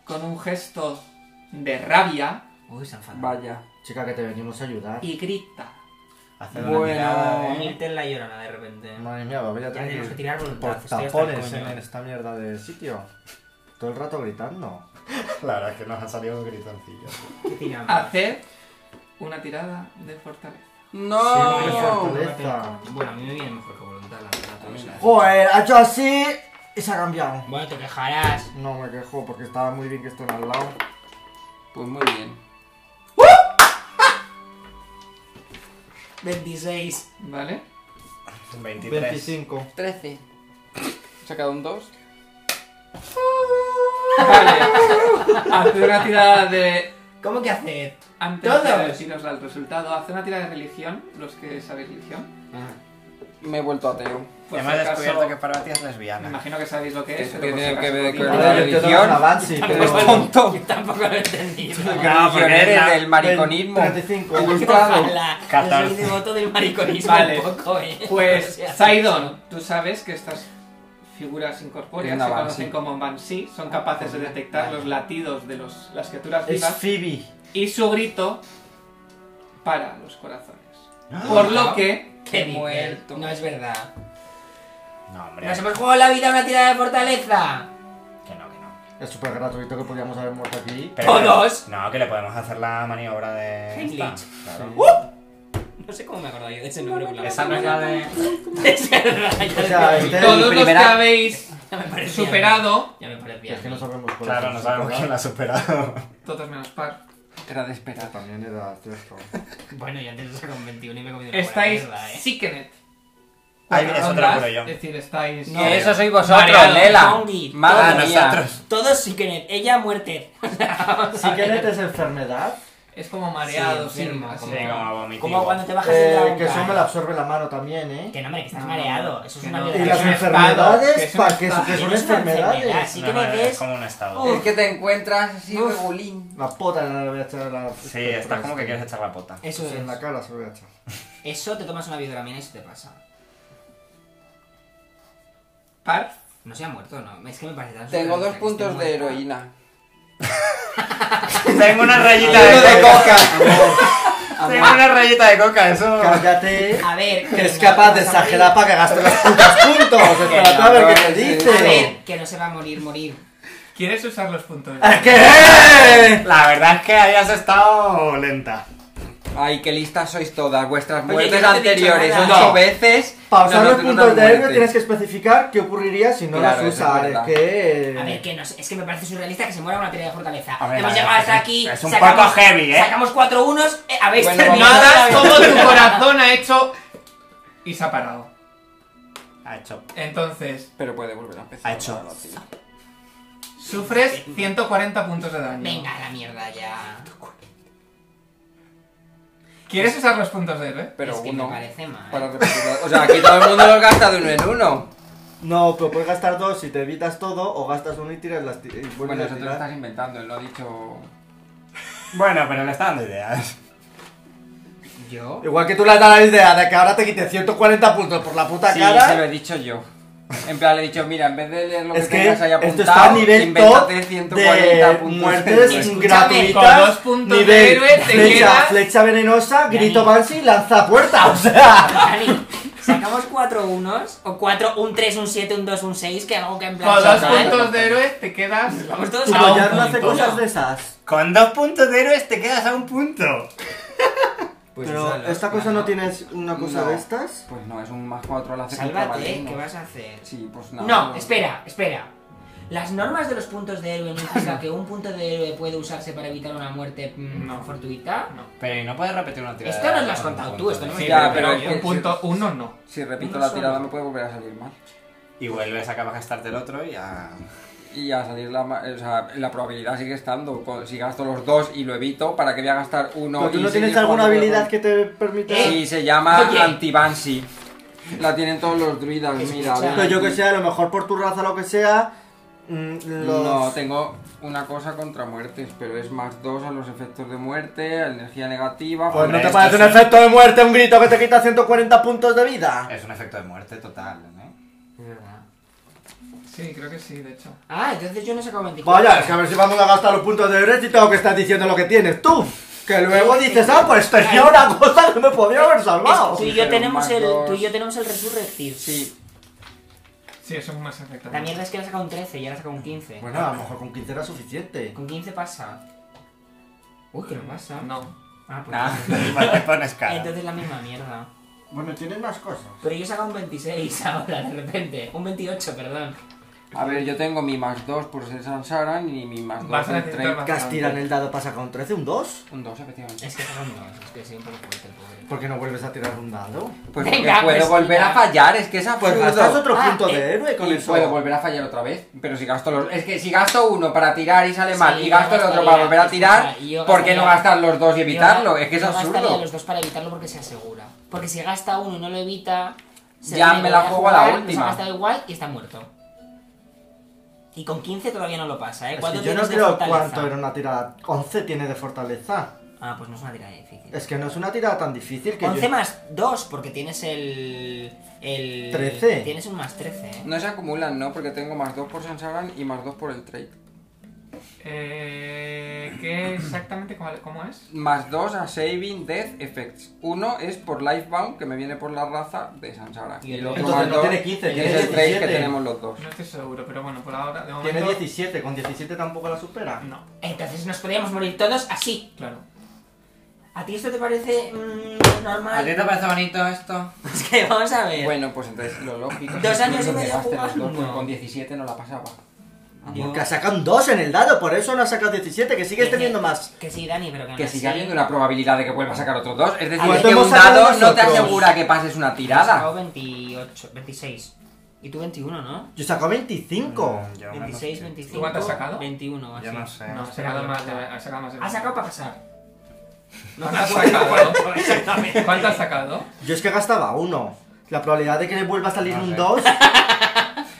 con un gesto de rabia
Uy, se enfadó.
Vaya.
Chica, que te venimos a ayudar.
y grita
Hacer una
Bueno.
mirada ¿eh? de-
Milton la llorona de repente.
Madre mía, voy a
Ya tenemos que tirar voluntad.
por
estoy hasta el
tapones
coño.
en esta mierda de sitio. Todo el rato gritando.
La verdad es que nos han salido gritoncillos.
¿Qué tiramos?
hacer una tirada de fortaleza
Siempre
¡No!
fortaleza.
Bueno, a mí me viene mejor que voluntad, la verdad. tú lo sabes.
Joder, ha hecho así y se ha cambiado.
Bueno, te quejarás.
No me quejo porque estaba muy bien que estén al lado.
Pues muy bien.
26.
vale
23.
25.
13. He sacado un 2.
vale hacer una tirada de
¿Cómo que haces?
antes
Todos.
de deciros al resultado hacer una tirada de religión los que sabéis religión
Me he vuelto ateo.
Por
Hemos
Pues si acaso,
descubierto que para ti es
me
lesbiana.
imagino que sabéis lo que es
Eso
pero
que
por si
tiene que
acaso
ver
lo
con la
digo.
Vale, yo te doy
religión.
un avance,
¡Es
pero...
tonto!
Yo tampoco lo he entendido.
Claro, Ah, porque
Eres
la-
del mariconismo.
25.
Ilustrado.
Ojalá. Yo soy
Catorce.
devoto del mariconismo
Vale.
un poco, eh. O
Pues
sea,
Saidon, tú sabes que estas figuras
Es
incorpóreas
una
se conocen
banshee.
como Banshee, son capaces de detectar los latidos de los, las criaturas
Es
vivas
Phoebe.
y su grito para los corazones.
Ah.
Por lo que
Qué
He
nivel.
muerto.
No es verdad.
No, hombre.
Nos hemos jugado la vida a una tirada de fortaleza.
Que no, que no.
Es súper gratuito que podíamos haber muerto aquí.
Pero-
¿Todos?
No, que le podemos hacer la maniobra de. esta,
Heimlich.
claro.
No sé cómo me he acordado yo de ese número. por la
Esa no es la de.
Es verdad.
O sea,
Ya
este-
todos los que
primera-
habéis
ya me parecía.
superado,
Ya me parecía.
Es que no sabemos cuál
Claro, no sabemos quién la ha superado.
todos menos par,
Era de esperar.
También era cierto.
Bueno, yo antes con 21 y me he comido una
estáis
buena mierda, eh.
Sikenet.
Ay, eso
Cuatro
te lo
rondas,
juro yo.
Es decir, estáis...
No,
Que
eh,
eso sois vosotros,
Mareado,
Lela.
zombie.
Ah,
Madre mía.
nosotros.
Todos sí que ella muerte.
Si quieres es enfermedad,
es como mareado, sí,
enfermo,
así.
Sí, como vomitivo.
Como cuando te bajas el
eh,
dragón.
que eso me
Kai.
la absorbe la mano también, ¿eh?
Que no, hombre, que estás
No,
mareado. Eso es
que
una
no.
Y las
que es un
violación.
enfermo- espado,
enfermedades,
que es
¿para
un
qué eso
espado.
que
Que
son
no es una enfermedad,
enfermedades?
sí
No,
que
no,
me
es
ves.
como un estado.
Es Oh. que te encuentras así,
Uf.
regulín.
La pota no le voy a echar a la...
Sí, está como que quieres echar la pota.
Eso
en la
es.
cara se lo voy a echar.
Eso te tomas una biodramina y se te pasa.
Par,
No se ha muerto, no. Es que me parece tan
Tengo
surrealista
dos
que
puntos
esté
de
muerta.
heroína.
Tengo una rayita
Uno de
de coca. Tengo
Amor.
una rayita de coca, eso.
Cállate.
A ver.
Que es
no
capaz
te
de
vas a morir.
exagerar para que gaste los putos puntos. Espérate a ver qué te
A
dice.
ver, que no se va a morir, morir.
¿quieres usar los puntos?
Es que...
La verdad es que hayas estado lenta.
Ay, qué listas sois todas. Vuestras
Oye,
muertes
yo no te he dicho
anteriores,
nada.
ocho
No.
veces.
Para usar los
nosotros
puntos
nos
de héroe
muerte.
tienes que especificar qué ocurriría si no
Claro,
las
eso es
usas. Es
verdad.
que...
A ver, que no sé, es que me parece surrealista que se muera una tirada de fortaleza.
A ver,
Hemos
a ver,
llegado hasta
es-
aquí.
es un poco heavy, ¿eh?
Sacamos cuatro unos. eh, habéis
Bueno,
terminado.
vamos
la
Notas cómo tu corazón ha hecho y se ha parado.
Ha hecho.
Entonces,
Pero puede volver a empezar.
Ha hecho.
la batida.
sufres 140 puntos de daño.
Venga, a la mierda ya.
¿Quieres usar los puntos de héroe?
Pero
es que
uno.
me parece mal.
Para repetirlo. O sea, aquí todo el mundo lo gasta de uno en uno.
Pues No, pero puedes gastar dos si te evitas todo, o gastas uno y tiras las ti- y vuelves
Bueno,
a
eso te lo
tirar.
estás inventando, él lo ha dicho.
Bueno, pero le está dando ideas.
Yo.
Igual que tú le has dado la idea de que ahora te quite 140 puntos por la puta
Sí,
cara.
se lo he dicho yo. En plan, le he dicho, mira, en vez de leer lo
Es
que,
que
tengas ahí apuntado,
esto está a nivel top
invéntate 140
de
puntos
muertes
extra.
gratuitas.
con dos puntos de
nivel
héroe te
flecha,
quedas-
flecha venenosa, grito
Dani.
Banshee, lanza puerta. O sea,
Dani, Ah, sacamos cuatro unos, o cuatro, un 3, un 7, un 2, un 6, que algo que en plan.
Con dos
chaval,
puntos de héroe te quedas.
Vamos todos
tu
Ah,
a
un
collar no hace
punto.
cosas de esas.
Con dos puntos de héroes te quedas a un punto.
Pues
pero
sálvate,
esta cosa
nada.
no tienes una cosa
No.
de estas.
Pues no, es un más 4 a la
Sálvate, ¿eh? ¿qué vas a hacer?
Sí, pues nada.
No, espera, espera. Las normas de los puntos de héroe no implica que un punto de héroe puede usarse para evitar una muerte mm,
No.
fortuita.
No.
Pero ¿y no puedes repetir una tirada.
Esto nos lo has
con un
contado tú,
punto
esto
de
no
Sí,
héroe?
Ya,
pero,
pero es que-
un punto uno no.
Si repito
Uno
la
solo.
tirada me puede volver a salir mal.
Y vuelves a acabar gastarte el otro y a.
Y a salir la, ma- o sea, la probabilidad sigue estando. con- Si gasto los dos y lo evito, ¿para qué voy a gastar uno?
Pero tú
y
no tienes
seguir
alguna
jugando
habilidad
con-
que te permita.
Sí, se llama
Oye.
Antibansi. La tienen todos los druidas, mira.
Escucha.
Pero
ven.
yo que sé, a lo mejor por tu raza lo que sea. mm, Los...
No, tengo una cosa contra muertes, pero es más dos a los efectos de muerte, a energía negativa.
Pues no
Hombre,
te
esto
parece un
sí.
efecto de muerte, un grito que te quita 140 puntos de vida.
Es un efecto de muerte total, ¿eh?
Sí, creo que sí, de hecho.
Ah, entonces yo no he sacado 24.
Vaya, es que a ver si vamos a gastar los puntos de Brett y tengo que estar diciendo lo que tienes tú. Que luego dices, ah, pues tenía una cosa que me podía haber salvado.
tú, y yo
Pero
tenemos
más
el,
dos.
tú y yo tenemos el Resurrective.
Sí,
Sí, eso es más afectado.
La mierda es que ahora saca un 13 y ahora saca un 15.
Bueno, a lo mejor con 15 era suficiente.
Con 15 pasa. Uy, que no pasa.
No.
Ah, pues.
Nah, le pones cara.
Entonces la misma mierda.
Bueno, tienes más cosas.
Pero yo he sacado un 26 ahora, de repente. Un 28, perdón.
a ver, yo tengo mi más dos por ser Sansaran y mi más
Vas
dos
a
en
necesitar
trade.
más.
¿Qué has tirado en el dado para sacar un 13? ¿Un 2?
Un dos, efectivamente.
Es que son dos, es que soy un poco fuerte el pobre.
¿Por qué no vuelves a tirar un dado?
Pues
Venga,
porque puedo
pues,
volver
tira.
a fallar, es que es
Pues
absurdo.
gastas otro
Ah,
punto
eh,
de héroe con
y
eso.
puedo volver a fallar otra vez, pero si gasto los... Es que si gasto uno para tirar y sale mal
Sí,
y gasto
yo
el otro
gastaría-
para volver a tirar,
escucha, yo
¿por qué no
gastaría-
gastar los dos y evitarlo? Es que es
Yo gastaría
absurdo.
los dos para evitarlo porque se asegura. Porque si gasta uno y no lo evita. se
Ya
lo
me la
voy
juego a la
jugar, no Se
última.
ha gastado igual y está muerto. Y con 15 todavía no lo pasa, ¿eh?
Es
¿Cuánto
que yo no
tienes de
creo
fortaleza?
cuánto era una tirada. 11 tiene de fortaleza.
Ah, pues no es una tirada difícil.
Es que no es una tirada tan difícil que
11
yo...
más 2, porque tienes el. el
13.
Tienes un más 13, ¿eh?
No se acumulan, ¿no? Porque tengo más dos por Sansaran y más dos por el trade.
Eh, ¿Qué exactamente cuál- cómo es?
Más 2 a Saving Death Effects. Uno es por Lifebound, que me viene por la raza de Sansara.
Y el
otro
Entonces
más
no
dos,
tiene 15,
y
tiene
es el trade que
17.
tenemos los dos.
No estoy seguro, pero bueno, por ahora. De momento,
Tiene 17, con 17 tampoco la supera.
No,
Entonces nos podríamos morir todos así.
claro.
¿A ti esto te parece mm,
¿A ti
normal?
te parece bonito esto?
Es que vamos a ver.
Bueno, pues entonces lo lógico.
Dos
es que
años y
me
medio
gaste los
jugando.
dos, porque Con 17 no la pasaba.
Dios.
Porque sacan 2 en el dado, por eso no has sacado 17, que sigues
Mm, Que-
teniendo más.
Que sí, Dani, pero que,
Que
aún
sigue
así-
habiendo una probabilidad de que vuelva a sacar otros dos. Es decir,
¿Cuánto
es que
hemos
un
sacado
dado no te
nosotros?
asegura que pases una
Has
tirada.
sacado 28, 26. Y tú 21, ¿no?
Yo saco 25.
Mm, yo menos
26,
que-
25.
¿Tú cuánto has sacado?
21, o así.
Yo no sé.
No, ha sacado más de. Ha sacado más de.
Has sacado para pasar.
¿Cuánto has sacado? ¿Cuánto has sacado?
Yo es que gastaba 1. La probabilidad de que le vuelva a salir
No
un
sé.
2.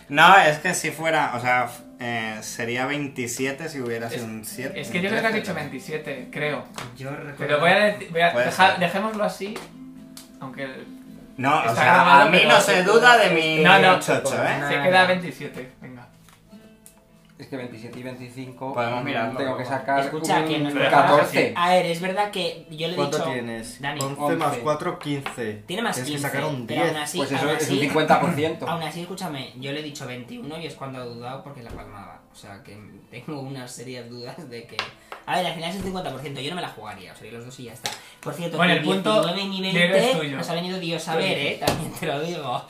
No, es que si fuera, o sea, f- eh, sería 27 si hubiera
Es-
sido un 7.
Es que yo creo que has dicho 27, creo.
Yo recuerdo.
Pero voy a decir. voy a-
Puede
deja-
ser.
dejémoslo así. Aunque.
No, o
Está
sea, a
grabado,
mí
pero-
no se duda de mi
No, no.
chocho, ¿eh?
Se queda 27, venga.
Es que 27 y 25.
Podemos mirarlo
Tengo que
luego.
sacar
Escucha,
un
que nos
dejamos
14.
A ver, es verdad que yo le he
¿Cuánto
dicho.
tienes?
Dani.
11,
Once.
más 4, 15.
Tiene más
Tienes
15.
que sacar un
pero
10.
aún así,
Pues
aún
eso es
así,
un
Aún
50%.
así, escúchame, yo le he dicho 21 y es cuando ha dudado porque la palmaba. O sea, que tengo unas serias dudas de que... A ver, al final es un 50%, yo no me la jugaría, o sea, yo los dos y ya está. Por cierto,
Bueno,
ni
el punto
19 ni
de héroe es
20
tuyo.
nos ha venido Dios a ver, ¿eh? También te lo digo.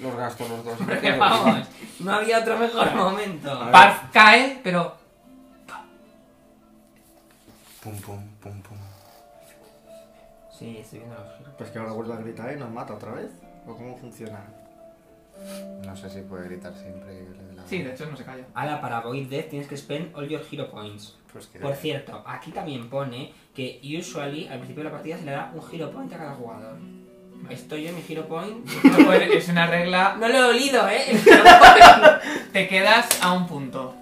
Los gasto los dos.
Porque vamos, no había otro mejor momento.
Parf cae, pero.
Pum, pum, pum, pum.
Sí, estoy viendo los giros.
Pues que ahora vuelve a gritar y nos mata otra vez. ¿O cómo funciona?
No sé si puede gritar siempre que le dé la
Sí, de hecho no se calla.
Ahora, para Void Death tienes que spend all your hero points.
Pues que-
Por cierto, aquí también pone que usually al principio de la partida se le da un hero point a cada jugador. Estoy yo en mi hero point.
No puede- es una regla.
No lo he olido, ¿eh?
Te quedas a un punto.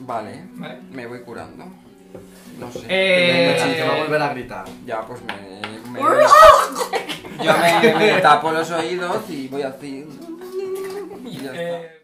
Vale,
¿Vale?
me voy curando. No sé.
Eh,
Venga,
Te va a volver a gritar.
Ya, pues me.
¡Oh!
me- yo me, me tapo los oídos y voy así. Y ya está.
Eh,